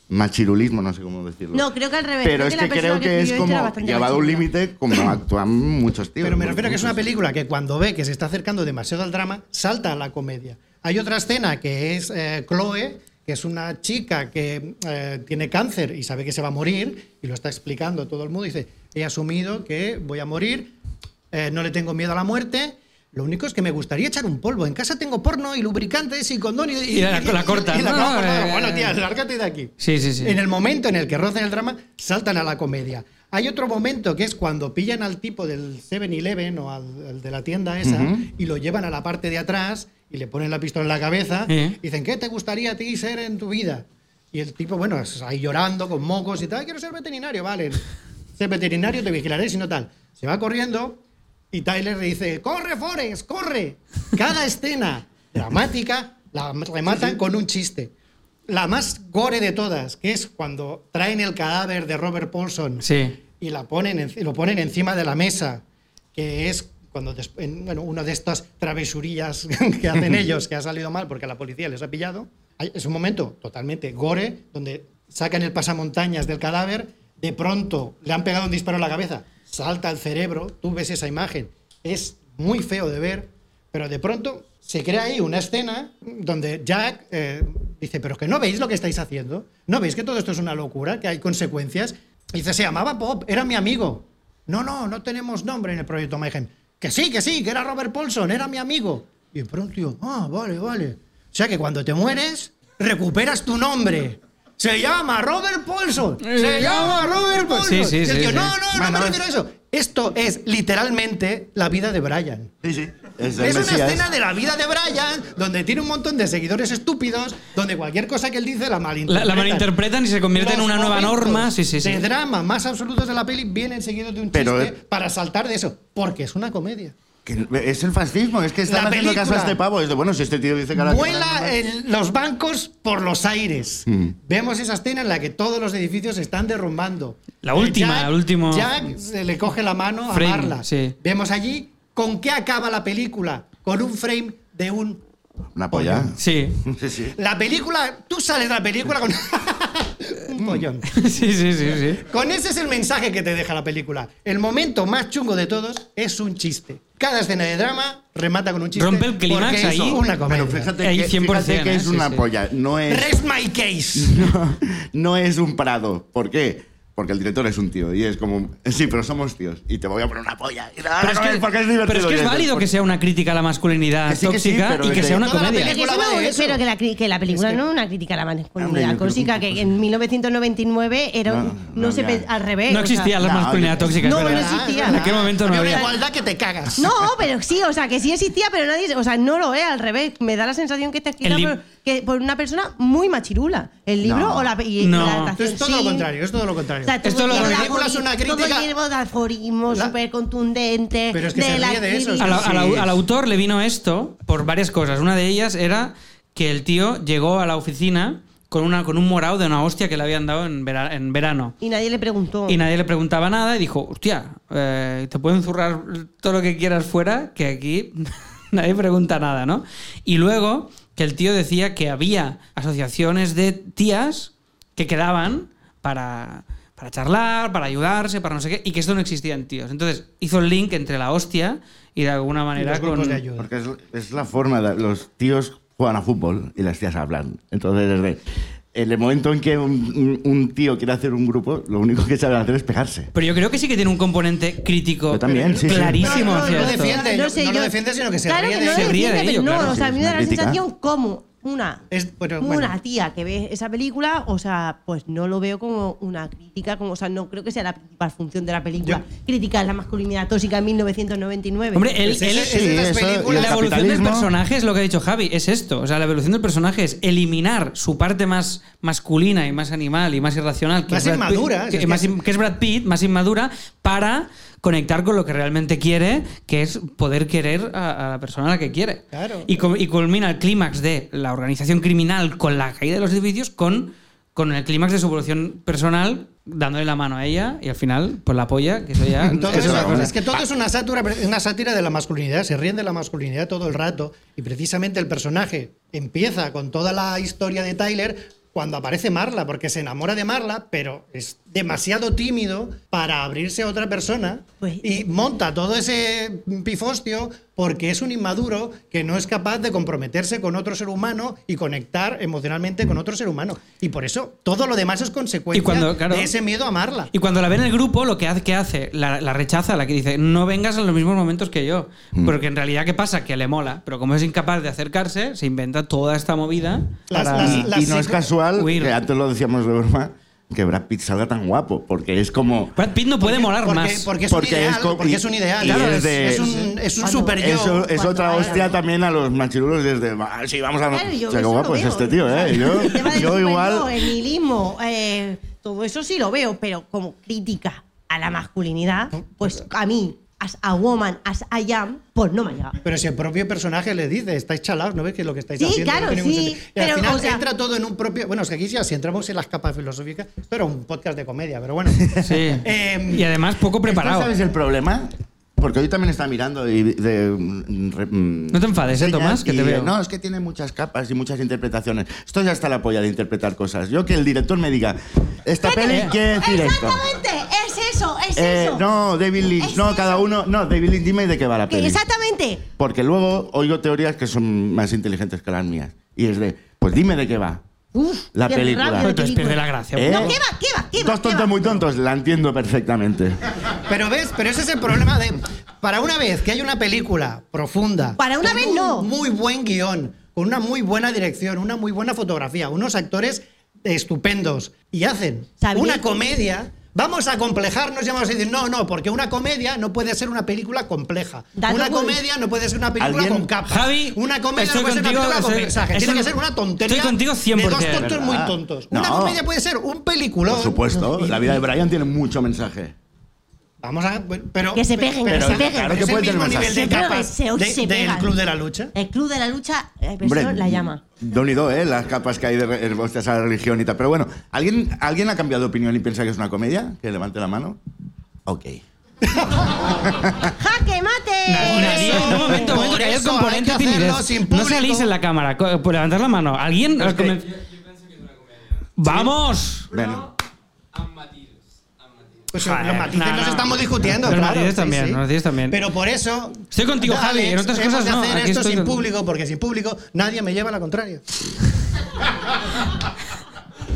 [SPEAKER 4] machirulismo, no sé cómo decirlo.
[SPEAKER 3] No, creo que al revés.
[SPEAKER 4] Pero es
[SPEAKER 3] la
[SPEAKER 4] que
[SPEAKER 3] persona
[SPEAKER 4] creo que es
[SPEAKER 3] escribió esto era
[SPEAKER 4] como
[SPEAKER 3] bastante
[SPEAKER 4] llevado a un
[SPEAKER 3] machista.
[SPEAKER 4] límite como actúan muchos tíos.
[SPEAKER 2] Pero me refiero a que es una
[SPEAKER 4] Muchos.
[SPEAKER 2] película que cuando ve que se está acercando demasiado al drama, salta a la comedia. Hay otra escena que es eh, Chloe, que es una chica que eh, tiene cáncer y sabe que se va a morir, y lo está explicando todo el mundo, y dice, he asumido que voy a morir, eh, no le tengo miedo a la muerte. Lo único es que me gustaría echar un polvo. En casa tengo porno y lubricantes y condón y,
[SPEAKER 1] Y la- la cortan,
[SPEAKER 2] y la-
[SPEAKER 1] ¿no?
[SPEAKER 2] la cortan.
[SPEAKER 1] Eh,
[SPEAKER 2] Bueno, tía, lárgate de aquí.
[SPEAKER 1] Sí, sí, sí.
[SPEAKER 2] En el momento en el que rozan el drama, saltan a la comedia. Hay otro momento que es cuando pillan al tipo del 7-Eleven o al, al de la tienda esa y lo llevan a la parte de atrás y le ponen la pistola en la cabeza
[SPEAKER 1] Sí.
[SPEAKER 2] y dicen, ¿qué te gustaría a ti ser en tu vida? Y el tipo, bueno, es ahí llorando con mocos y tal, quiero ser veterinario, vale. Ser veterinario te vigilaré, si no tal. Se va corriendo y Tyler le dice, corre, Forrest, corre. Cada escena dramática la rematan con un chiste. La más gore de todas, que es cuando traen el cadáver de Robert Paulson
[SPEAKER 1] Sí.
[SPEAKER 2] y la ponen en- y lo ponen encima de la mesa, que es cuando des- en- bueno, una de estas travesurillas que hacen ellos, que ha salido mal porque la policía les ha pillado. Hay- Es un momento totalmente gore, donde sacan el pasamontañas del cadáver, de pronto le han pegado un disparo en la cabeza, salta el cerebro, tú ves esa imagen, es muy feo de ver, pero de pronto se crea ahí una escena donde Jack eh, dice, pero que no veis lo que estáis haciendo, no veis que todo esto es una locura, que hay consecuencias. Y dice, se llamaba Bob, era mi amigo. No, no, no tenemos nombre en el proyecto Mayhem. Que sí, que sí, que era Robert Paulson, era mi amigo. Y de pronto yo, ah, vale, vale. O sea que cuando te mueres, recuperas tu nombre. Se llama Robert Paulson. Se
[SPEAKER 1] Eh,
[SPEAKER 2] llama Robert Paulson.
[SPEAKER 1] Sí, sí,
[SPEAKER 2] Y el
[SPEAKER 1] sí,
[SPEAKER 2] tío,
[SPEAKER 1] sí.
[SPEAKER 2] No, no, no
[SPEAKER 4] Bueno,
[SPEAKER 2] me
[SPEAKER 4] es-
[SPEAKER 2] refiero a eso. Esto es literalmente la vida de Brian.
[SPEAKER 4] Sí, sí. Es, el
[SPEAKER 2] Es una
[SPEAKER 4] Mesías.
[SPEAKER 2] escena de la vida de Brian donde tiene un montón de seguidores estúpidos, donde cualquier cosa que él dice la
[SPEAKER 1] La,
[SPEAKER 2] malinterpretan.
[SPEAKER 1] la malinterpretan y se convierte en
[SPEAKER 2] Los
[SPEAKER 1] una nueva
[SPEAKER 2] momentos
[SPEAKER 1] norma. Sí, sí, sí.
[SPEAKER 2] De drama más absolutos de la peli vienen seguidos de un
[SPEAKER 4] Pero,
[SPEAKER 2] chiste
[SPEAKER 4] eh,
[SPEAKER 2] para saltar de eso, porque es una comedia.
[SPEAKER 4] Que es el fascismo, es que están
[SPEAKER 2] La
[SPEAKER 4] haciendo caso a
[SPEAKER 2] película.
[SPEAKER 4] este pavo. Es de, bueno, si este tío dice que ahora-
[SPEAKER 2] Vuela en los bancos por los aires. Vemos esa escena en la que todos los edificios se están derrumbando.
[SPEAKER 1] La
[SPEAKER 2] Eh,
[SPEAKER 1] última,
[SPEAKER 2] Jack-
[SPEAKER 1] el último-
[SPEAKER 2] Jack se le coge la mano
[SPEAKER 1] Frame,
[SPEAKER 2] a Marla.
[SPEAKER 1] sí.
[SPEAKER 2] Vemos allí con qué acaba la película. Con un frame de un
[SPEAKER 4] Una polla.
[SPEAKER 1] Sí.
[SPEAKER 4] Sí, sí.
[SPEAKER 2] La película, tú sales de la película con un pollón.
[SPEAKER 1] Sí, sí, sí, sí.
[SPEAKER 2] Con ese es el mensaje que te deja la película. El momento más chungo de todos es un chiste. Cada escena de drama remata con un chiste.
[SPEAKER 1] Rompe el
[SPEAKER 2] porque
[SPEAKER 1] clímax
[SPEAKER 2] es
[SPEAKER 1] ahí.
[SPEAKER 2] una comedia.
[SPEAKER 4] Pero fíjate,
[SPEAKER 1] Ahí
[SPEAKER 4] que,
[SPEAKER 1] 100%,
[SPEAKER 4] fíjate que
[SPEAKER 1] ¿eh?
[SPEAKER 4] es
[SPEAKER 1] Sí,
[SPEAKER 4] una
[SPEAKER 1] sí.
[SPEAKER 4] polla. No es.
[SPEAKER 2] Rest my case.
[SPEAKER 4] no, no es un Prado. ¿Por qué? Porque el director es un tío y es como, sí, pero somos tíos y te voy a poner una polla. Y te vas a
[SPEAKER 1] Pero es,
[SPEAKER 4] comer
[SPEAKER 1] que,
[SPEAKER 4] porque Ah, es divertido.
[SPEAKER 1] pero es que
[SPEAKER 4] Y
[SPEAKER 1] es
[SPEAKER 4] dices,
[SPEAKER 1] válido que
[SPEAKER 4] "Por-
[SPEAKER 1] sea una crítica a la masculinidad
[SPEAKER 4] Que sí, que sí,
[SPEAKER 1] tóxica
[SPEAKER 4] pero
[SPEAKER 1] y que
[SPEAKER 4] desde
[SPEAKER 1] sea una
[SPEAKER 2] toda la
[SPEAKER 1] comedia.
[SPEAKER 3] Pero que,
[SPEAKER 2] película
[SPEAKER 3] eso
[SPEAKER 2] va
[SPEAKER 3] no-
[SPEAKER 2] de eso.
[SPEAKER 3] pero que la, cri- que la película
[SPEAKER 2] Es que-
[SPEAKER 3] no es una crítica a la
[SPEAKER 4] Hombre, yo
[SPEAKER 3] masculinidad.
[SPEAKER 4] creo-
[SPEAKER 3] Corsica, que en 1999 era
[SPEAKER 4] No,
[SPEAKER 3] un-
[SPEAKER 4] no
[SPEAKER 3] no se
[SPEAKER 4] había-
[SPEAKER 3] pe- al revés.
[SPEAKER 1] No
[SPEAKER 3] o sea.
[SPEAKER 1] existía la
[SPEAKER 4] no,
[SPEAKER 1] masculinidad
[SPEAKER 4] no,
[SPEAKER 1] tóxica. es
[SPEAKER 3] no, no
[SPEAKER 1] verdad.
[SPEAKER 3] existía.
[SPEAKER 1] En aquel momento no
[SPEAKER 2] Había
[SPEAKER 1] había.
[SPEAKER 2] una igualdad que te cagas.
[SPEAKER 3] No, pero sí, o sea, que sí existía, pero nadie, o sea, no lo es, al revés. Me da la sensación que está escrita
[SPEAKER 1] El, li-
[SPEAKER 3] por, que por una persona muy machirula. El libro
[SPEAKER 4] No.
[SPEAKER 3] o la, y
[SPEAKER 1] No.
[SPEAKER 3] la adaptación,
[SPEAKER 2] Es todo lo
[SPEAKER 3] sí.
[SPEAKER 2] contrario, es todo lo contrario.
[SPEAKER 3] O sea,
[SPEAKER 1] Esto
[SPEAKER 3] todo
[SPEAKER 1] lo-
[SPEAKER 3] lleno de
[SPEAKER 2] La película es una
[SPEAKER 3] afori- todo
[SPEAKER 2] crítica-
[SPEAKER 3] lleno de aforismo
[SPEAKER 2] La-
[SPEAKER 3] súper contundente.
[SPEAKER 2] Pero es que se ríe de eso, es
[SPEAKER 1] Al-
[SPEAKER 2] que
[SPEAKER 1] al-
[SPEAKER 2] Sí.
[SPEAKER 1] al autor le vino esto por varias cosas. Una de ellas era que el tío llegó a la oficina con, una, con un morado de una hostia que le habían dado en, vera- en verano.
[SPEAKER 3] Y nadie le preguntó.
[SPEAKER 1] Y nadie le preguntaba nada y dijo, hostia, eh, te pueden zurrar todo lo que quieras fuera, que aquí nadie pregunta nada, ¿no? Y luego que el tío decía que había asociaciones de tías que quedaban para, para charlar, para ayudarse, para no sé qué, y que esto no existía en tíos. Entonces hizo el link entre la hostia y de alguna
[SPEAKER 2] Y
[SPEAKER 1] manera
[SPEAKER 2] los grupos
[SPEAKER 1] con...
[SPEAKER 2] de ayuda.
[SPEAKER 4] Porque es, es la forma, de, los tíos juegan a fútbol y las tías hablan. Entonces, desde- en el momento en que un, un- un tío quiere hacer un grupo, lo único que sabe hacer es pegarse.
[SPEAKER 1] Pero yo creo que sí que tiene un componente crítico
[SPEAKER 4] Yo también, sí, sí.
[SPEAKER 1] clarísimo.
[SPEAKER 2] No, no,
[SPEAKER 1] hacia
[SPEAKER 2] no
[SPEAKER 1] esto.
[SPEAKER 2] defiende, no lo defiende, sino que se
[SPEAKER 3] claro
[SPEAKER 2] ríe
[SPEAKER 3] que
[SPEAKER 2] de
[SPEAKER 3] no
[SPEAKER 1] ello.
[SPEAKER 3] lo
[SPEAKER 1] Se ríe
[SPEAKER 3] defiende,
[SPEAKER 1] de
[SPEAKER 3] pero
[SPEAKER 1] ello,
[SPEAKER 3] no,
[SPEAKER 1] claro,
[SPEAKER 3] o sea,
[SPEAKER 4] sí,
[SPEAKER 3] a mí
[SPEAKER 4] es
[SPEAKER 3] me da
[SPEAKER 4] una
[SPEAKER 3] la
[SPEAKER 4] crítica.
[SPEAKER 3] sensación como una,
[SPEAKER 2] Es- bueno,
[SPEAKER 3] una
[SPEAKER 2] bueno.
[SPEAKER 3] tía que ve esa película, o sea, pues no lo veo como una crítica, como, o sea, no creo que sea la principal función de la película, criticar la masculinidad tóxica en 1999.
[SPEAKER 1] Hombre, él,
[SPEAKER 2] Es- es-
[SPEAKER 1] él-
[SPEAKER 2] es de las
[SPEAKER 4] eso, y el
[SPEAKER 2] películas-
[SPEAKER 1] la evolución del
[SPEAKER 4] capitalismo-
[SPEAKER 1] personaje es lo que ha dicho Javi, es esto. O sea, la evolución del personaje es eliminar su parte más masculina y más animal y más irracional. Que
[SPEAKER 2] Más
[SPEAKER 1] es Brad Pitt-
[SPEAKER 2] inmadura,
[SPEAKER 1] que,
[SPEAKER 2] es que
[SPEAKER 1] más
[SPEAKER 2] es-
[SPEAKER 1] in- que es Brad Pitt, más inmadura, para conectar con lo que realmente quiere, que es poder querer a, a la persona a la que quiere.
[SPEAKER 2] Claro.
[SPEAKER 1] Y, com- y culmina el clímax de la organización criminal con la caída de los edificios con, con el clímax de su evolución personal dándole la mano a ella y al final, pues la apoya, que eso ya...
[SPEAKER 2] Todo
[SPEAKER 1] que eso
[SPEAKER 2] es,
[SPEAKER 1] es otra cosa.
[SPEAKER 2] es que todo es una sátira, una sátira de la masculinidad, se ríen de la masculinidad todo el rato y precisamente el personaje empieza con toda la historia de Tyler cuando aparece Marla, porque se enamora de Marla, pero es demasiado tímido para abrirse a otra persona
[SPEAKER 3] Pues-
[SPEAKER 2] y monta todo ese pifostio porque es un inmaduro que no es capaz de comprometerse con otro ser humano y conectar emocionalmente con otro ser humano. Y por eso todo lo demás es consecuencia
[SPEAKER 1] cuando, claro-
[SPEAKER 2] de ese miedo a Marla.
[SPEAKER 1] Y cuando la ve en el grupo, lo que hace, que hace la, la rechaza, la que dice, no vengas en los mismos momentos que yo.
[SPEAKER 2] Mm.
[SPEAKER 1] Porque en realidad, ¿qué pasa? Que le mola. Pero como es incapaz de acercarse, se inventa toda esta movida.
[SPEAKER 2] Las-
[SPEAKER 1] para-
[SPEAKER 2] las-
[SPEAKER 4] Ah, Y, y no es
[SPEAKER 2] psico-
[SPEAKER 4] casual,
[SPEAKER 1] huir.
[SPEAKER 4] que antes lo decíamos de broma, que Brad Pitt salga tan guapo, porque es como...
[SPEAKER 1] Brad Pitt no puede molar
[SPEAKER 2] porque,
[SPEAKER 1] más.
[SPEAKER 2] Porque es un
[SPEAKER 4] Porque es
[SPEAKER 2] ideal.
[SPEAKER 4] co-
[SPEAKER 2] porque
[SPEAKER 4] y-
[SPEAKER 2] es un ideal.
[SPEAKER 4] y
[SPEAKER 2] Claro,
[SPEAKER 4] es
[SPEAKER 2] es,
[SPEAKER 4] de-
[SPEAKER 2] es un, es un
[SPEAKER 3] Cuando-
[SPEAKER 2] super yo.
[SPEAKER 4] Eso es
[SPEAKER 3] cuando
[SPEAKER 4] otra
[SPEAKER 3] vaya,
[SPEAKER 4] hostia
[SPEAKER 3] ¿no?
[SPEAKER 4] también a los machirulos desde, "Ah, sí, vamos a...
[SPEAKER 3] Claro, yo
[SPEAKER 4] o sea,
[SPEAKER 3] eso
[SPEAKER 4] qué
[SPEAKER 3] lo
[SPEAKER 4] guapo es
[SPEAKER 3] veo.
[SPEAKER 4] este tío, ¿eh? Yo,
[SPEAKER 3] El tema del
[SPEAKER 4] yo
[SPEAKER 3] superhéroe,
[SPEAKER 4] igual...
[SPEAKER 3] El nihilismo, eh, todo eso sí lo veo, pero como crítica a la masculinidad, pues a mí, as a woman, as I am, pues no me ha llegado.
[SPEAKER 2] Pero si el propio personaje le dice, estáis chalados, ¿no ves que lo que estáis
[SPEAKER 3] Sí,
[SPEAKER 2] haciendo? no
[SPEAKER 3] claro,
[SPEAKER 2] tiene ningún
[SPEAKER 3] sí,
[SPEAKER 2] sentido"? Y
[SPEAKER 3] pero,
[SPEAKER 2] al final
[SPEAKER 3] o sea-
[SPEAKER 2] entra todo en un propio. Bueno, es que aquí ya, si entramos en las capas filosóficas, esto era un podcast de comedia, pero bueno.
[SPEAKER 1] Sí.
[SPEAKER 2] Em,
[SPEAKER 1] y además poco preparado.
[SPEAKER 4] ¿Sabes el problema? Porque hoy también está mirando y de,
[SPEAKER 1] No
[SPEAKER 4] No
[SPEAKER 1] te enfades, ¿eh, Tomás? Que te veo.
[SPEAKER 4] No, es que tiene muchas capas y muchas interpretaciones. Esto ya está la polla de interpretar cosas. Yo que el director me diga, esta peli quiere decir esto.
[SPEAKER 3] Exactamente, es eso, es
[SPEAKER 4] Eh,
[SPEAKER 3] eso.
[SPEAKER 4] no, David Lynch,
[SPEAKER 3] Es
[SPEAKER 4] no,
[SPEAKER 3] eso.
[SPEAKER 4] cada uno. No, David Lynch, dime de qué va la
[SPEAKER 3] Que
[SPEAKER 4] peli.
[SPEAKER 3] exactamente.
[SPEAKER 4] Porque luego oigo teorías que son más inteligentes que las mías. Y es de, pues dime de qué va.
[SPEAKER 3] Uf,
[SPEAKER 4] La
[SPEAKER 3] qué
[SPEAKER 4] película.
[SPEAKER 3] rabia de
[SPEAKER 4] Pero
[SPEAKER 1] Entonces
[SPEAKER 3] película.
[SPEAKER 1] pierde la gracia.
[SPEAKER 4] ¿Eh?
[SPEAKER 3] No, ¿qué va, qué va, qué va?
[SPEAKER 4] Dos
[SPEAKER 3] qué va?
[SPEAKER 4] tontos muy tontos, la entiendo perfectamente.
[SPEAKER 2] pero ves, pero ese es el problema de. Para una vez que hay una película profunda.
[SPEAKER 3] Para una
[SPEAKER 2] con
[SPEAKER 3] vez
[SPEAKER 2] un
[SPEAKER 3] no.
[SPEAKER 2] Muy buen guión, con una muy buena dirección, una muy buena fotografía, unos actores estupendos y hacen
[SPEAKER 3] ¿Sabéis?
[SPEAKER 2] una comedia. Vamos a complejarnos y vamos a decir, no, no, porque una comedia no puede ser una película compleja.
[SPEAKER 3] Dado
[SPEAKER 2] una
[SPEAKER 3] por-
[SPEAKER 2] comedia no puede ser una película
[SPEAKER 4] ¿Alguien?
[SPEAKER 2] con capas.
[SPEAKER 1] Javi,
[SPEAKER 2] una comedia
[SPEAKER 1] estoy
[SPEAKER 2] no puede ser una
[SPEAKER 1] contigo,
[SPEAKER 2] película con
[SPEAKER 1] estoy-
[SPEAKER 2] mensaje.
[SPEAKER 1] estoy-
[SPEAKER 2] Tiene que ser una tontería
[SPEAKER 1] estoy contigo
[SPEAKER 2] de
[SPEAKER 1] 100%.
[SPEAKER 2] dos tontos muy
[SPEAKER 4] ¿Verdad?
[SPEAKER 2] tontos. Una
[SPEAKER 4] No.
[SPEAKER 2] comedia puede ser un peliculón.
[SPEAKER 4] Por supuesto,
[SPEAKER 2] Y-
[SPEAKER 4] la vida de Brian tiene mucho mensaje.
[SPEAKER 2] Vamos a. bueno, Pero,
[SPEAKER 3] Que se peguen,
[SPEAKER 2] pero-
[SPEAKER 3] que se peguen.
[SPEAKER 4] claro que
[SPEAKER 2] es el
[SPEAKER 4] puede tener
[SPEAKER 2] mismo nivel
[SPEAKER 4] mensaje.
[SPEAKER 2] de
[SPEAKER 3] Se pega,
[SPEAKER 2] capas
[SPEAKER 3] se-
[SPEAKER 2] de-
[SPEAKER 3] se
[SPEAKER 2] del
[SPEAKER 3] pegan.
[SPEAKER 2] Club de la Lucha.
[SPEAKER 3] El club de la lucha, eh, pero
[SPEAKER 4] Hombre,
[SPEAKER 3] eso la llama.
[SPEAKER 4] Don y do, ¿eh? Las capas que hay de re- de esa religión y tal. Pero bueno, ¿alguien, ¿alguien ha cambiado de opinión y piensa que es una comedia? Que levante la mano. Ok. Ah.
[SPEAKER 3] ¡Jaque mate!
[SPEAKER 1] Nadie- nadie-
[SPEAKER 2] eso,
[SPEAKER 1] no, momento, momento,
[SPEAKER 2] por
[SPEAKER 1] que hay el
[SPEAKER 2] eso
[SPEAKER 1] componente
[SPEAKER 2] hay que hacerlo
[SPEAKER 1] timidez.
[SPEAKER 2] sin
[SPEAKER 1] No
[SPEAKER 2] público.
[SPEAKER 1] salís en la cámara. co- Por levantar la mano. ¿Alguien?
[SPEAKER 4] Pero es que-
[SPEAKER 1] Comen- ¡Vamos!
[SPEAKER 4] Bueno,
[SPEAKER 2] Pues
[SPEAKER 1] Joder,
[SPEAKER 2] los matices
[SPEAKER 1] no,
[SPEAKER 2] los
[SPEAKER 1] no.
[SPEAKER 2] estamos discutiendo.
[SPEAKER 1] Los
[SPEAKER 2] claro,
[SPEAKER 1] matices
[SPEAKER 2] sí,
[SPEAKER 1] también,
[SPEAKER 2] sí.
[SPEAKER 1] los matices también.
[SPEAKER 2] Pero por eso.
[SPEAKER 1] Estoy contigo, Javi, en otras
[SPEAKER 2] hemos
[SPEAKER 1] cosas
[SPEAKER 2] de
[SPEAKER 1] no,
[SPEAKER 2] hacer
[SPEAKER 1] aquí
[SPEAKER 2] esto
[SPEAKER 1] estoy
[SPEAKER 2] sin
[SPEAKER 1] con-
[SPEAKER 2] público, porque sin público nadie me lleva a la contraria.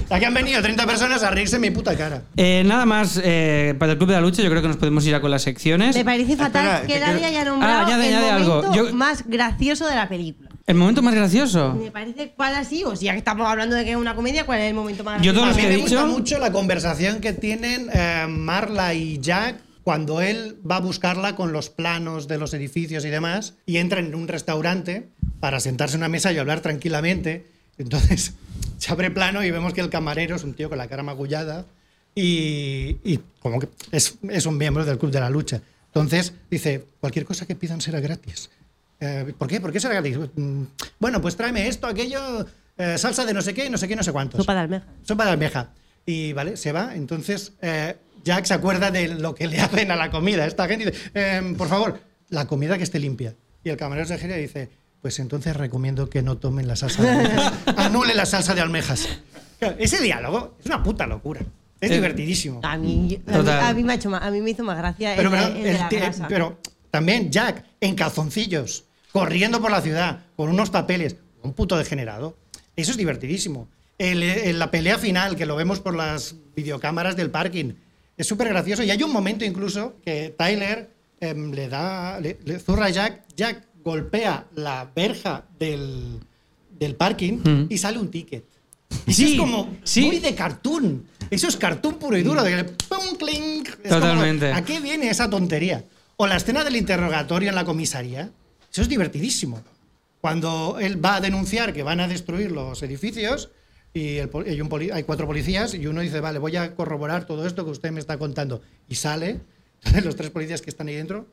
[SPEAKER 2] Aquí han venido 30 personas a reírse en mi puta cara.
[SPEAKER 1] Eh, nada más eh, para el Club de la Lucha, yo creo que nos podemos ir ya con las secciones.
[SPEAKER 3] Me parece fatal
[SPEAKER 4] Espera,
[SPEAKER 3] que
[SPEAKER 4] que-
[SPEAKER 3] nadie haya nombrado
[SPEAKER 1] Ah, añade,
[SPEAKER 3] el
[SPEAKER 1] añade algo.
[SPEAKER 3] momento
[SPEAKER 1] Yo-
[SPEAKER 3] más gracioso de la película.
[SPEAKER 1] ¿El momento más gracioso?
[SPEAKER 3] Me parece cuál ha sido. O sea, que estamos hablando de que es una comedia, ¿cuál es el momento más
[SPEAKER 1] Yo
[SPEAKER 3] gracioso?
[SPEAKER 1] todo
[SPEAKER 2] A
[SPEAKER 1] lo
[SPEAKER 2] mí
[SPEAKER 1] que he
[SPEAKER 2] me
[SPEAKER 1] dicho.
[SPEAKER 2] gusta mucho la conversación que tienen eh, Marla y Jack cuando él va a buscarla con los planos de los edificios y demás y entran en un restaurante para sentarse en una mesa y hablar tranquilamente. Entonces se abre plano y vemos que el camarero es un tío con la cara magullada y, y como que es, es un miembro del Club de la Lucha. Entonces dice, cualquier cosa que pidan será gratis. Eh, ¿Por qué? ¿Por qué será gratis? Mm, Bueno, pues tráeme esto, aquello, eh, salsa de no sé qué, no sé qué, no sé cuántos.
[SPEAKER 3] Sopa de almeja.
[SPEAKER 2] Sopa de almeja. Y vale, se va. Entonces, eh, Jack se acuerda de lo que le hacen a la comida. Esta gente dice, "Em, por favor, la comida que esté limpia. Y el camarero se gira y dice, pues entonces recomiendo que no tomen la salsa de almejas. Anule la salsa de almejas. Claro, Ese diálogo es una puta locura. Es
[SPEAKER 1] Eh,
[SPEAKER 2] divertidísimo.
[SPEAKER 3] A mí, a mí-
[SPEAKER 1] Total.
[SPEAKER 3] a mí me ha hecho más- a mí me hizo más gracia el
[SPEAKER 2] Pero,
[SPEAKER 3] de-
[SPEAKER 2] pero,
[SPEAKER 3] el de
[SPEAKER 2] el
[SPEAKER 3] la
[SPEAKER 2] ti-
[SPEAKER 3] grasa.
[SPEAKER 2] pero también Jack, en calzoncillos, corriendo por la ciudad, con unos papeles, un puto degenerado. Eso es divertidísimo. El- el- la pelea final, que lo vemos por las videocámaras del parking, es súper gracioso. Y hay un momento incluso que Tyler em, le da, le, le zurra a Jack, Jack golpea la verja del, del parking
[SPEAKER 1] Mm.
[SPEAKER 2] y sale un ticket.
[SPEAKER 1] Sí,
[SPEAKER 2] Eso es como
[SPEAKER 1] sí.
[SPEAKER 2] muy de cartoon. Eso es cartoon puro y duro. De que le- pum, clink. Es como,
[SPEAKER 1] Totalmente.
[SPEAKER 2] ¿A qué viene esa tontería? O la escena del interrogatorio en la comisaría. Eso es divertidísimo. Cuando él va a denunciar que van a destruir los edificios y, el pol- y un poli- hay cuatro policías y uno dice, vale, voy a corroborar todo esto que usted me está contando. Y sale, entonces los tres policías que están ahí dentro,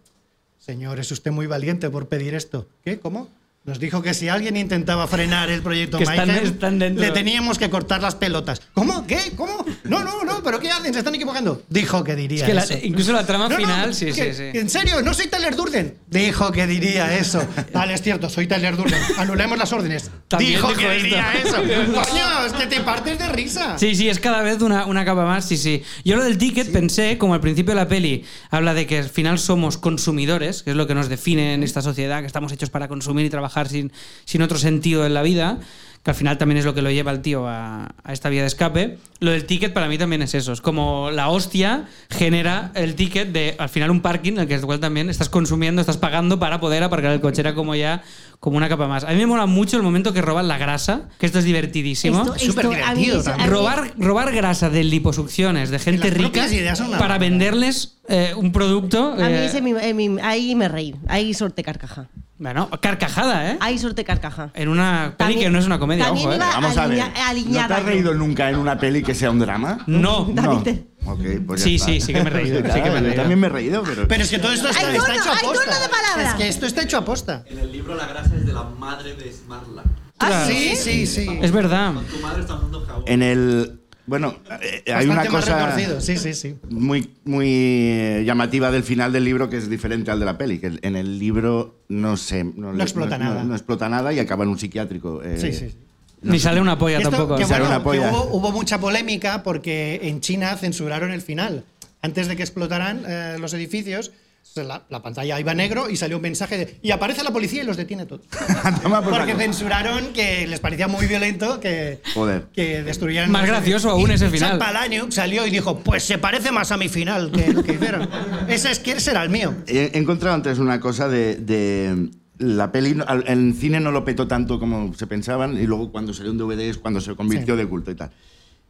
[SPEAKER 2] señor, es usted muy valiente por pedir esto. ¿Qué? ¿Cómo? Nos dijo que si alguien intentaba frenar el proyecto
[SPEAKER 1] Que están-
[SPEAKER 2] Michael,
[SPEAKER 1] están dentro.
[SPEAKER 2] le teníamos que cortar las pelotas. ¿Cómo? ¿Qué? ¿Cómo? No, no, no, pero ¿qué hacen? Se están equivocando. Dijo que diría
[SPEAKER 1] Es que la-
[SPEAKER 2] eso.
[SPEAKER 1] incluso la trama
[SPEAKER 2] No, no,
[SPEAKER 1] final, sí,
[SPEAKER 2] que-
[SPEAKER 1] sí, sí.
[SPEAKER 2] En serio, no soy Tyler Durden. Dijo que diría eso. Vale, es cierto, soy Tyler Durden. Anulemos las órdenes.
[SPEAKER 1] También
[SPEAKER 2] dijo,
[SPEAKER 1] dijo
[SPEAKER 2] que
[SPEAKER 1] esto.
[SPEAKER 2] diría eso. Coño, es que te partes de risa.
[SPEAKER 1] Sí, sí, es cada vez una, una capa más, sí, sí. Yo lo del ticket pensé, como al principio de la peli habla de que al final somos consumidores, que es lo que nos define en esta sociedad, que estamos hechos para consumir y trabajar sin, sin otro sentido en la vida, que al final también es lo que lo lleva el tío a, a esta vía de escape. Lo del ticket para mí también es eso, es como la hostia genera el ticket de al final un parking, al que igual también estás consumiendo, estás pagando para poder aparcar el coche, era como ya como una capa más. A mí me mola mucho el momento que roban la grasa, que esto es divertidísimo.
[SPEAKER 3] Esto-
[SPEAKER 2] Es súper
[SPEAKER 3] esto- a mí
[SPEAKER 2] divertido
[SPEAKER 3] eso- a
[SPEAKER 2] también.
[SPEAKER 3] mí-
[SPEAKER 1] Robar, robar grasa de liposucciones de gente
[SPEAKER 2] Las
[SPEAKER 1] rica
[SPEAKER 2] propias ideas son una
[SPEAKER 1] para
[SPEAKER 2] barbaridad.
[SPEAKER 1] venderles eh, un producto.
[SPEAKER 3] A mí
[SPEAKER 1] eh,
[SPEAKER 3] ese mi- eh, mi- ahí me reí. Ahí sorte carcaja.
[SPEAKER 1] Bueno, carcajada, ¿eh?
[SPEAKER 3] Ahí sorte carcaja.
[SPEAKER 1] En una peli
[SPEAKER 3] También-
[SPEAKER 1] que no es una comedia,
[SPEAKER 3] también
[SPEAKER 1] ojo, ¿eh?
[SPEAKER 3] iba-
[SPEAKER 4] Vamos a ver.
[SPEAKER 3] aliña- aliñada
[SPEAKER 4] ¿No te has
[SPEAKER 3] yo.
[SPEAKER 4] reído nunca en una peli que sea un drama?
[SPEAKER 1] No.
[SPEAKER 4] No.
[SPEAKER 3] También
[SPEAKER 4] Ok, pues ya
[SPEAKER 1] Sí,
[SPEAKER 4] está.
[SPEAKER 1] sí, sí que me he reído, sí que me he
[SPEAKER 4] Claro, yo
[SPEAKER 1] reído.
[SPEAKER 4] También me he reído, pero.
[SPEAKER 2] Pero es que todo esto está,
[SPEAKER 3] Hay
[SPEAKER 2] está
[SPEAKER 3] turno,
[SPEAKER 2] hecho a
[SPEAKER 3] hay
[SPEAKER 2] posta.
[SPEAKER 3] turno de palabra.
[SPEAKER 2] Es que esto está hecho a posta.
[SPEAKER 5] En el libro la grasa es de la madre de Smarla.
[SPEAKER 3] Ah,
[SPEAKER 2] sí, sí, sí.
[SPEAKER 1] Es verdad.
[SPEAKER 5] Con tu madre está usando jabón.
[SPEAKER 4] En el. Bueno, eh, hay una
[SPEAKER 2] Bastante más
[SPEAKER 4] cosa.
[SPEAKER 2] retorcido. Sí, sí, sí.
[SPEAKER 4] muy, muy llamativa del final del libro que es diferente al de la peli. Que en el libro no sé. No, le-
[SPEAKER 2] explota
[SPEAKER 4] no-
[SPEAKER 2] nada.
[SPEAKER 4] No, explota nada y acaba en un psiquiátrico. eh,
[SPEAKER 2] Sí, sí, sí.
[SPEAKER 1] Ni sale una polla
[SPEAKER 2] Esto,
[SPEAKER 1] tampoco.
[SPEAKER 2] que
[SPEAKER 1] O sea,
[SPEAKER 4] Sale
[SPEAKER 2] bueno,
[SPEAKER 4] una polla.
[SPEAKER 2] que hubo, hubo mucha polémica porque en China censuraron el final. Antes de que explotaran eh, los edificios, se la, la pantalla iba a negro y salió un mensaje de... Y aparece la policía y los detiene todos.
[SPEAKER 4] Toma por
[SPEAKER 2] Porque
[SPEAKER 4] saco.
[SPEAKER 2] censuraron que les parecía muy violento que,
[SPEAKER 4] Joder.
[SPEAKER 2] que destruyeran...
[SPEAKER 1] Más
[SPEAKER 2] los
[SPEAKER 1] gracioso
[SPEAKER 2] edificios.
[SPEAKER 1] aún
[SPEAKER 2] Y
[SPEAKER 1] ese final.
[SPEAKER 2] Jack Palahniuk salió y dijo, pues se parece más a mi final que lo que hicieron. Ese es que será el mío.
[SPEAKER 4] He he encontrado antes una cosa de, de la peli, no- al- en cine no lo petó tanto como se pensaban y luego cuando salió en DVD es cuando se convirtió de culto y tal.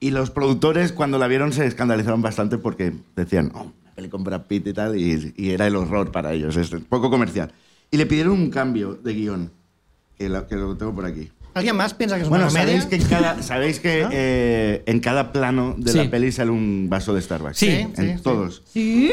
[SPEAKER 4] Y los productores cuando la vieron se escandalizaron bastante porque decían, oh, una peli con Brad Pitt y tal, y, y era el horror para ellos, es poco comercial. Y le pidieron un cambio de guión, que lo, que lo tengo por aquí.
[SPEAKER 2] ¿Alguien más piensa que es
[SPEAKER 4] Bueno,
[SPEAKER 2] una comedia?
[SPEAKER 4] sabéis que en cada, sabéis que, eh, en cada plano de
[SPEAKER 1] Sí.
[SPEAKER 4] la peli sale un vaso de Starbucks.
[SPEAKER 1] Sí.
[SPEAKER 4] en
[SPEAKER 2] Sí, sí.
[SPEAKER 4] todos.
[SPEAKER 3] ¿Sí?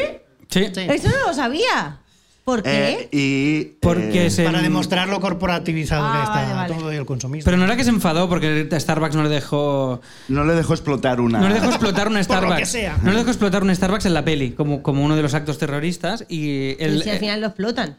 [SPEAKER 1] sí.
[SPEAKER 2] Sí.
[SPEAKER 3] Eso no lo sabía. ¿Por
[SPEAKER 4] Eh,
[SPEAKER 3] qué?
[SPEAKER 4] y,
[SPEAKER 1] Porque
[SPEAKER 4] eh,
[SPEAKER 1] se-
[SPEAKER 2] Para demostrar lo corporativizado
[SPEAKER 3] Ah,
[SPEAKER 2] que está
[SPEAKER 3] vale, vale.
[SPEAKER 2] todo y el consumismo.
[SPEAKER 1] Pero no era que se enfadó porque Starbucks no le dejó.
[SPEAKER 4] No le dejó explotar una.
[SPEAKER 1] No le dejó explotar una
[SPEAKER 2] Por lo que
[SPEAKER 1] Starbucks.
[SPEAKER 2] sea.
[SPEAKER 1] No le dejó explotar una Starbucks en la peli, como, como uno de los actos terroristas. Y eh,
[SPEAKER 3] Y
[SPEAKER 1] él,
[SPEAKER 3] si al
[SPEAKER 2] eh,
[SPEAKER 3] final lo explotan.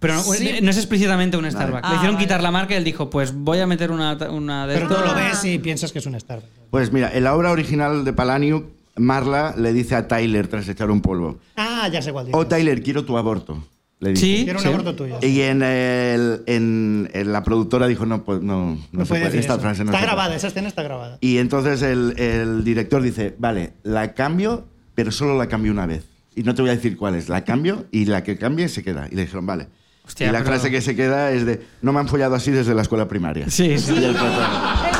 [SPEAKER 1] Pero no, no es explícitamente un Starbucks.
[SPEAKER 3] Ah,
[SPEAKER 1] Le hicieron
[SPEAKER 3] vale.
[SPEAKER 1] quitar la marca y él dijo, pues voy a meter una, una de
[SPEAKER 2] Pero tú
[SPEAKER 1] estas.
[SPEAKER 2] lo ves y piensas que es un Starbucks.
[SPEAKER 4] Pues mira, en la obra original de Palaniuk, Marla le dice a Tyler tras echar un polvo:
[SPEAKER 2] Ah, ya sé cuál dices.
[SPEAKER 4] Oh, Tyler, quiero tu aborto. Le dice.
[SPEAKER 1] Sí.
[SPEAKER 2] Quiero un
[SPEAKER 1] sí.
[SPEAKER 2] aborto tuyo.
[SPEAKER 4] Y en, el- en- en la productora dijo: No, pues no, no,
[SPEAKER 2] No
[SPEAKER 4] se
[SPEAKER 2] puede
[SPEAKER 4] puede,
[SPEAKER 2] decir
[SPEAKER 4] esta
[SPEAKER 2] eso.
[SPEAKER 4] frase no
[SPEAKER 2] está
[SPEAKER 4] se puede".
[SPEAKER 2] grabada, esa escena está grabada.
[SPEAKER 4] Y entonces el, el director dice: Vale, la cambio, pero solo la cambio una vez. Y no te voy a decir cuál es. La cambio y la que cambie se queda. Y le dijeron: Vale.
[SPEAKER 1] Hostia,
[SPEAKER 4] y la
[SPEAKER 1] pero-
[SPEAKER 4] frase que se queda es de: No me han follado así desde la escuela primaria.
[SPEAKER 1] Sí, sí.
[SPEAKER 4] Y el prota-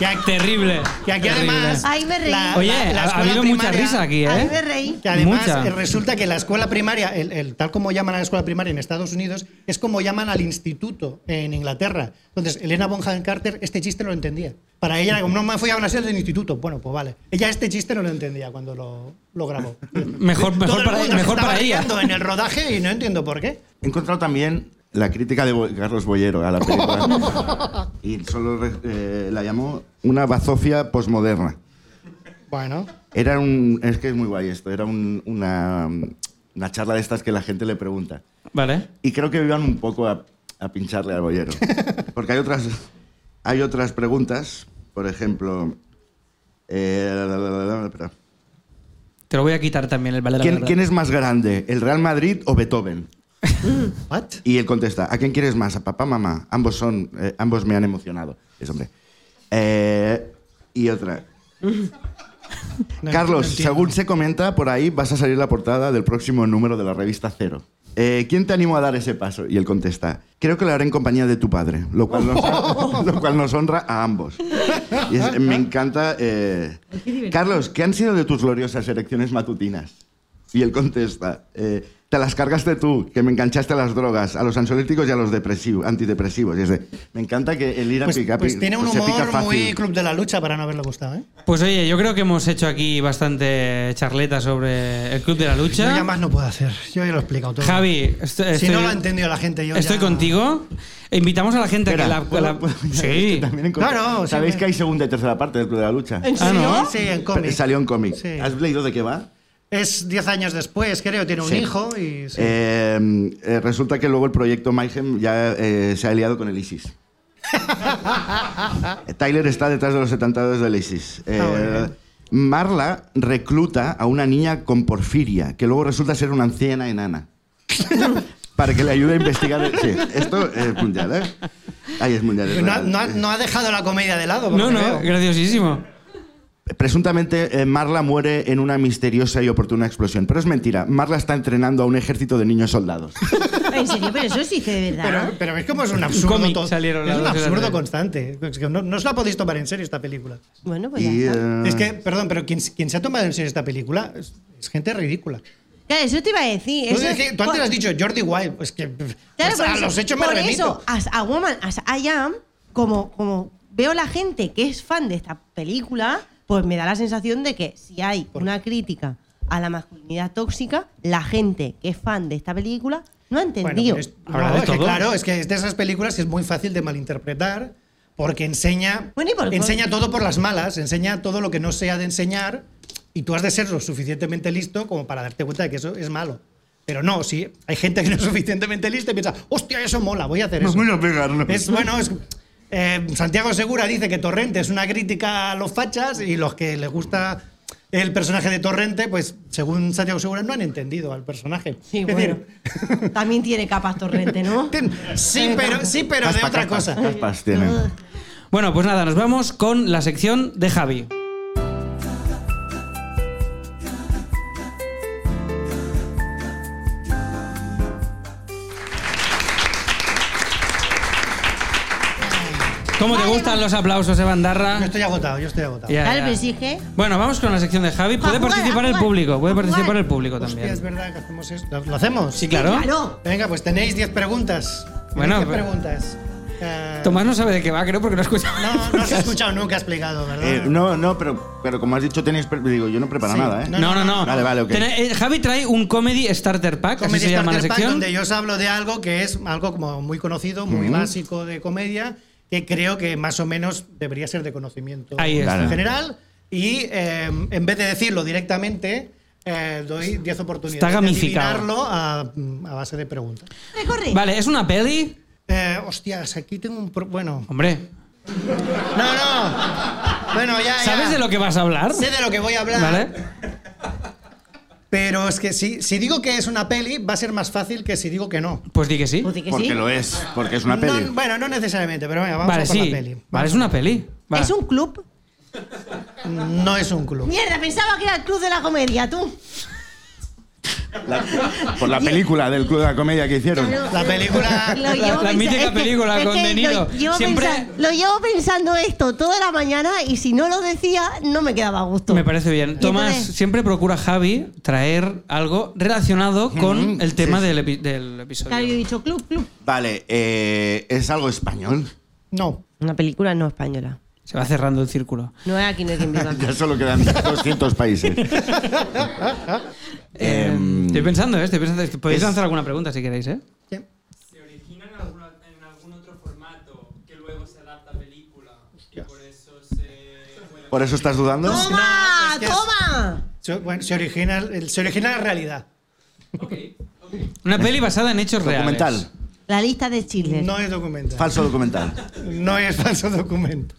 [SPEAKER 2] Y aquí-
[SPEAKER 1] Terrible.
[SPEAKER 2] y aquí
[SPEAKER 1] terrible.
[SPEAKER 2] además...
[SPEAKER 3] Ay, me reí.
[SPEAKER 2] la-
[SPEAKER 1] Oye,
[SPEAKER 2] la- la
[SPEAKER 1] ha- ha
[SPEAKER 2] escuela
[SPEAKER 1] habido mucha
[SPEAKER 2] primaria-
[SPEAKER 1] risa aquí,
[SPEAKER 3] Ay, me
[SPEAKER 1] ¿eh?
[SPEAKER 3] reí.
[SPEAKER 2] Que además
[SPEAKER 1] Mucha.
[SPEAKER 2] eh, resulta que la escuela primaria, el, el- tal como llaman a la escuela primaria en Estados Unidos, es como llaman al instituto en Inglaterra. Entonces, Elena Bonham Carter este chiste no lo entendía. Para ella, era como, no me fui a una sede del instituto. Bueno, pues vale. Ella este chiste no lo entendía cuando lo, lo grabó.
[SPEAKER 1] Mejor,
[SPEAKER 2] Todo
[SPEAKER 1] mejor
[SPEAKER 2] el
[SPEAKER 1] para,
[SPEAKER 2] mundo se
[SPEAKER 1] mejor
[SPEAKER 2] estaba
[SPEAKER 1] para ella.
[SPEAKER 2] riendo en el rodaje y no entiendo por qué.
[SPEAKER 4] He encontrado también la crítica de Bo- Carlos Bollero a la película. y solo re- eh, la llamó una bazofia posmoderna.
[SPEAKER 2] Bueno,
[SPEAKER 4] Era un. Es que es muy guay esto. Era un- una, una charla de estas que la gente le pregunta.
[SPEAKER 1] Vale.
[SPEAKER 4] Y creo que iban un poco a, a pincharle al bollero. Porque hay otras, hay otras preguntas. Por ejemplo. eh, la, la, la, la, la, espera.
[SPEAKER 1] Te lo voy a quitar también el valor.
[SPEAKER 4] ¿Quién, quién es más grande, el Real Madrid o Beethoven?
[SPEAKER 2] ¿what?
[SPEAKER 4] Y él contesta, ¿a quién quieres más? ¿A papá, mamá? Ambos son, eh, ambos me han emocionado. Es hombre. Eh, y otra.
[SPEAKER 2] No,
[SPEAKER 4] Carlos,
[SPEAKER 2] no entiendo.
[SPEAKER 4] según se comenta por ahí, vas a salir la portada del próximo número de la revista Cero. Eh, ¿Quién te animó a dar ese paso? Y él contesta, creo que lo haré en compañía de tu padre, lo cual nos, lo cual nos honra a ambos. Y es- me encanta... eh, Carlos, ¿qué han sido de tus gloriosas elecciones matutinas? Y él contesta, eh, te las cargaste tú, que me enganchaste a las drogas, a los ansiolíticos y a los depresivos, antidepresivos. Y es de, me encanta que el ir a
[SPEAKER 2] Pues,
[SPEAKER 4] pica-
[SPEAKER 2] pues
[SPEAKER 4] pi-
[SPEAKER 2] tiene un
[SPEAKER 4] se pica
[SPEAKER 2] humor
[SPEAKER 4] fácil.
[SPEAKER 2] muy club de la lucha para no haberle gustado, ¿eh?
[SPEAKER 1] Pues oye, yo creo que hemos hecho aquí bastante charleta sobre el Club de la
[SPEAKER 2] Yo
[SPEAKER 1] Lucha.
[SPEAKER 2] ya más no puedo hacer. Yo ya lo he explicado todo.
[SPEAKER 1] Javi, est- estoy,
[SPEAKER 2] si no lo ha entendido la gente, yo
[SPEAKER 1] estoy
[SPEAKER 2] ya-
[SPEAKER 1] contigo. E Invitamos a la gente
[SPEAKER 4] Espera,
[SPEAKER 1] a que la.
[SPEAKER 4] ¿puedo-
[SPEAKER 1] la-
[SPEAKER 4] puedo-
[SPEAKER 1] sí.
[SPEAKER 4] También encontré-
[SPEAKER 2] Claro,
[SPEAKER 4] Sabéis
[SPEAKER 2] siempre.
[SPEAKER 4] que hay segunda y tercera parte del Club de la Lucha.
[SPEAKER 3] ¿En
[SPEAKER 1] Ah,
[SPEAKER 3] serio?
[SPEAKER 1] ¿no?
[SPEAKER 2] Sí, en
[SPEAKER 4] Pero
[SPEAKER 2] cómic.
[SPEAKER 4] Salió en cómic.
[SPEAKER 2] Sí.
[SPEAKER 4] ¿Has leído de qué va?
[SPEAKER 2] Es 10 años después, creo, tiene un
[SPEAKER 4] Sí.
[SPEAKER 2] hijo y... sí.
[SPEAKER 4] Eh, eh, resulta que luego el proyecto Mayhem ya eh, se ha aliado con el ISIS. Tyler está detrás de los atentados del ISIS. Eh,
[SPEAKER 2] Ah, bueno.
[SPEAKER 4] Marla recluta a una niña con porfiria, que luego resulta ser una anciana enana. para que le ayude a investigar. el- sí, esto es mundial, ¿eh? Ahí es mundial. es
[SPEAKER 2] no, ha-
[SPEAKER 4] real.
[SPEAKER 2] no ha, no ha dejado la comedia de lado. por
[SPEAKER 1] No,
[SPEAKER 2] lo que
[SPEAKER 1] no,
[SPEAKER 2] veo.
[SPEAKER 1] graciosísimo.
[SPEAKER 4] Presuntamente, eh, Marla muere en una misteriosa y oportuna explosión. Pero es mentira. Marla está entrenando a un ejército de niños soldados.
[SPEAKER 3] En serio, pero eso sí que de verdad.
[SPEAKER 2] Pero, pero es como es un absurdo
[SPEAKER 1] cómic
[SPEAKER 2] todo.
[SPEAKER 1] salieron las
[SPEAKER 2] es un
[SPEAKER 1] dos de la
[SPEAKER 2] absurdo
[SPEAKER 1] tarde.
[SPEAKER 2] constante. Es que no, no os la podéis tomar en serio esta película.
[SPEAKER 3] bueno, pues ya
[SPEAKER 4] Y,
[SPEAKER 3] está.
[SPEAKER 4] eh,
[SPEAKER 2] Es que, perdón, pero quien, quien se ha tomado en serio esta película es, es gente ridícula.
[SPEAKER 3] Claro, eso te iba a decir.
[SPEAKER 2] Tú,
[SPEAKER 3] eso-
[SPEAKER 2] es que- tú antes has dicho Jordi Wild. Pues que pues,
[SPEAKER 3] Claro, por
[SPEAKER 2] a
[SPEAKER 3] eso-
[SPEAKER 2] los hechos me
[SPEAKER 3] por
[SPEAKER 2] remito.
[SPEAKER 3] eso, as a woman, as I am, como, como veo la gente que es fan de esta película, pues me da la sensación de que si hay una crítica a la masculinidad tóxica, la gente que es fan de esta película no ha
[SPEAKER 2] Bueno,
[SPEAKER 3] entendido.
[SPEAKER 2] pero es-
[SPEAKER 1] Habrá
[SPEAKER 2] no,
[SPEAKER 1] de
[SPEAKER 2] es que
[SPEAKER 1] todo.
[SPEAKER 2] claro, es que es de esas películas que es muy fácil de malinterpretar porque enseña,
[SPEAKER 3] Bueno, y por-
[SPEAKER 2] enseña todo por las malas, enseña todo lo que no se ha de enseñar y tú has de ser lo suficientemente listo como para darte cuenta de que eso es malo. Pero no, sí, hay gente que no es suficientemente lista y piensa, hostia, eso mola, voy a hacer
[SPEAKER 1] Pues
[SPEAKER 2] eso.
[SPEAKER 4] a pegarlo.
[SPEAKER 2] Es bueno, es. eh, Santiago Segura dice que Torrente es una crítica a los fachas y los que les gusta el personaje de Torrente, pues según Santiago Segura no han entendido al personaje.
[SPEAKER 3] Sí,
[SPEAKER 2] Es
[SPEAKER 3] bueno.
[SPEAKER 2] decir,
[SPEAKER 3] También tiene capas torrente, ¿no?
[SPEAKER 2] Ten- Sí, pero, sí, pero de
[SPEAKER 4] Caspa,
[SPEAKER 2] otra cosa.
[SPEAKER 4] caspa, caspas tienen.
[SPEAKER 1] Bueno, pues nada, nos vamos con la sección de Javi. ¿Cómo te gustan los aplausos,
[SPEAKER 2] Yo
[SPEAKER 1] Evandarra?
[SPEAKER 2] estoy agotado, yo estoy agotado.
[SPEAKER 1] Ya,
[SPEAKER 3] Claro,
[SPEAKER 1] ya.
[SPEAKER 3] pero sí es que.
[SPEAKER 1] Bueno, vamos con la sección de Javi. Puede
[SPEAKER 3] A jugar,
[SPEAKER 1] participar
[SPEAKER 3] a
[SPEAKER 1] el
[SPEAKER 3] jugar,
[SPEAKER 1] público, puede
[SPEAKER 3] a jugar.
[SPEAKER 1] participar el público
[SPEAKER 2] Hostia, es
[SPEAKER 1] también.
[SPEAKER 2] verdad que hacemos esto. ¿Lo, lo hacemos?
[SPEAKER 1] Sí, claro.
[SPEAKER 3] Claro.
[SPEAKER 2] Venga, pues tenéis 10 preguntas. Tenéis
[SPEAKER 1] Bueno,
[SPEAKER 2] 10
[SPEAKER 1] pero-
[SPEAKER 2] preguntas. Eh,
[SPEAKER 1] Tomás no sabe de qué va, creo, porque no escucha.
[SPEAKER 2] No, no has escuchado nunca explicado, ¿verdad?
[SPEAKER 4] Eh, no, no, pero, pero como has dicho, tenéis. per- Digo, yo no preparo
[SPEAKER 2] Sí.
[SPEAKER 4] nada, ¿eh?
[SPEAKER 1] No, no, no.
[SPEAKER 4] Vale, vale, ok.
[SPEAKER 1] Tene- eh, Javi trae un comedy starter pack,
[SPEAKER 2] Comedy
[SPEAKER 1] así se llama la
[SPEAKER 2] Starter Pack,
[SPEAKER 1] sección.
[SPEAKER 2] donde yo os hablo de algo que es algo como muy conocido, muy básico de comedia, que creo que más o menos debería ser de conocimiento
[SPEAKER 1] Ahí está.
[SPEAKER 4] Claro.
[SPEAKER 2] en general. Y eh, en vez de decirlo directamente, eh, doy 10 oportunidades
[SPEAKER 1] Está gamificado.
[SPEAKER 2] de adivinarlo a, a base de preguntas.
[SPEAKER 3] Corre, corre.
[SPEAKER 1] Vale, es una peli.
[SPEAKER 2] Eh, hostias, aquí tengo un... pro- bueno...
[SPEAKER 1] Hombre,
[SPEAKER 2] No, no. Bueno, ya, ya.
[SPEAKER 1] ¿sabes de lo que vas a hablar?
[SPEAKER 2] Sé de lo que voy a hablar.
[SPEAKER 1] Vale.
[SPEAKER 2] Pero es que si, si digo que es una peli, va a ser más fácil que si digo que no.
[SPEAKER 1] Pues di que sí.
[SPEAKER 3] Pues di que
[SPEAKER 4] Porque
[SPEAKER 3] sí.
[SPEAKER 4] lo es, porque es una peli.
[SPEAKER 2] No, bueno, no necesariamente, pero venga, vamos
[SPEAKER 1] Vale,
[SPEAKER 2] a por
[SPEAKER 1] sí.
[SPEAKER 2] la peli.
[SPEAKER 1] Vale, es una peli. Va.
[SPEAKER 3] Es un club.
[SPEAKER 2] No es un club.
[SPEAKER 3] Mierda, pensaba que era el club de la comedia, tú.
[SPEAKER 4] La- por la película del Club de la Comedia que hicieron.
[SPEAKER 2] La película-
[SPEAKER 3] Lo llevo
[SPEAKER 1] La- la
[SPEAKER 3] pensa-
[SPEAKER 1] mítica película con
[SPEAKER 3] que
[SPEAKER 1] De Niro.
[SPEAKER 3] Lo llevo,
[SPEAKER 1] Siempre-
[SPEAKER 3] pensa- lo llevo pensando esto toda la mañana y si no lo decía, no me quedaba a gusto.
[SPEAKER 1] Me parece bien. Tomás,
[SPEAKER 3] entonces?
[SPEAKER 1] siempre procura Javi traer algo relacionado con
[SPEAKER 4] Ujú,
[SPEAKER 1] el tema
[SPEAKER 4] sí, sí.
[SPEAKER 1] del, epi- del episodio.
[SPEAKER 3] Claro, yo he dicho club, club.
[SPEAKER 4] Vale, eh, ¿es algo español?
[SPEAKER 2] No.
[SPEAKER 3] Una película no española.
[SPEAKER 1] Se va cerrando el círculo.
[SPEAKER 3] No es aquí, no hay quien viva.
[SPEAKER 4] Ya solo quedan 200 países.
[SPEAKER 1] Eh,
[SPEAKER 4] Em,
[SPEAKER 1] estoy pensando, ¿eh? Estoy pensando. es que Podéis
[SPEAKER 4] es-
[SPEAKER 1] lanzar alguna pregunta si queréis, ¿eh?
[SPEAKER 6] se origina en, alguna- en algún otro formato que luego se adapta a película y por eso se puede
[SPEAKER 4] ¿Por eso estás dudando?
[SPEAKER 3] ¡Toma!
[SPEAKER 2] es que es-
[SPEAKER 3] ¡Toma!
[SPEAKER 2] Se, bueno, se origina, el- se origina la realidad.
[SPEAKER 1] Una peli basada en hechos
[SPEAKER 4] Documental.
[SPEAKER 1] reales.
[SPEAKER 3] La lista de Chile.
[SPEAKER 2] No es documental.
[SPEAKER 4] Falso documental.
[SPEAKER 2] No es falso documental.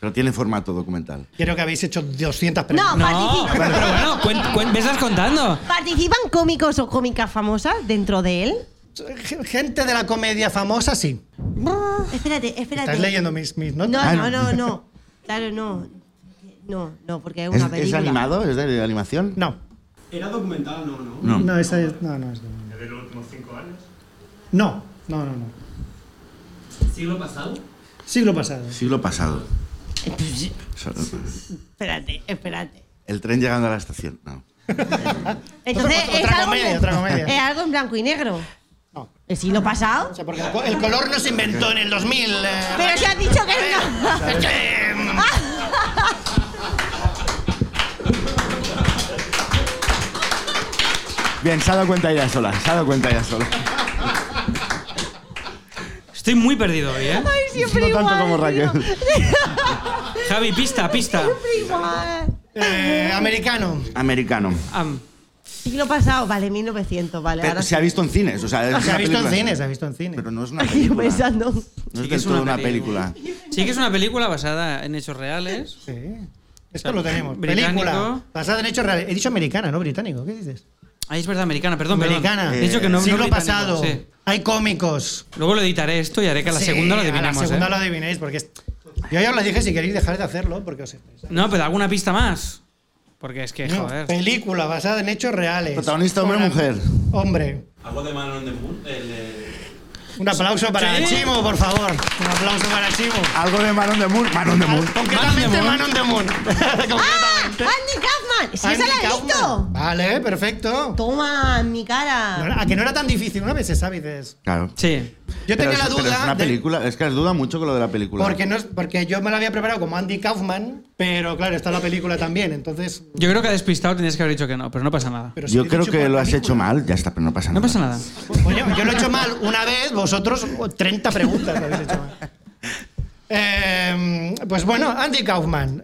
[SPEAKER 4] Pero tiene formato documental.
[SPEAKER 2] Creo que habéis hecho 200 preguntas.
[SPEAKER 1] No,
[SPEAKER 3] Participa.
[SPEAKER 1] pero bueno, cuen- cuen- me estás contando.
[SPEAKER 3] ¿Participan cómicos o cómicas famosas dentro de él?
[SPEAKER 2] G- Gente de la comedia famosa, sí.
[SPEAKER 3] Espérate, espérate.
[SPEAKER 2] Estás leyendo mis, mis
[SPEAKER 3] No,
[SPEAKER 2] notas.
[SPEAKER 4] Ah,
[SPEAKER 3] no,
[SPEAKER 4] no.
[SPEAKER 3] no, no. Claro, no. No, no, porque es
[SPEAKER 4] ¿Es,
[SPEAKER 3] una
[SPEAKER 4] es
[SPEAKER 3] película.
[SPEAKER 4] animado? ¿Es de animación?
[SPEAKER 2] No.
[SPEAKER 6] Era documental, no, no.
[SPEAKER 4] No.
[SPEAKER 2] No, esa es. No, no es documental.
[SPEAKER 6] ¿De los últimos cinco años?
[SPEAKER 2] No, no, no, no.
[SPEAKER 6] ¿Siglo pasado?
[SPEAKER 2] Siglo pasado.
[SPEAKER 4] Siglo pasado.
[SPEAKER 3] Espérate, espérate.
[SPEAKER 4] El tren llegando a la estación. No.
[SPEAKER 3] Entonces,
[SPEAKER 2] otra-
[SPEAKER 3] es
[SPEAKER 2] otra
[SPEAKER 3] algo
[SPEAKER 2] comedia,
[SPEAKER 3] en-
[SPEAKER 2] otra comedia.
[SPEAKER 3] Es algo en blanco y negro.
[SPEAKER 2] No.
[SPEAKER 3] ¿El siglo pasado?
[SPEAKER 2] O sea, porque el, co- el color no se inventó en el 2000. eh,
[SPEAKER 3] Pero se ha dicho que no.
[SPEAKER 2] es que, mm,
[SPEAKER 4] Bien, se ha dado cuenta ella sola. Se ha dado cuenta ella sola.
[SPEAKER 1] Estoy muy perdido hoy, ¿eh?
[SPEAKER 3] Ay, siempre
[SPEAKER 4] No
[SPEAKER 3] igual.
[SPEAKER 4] tanto como Raquel.
[SPEAKER 1] Javi, pista, pista.
[SPEAKER 3] Siempre igual.
[SPEAKER 2] eh, americano.
[SPEAKER 4] Americano.
[SPEAKER 1] Am,
[SPEAKER 3] Siglo pasado, vale, 1900, vale.
[SPEAKER 4] Pero
[SPEAKER 3] ahora
[SPEAKER 4] se ha visto en cines. O sea, es
[SPEAKER 2] Se ha visto en
[SPEAKER 4] una película.
[SPEAKER 2] cines, se ha visto en cines.
[SPEAKER 4] Pero no es una
[SPEAKER 3] sí. Yo
[SPEAKER 4] película.
[SPEAKER 3] pensando.
[SPEAKER 4] No
[SPEAKER 1] Sí
[SPEAKER 4] es
[SPEAKER 1] que
[SPEAKER 4] del
[SPEAKER 1] es una
[SPEAKER 4] todo una
[SPEAKER 1] película.
[SPEAKER 4] película.
[SPEAKER 1] sí que es una película basada en hechos reales.
[SPEAKER 2] Sí. Esto lo tenemos.
[SPEAKER 1] Británico.
[SPEAKER 2] Película. Basada en hechos reales. He dicho americana, no británico. ¿Qué dices?
[SPEAKER 1] Ahí Ah, es verdad, americana, perdón, perdón.
[SPEAKER 2] Americana.
[SPEAKER 1] He dicho que no, no
[SPEAKER 2] Siglo
[SPEAKER 1] británico,
[SPEAKER 2] pasado.
[SPEAKER 1] sí.
[SPEAKER 2] Hay cómicos.
[SPEAKER 1] Luego lo editaré esto y haré que a la
[SPEAKER 2] Sí,
[SPEAKER 1] segunda lo
[SPEAKER 2] a
[SPEAKER 1] adivinemos.
[SPEAKER 2] La segunda
[SPEAKER 1] ¿eh?
[SPEAKER 2] lo adivinéis porque es- yo ya os lo dije si queréis dejar de hacerlo porque os estresáis.
[SPEAKER 1] No, pero alguna pista más. Porque es que,
[SPEAKER 2] No,
[SPEAKER 1] joder.
[SPEAKER 2] película basada en hechos reales.
[SPEAKER 4] Protagonista, hombre o
[SPEAKER 2] Una-
[SPEAKER 4] mujer.
[SPEAKER 2] Hombre.
[SPEAKER 5] Algo de Man on the Moon. El, eh,
[SPEAKER 2] Un aplauso para
[SPEAKER 1] Sí.
[SPEAKER 2] Chimo, por favor. Un aplauso para Chimo.
[SPEAKER 4] Algo de Manon de Moon. Manon de Moon.
[SPEAKER 2] Concretamente Man on the Moon.
[SPEAKER 3] ¡Ah!
[SPEAKER 2] Concretamente.
[SPEAKER 3] ¡Andy Kaufman! ¡Si esa
[SPEAKER 2] Andy
[SPEAKER 3] la he
[SPEAKER 2] Kaufman.
[SPEAKER 3] visto!
[SPEAKER 2] Vale, perfecto.
[SPEAKER 3] Toma, en mi cara.
[SPEAKER 2] No, a que no era tan difícil, una vez se sabe dices.
[SPEAKER 4] Claro.
[SPEAKER 1] Sí.
[SPEAKER 2] Yo
[SPEAKER 4] Pero
[SPEAKER 2] tenía
[SPEAKER 4] es-
[SPEAKER 2] la
[SPEAKER 4] Pero es
[SPEAKER 2] duda.
[SPEAKER 4] una
[SPEAKER 2] de-
[SPEAKER 4] película. Es que duda mucho con lo de la película.
[SPEAKER 2] porque, no es, porque yo me la había preparado como Andy Kaufman, pero claro, está la película también, entonces.
[SPEAKER 1] Yo creo que ha despistado, tenías que haber dicho que no, pero no pasa nada.
[SPEAKER 2] Pero si
[SPEAKER 4] Yo
[SPEAKER 2] he
[SPEAKER 4] creo
[SPEAKER 2] dicho
[SPEAKER 4] que
[SPEAKER 2] por
[SPEAKER 4] lo has
[SPEAKER 2] película.
[SPEAKER 4] hecho mal. Ya está, pero no pasa nada.
[SPEAKER 1] No pasa nada.
[SPEAKER 2] Coño, yo lo he hecho mal una vez, vosotros oh, 30 preguntas lo habéis hecho mal. Eh, pues bueno, Andy Kaufman,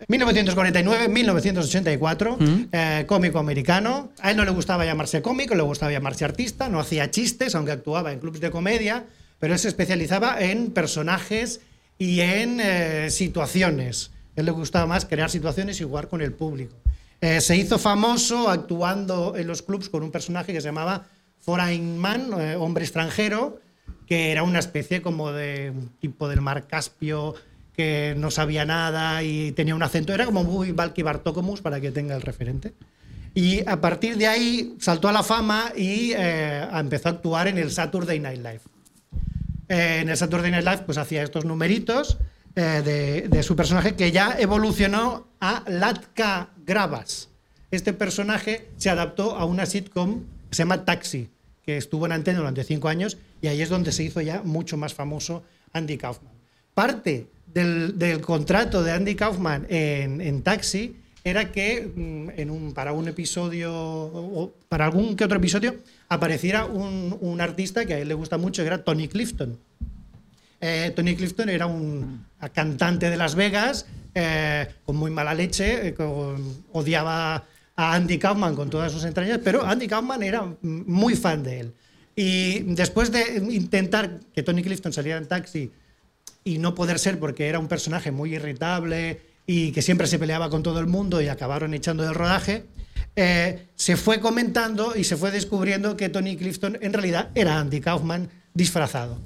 [SPEAKER 2] 1949-1984, eh, cómico americano. A él no le gustaba llamarse cómico, le gustaba llamarse artista, no hacía chistes, aunque actuaba en clubes de comedia, pero él se especializaba en personajes y en eh, situaciones. A él le gustaba más crear situaciones y jugar con el público. Eh, se hizo famoso actuando en los clubs con un personaje que se llamaba Foreign Man, eh, hombre extranjero, que era una especie como de un tipo del mar Caspio que no sabía nada y tenía un acento, era como muy Valky Bartokomus para que tenga el referente. Y a partir de ahí saltó a la fama y eh, empezó a actuar en el Saturday Night Live. Eh, en el Saturday Night Live pues hacía estos numeritos eh, de, de su personaje que ya evolucionó a Latka Gravas. Este personaje se adaptó a una sitcom que se llama Taxi, que estuvo en antena durante cinco años y ahí es donde se hizo ya mucho más famoso Andy Kaufman. Parte del, del contrato de Andy Kaufman en, en Taxi era que mm, en un, para un episodio o o para algún que otro episodio apareciera un, un artista que a él le gusta mucho, que era Tony Clifton. Eh, Tony Clifton era un cantante de Las Vegas eh, con muy mala leche, eh, con- odiaba a Andy Kaufman con todas sus entrañas, pero Andy Kaufman era mm, muy fan de él. Y después de intentar que Tony Clifton saliera en taxi y no poder ser porque era un personaje muy irritable y que siempre se peleaba con todo el mundo y acabaron echando del rodaje, eh, se fue comentando y se fue descubriendo que Tony Clifton en realidad era Andy Kaufman disfrazado.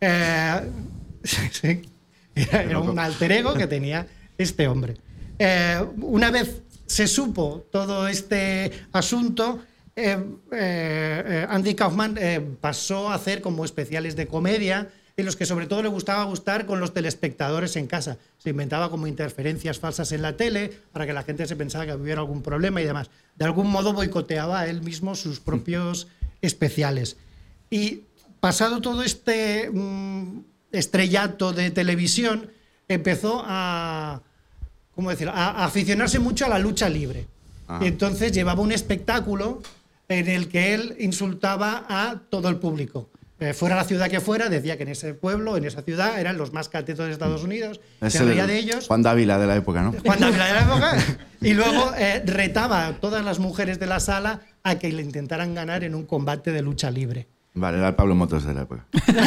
[SPEAKER 2] Eh, sí, sí. Era, era un alter ego que tenía este hombre. Eh, una vez se supo todo este asunto, eh, eh, eh, Andy Kaufman eh, pasó a hacer como especiales de comedia en los que sobre todo le gustaba gustar con los telespectadores en casa. Se inventaba como interferencias falsas en la tele para que la gente se pensara que hubiera algún problema y demás. De algún modo boicoteaba él mismo sus propios especiales. Y pasado todo este mm, estrellato de televisión, empezó a, ¿cómo decirlo? a- a aficionarse mucho a la lucha libre.
[SPEAKER 4] Ah.
[SPEAKER 2] Y entonces llevaba un espectáculo en el que él insultaba a todo el público. Eh, fuera la ciudad que fuera, decía que en ese pueblo, en esa ciudad, eran los más catetos de Estados Unidos.
[SPEAKER 4] Mm. Ese
[SPEAKER 2] se reía
[SPEAKER 4] del-
[SPEAKER 2] de ellos.
[SPEAKER 4] Juan Dávila de la época, ¿no?
[SPEAKER 2] Juan Dávila de la época. Y luego eh, retaba a todas las mujeres de la sala a que le intentaran ganar en un combate de lucha libre.
[SPEAKER 4] Vale, era el Pablo Motos de la época.
[SPEAKER 2] Solo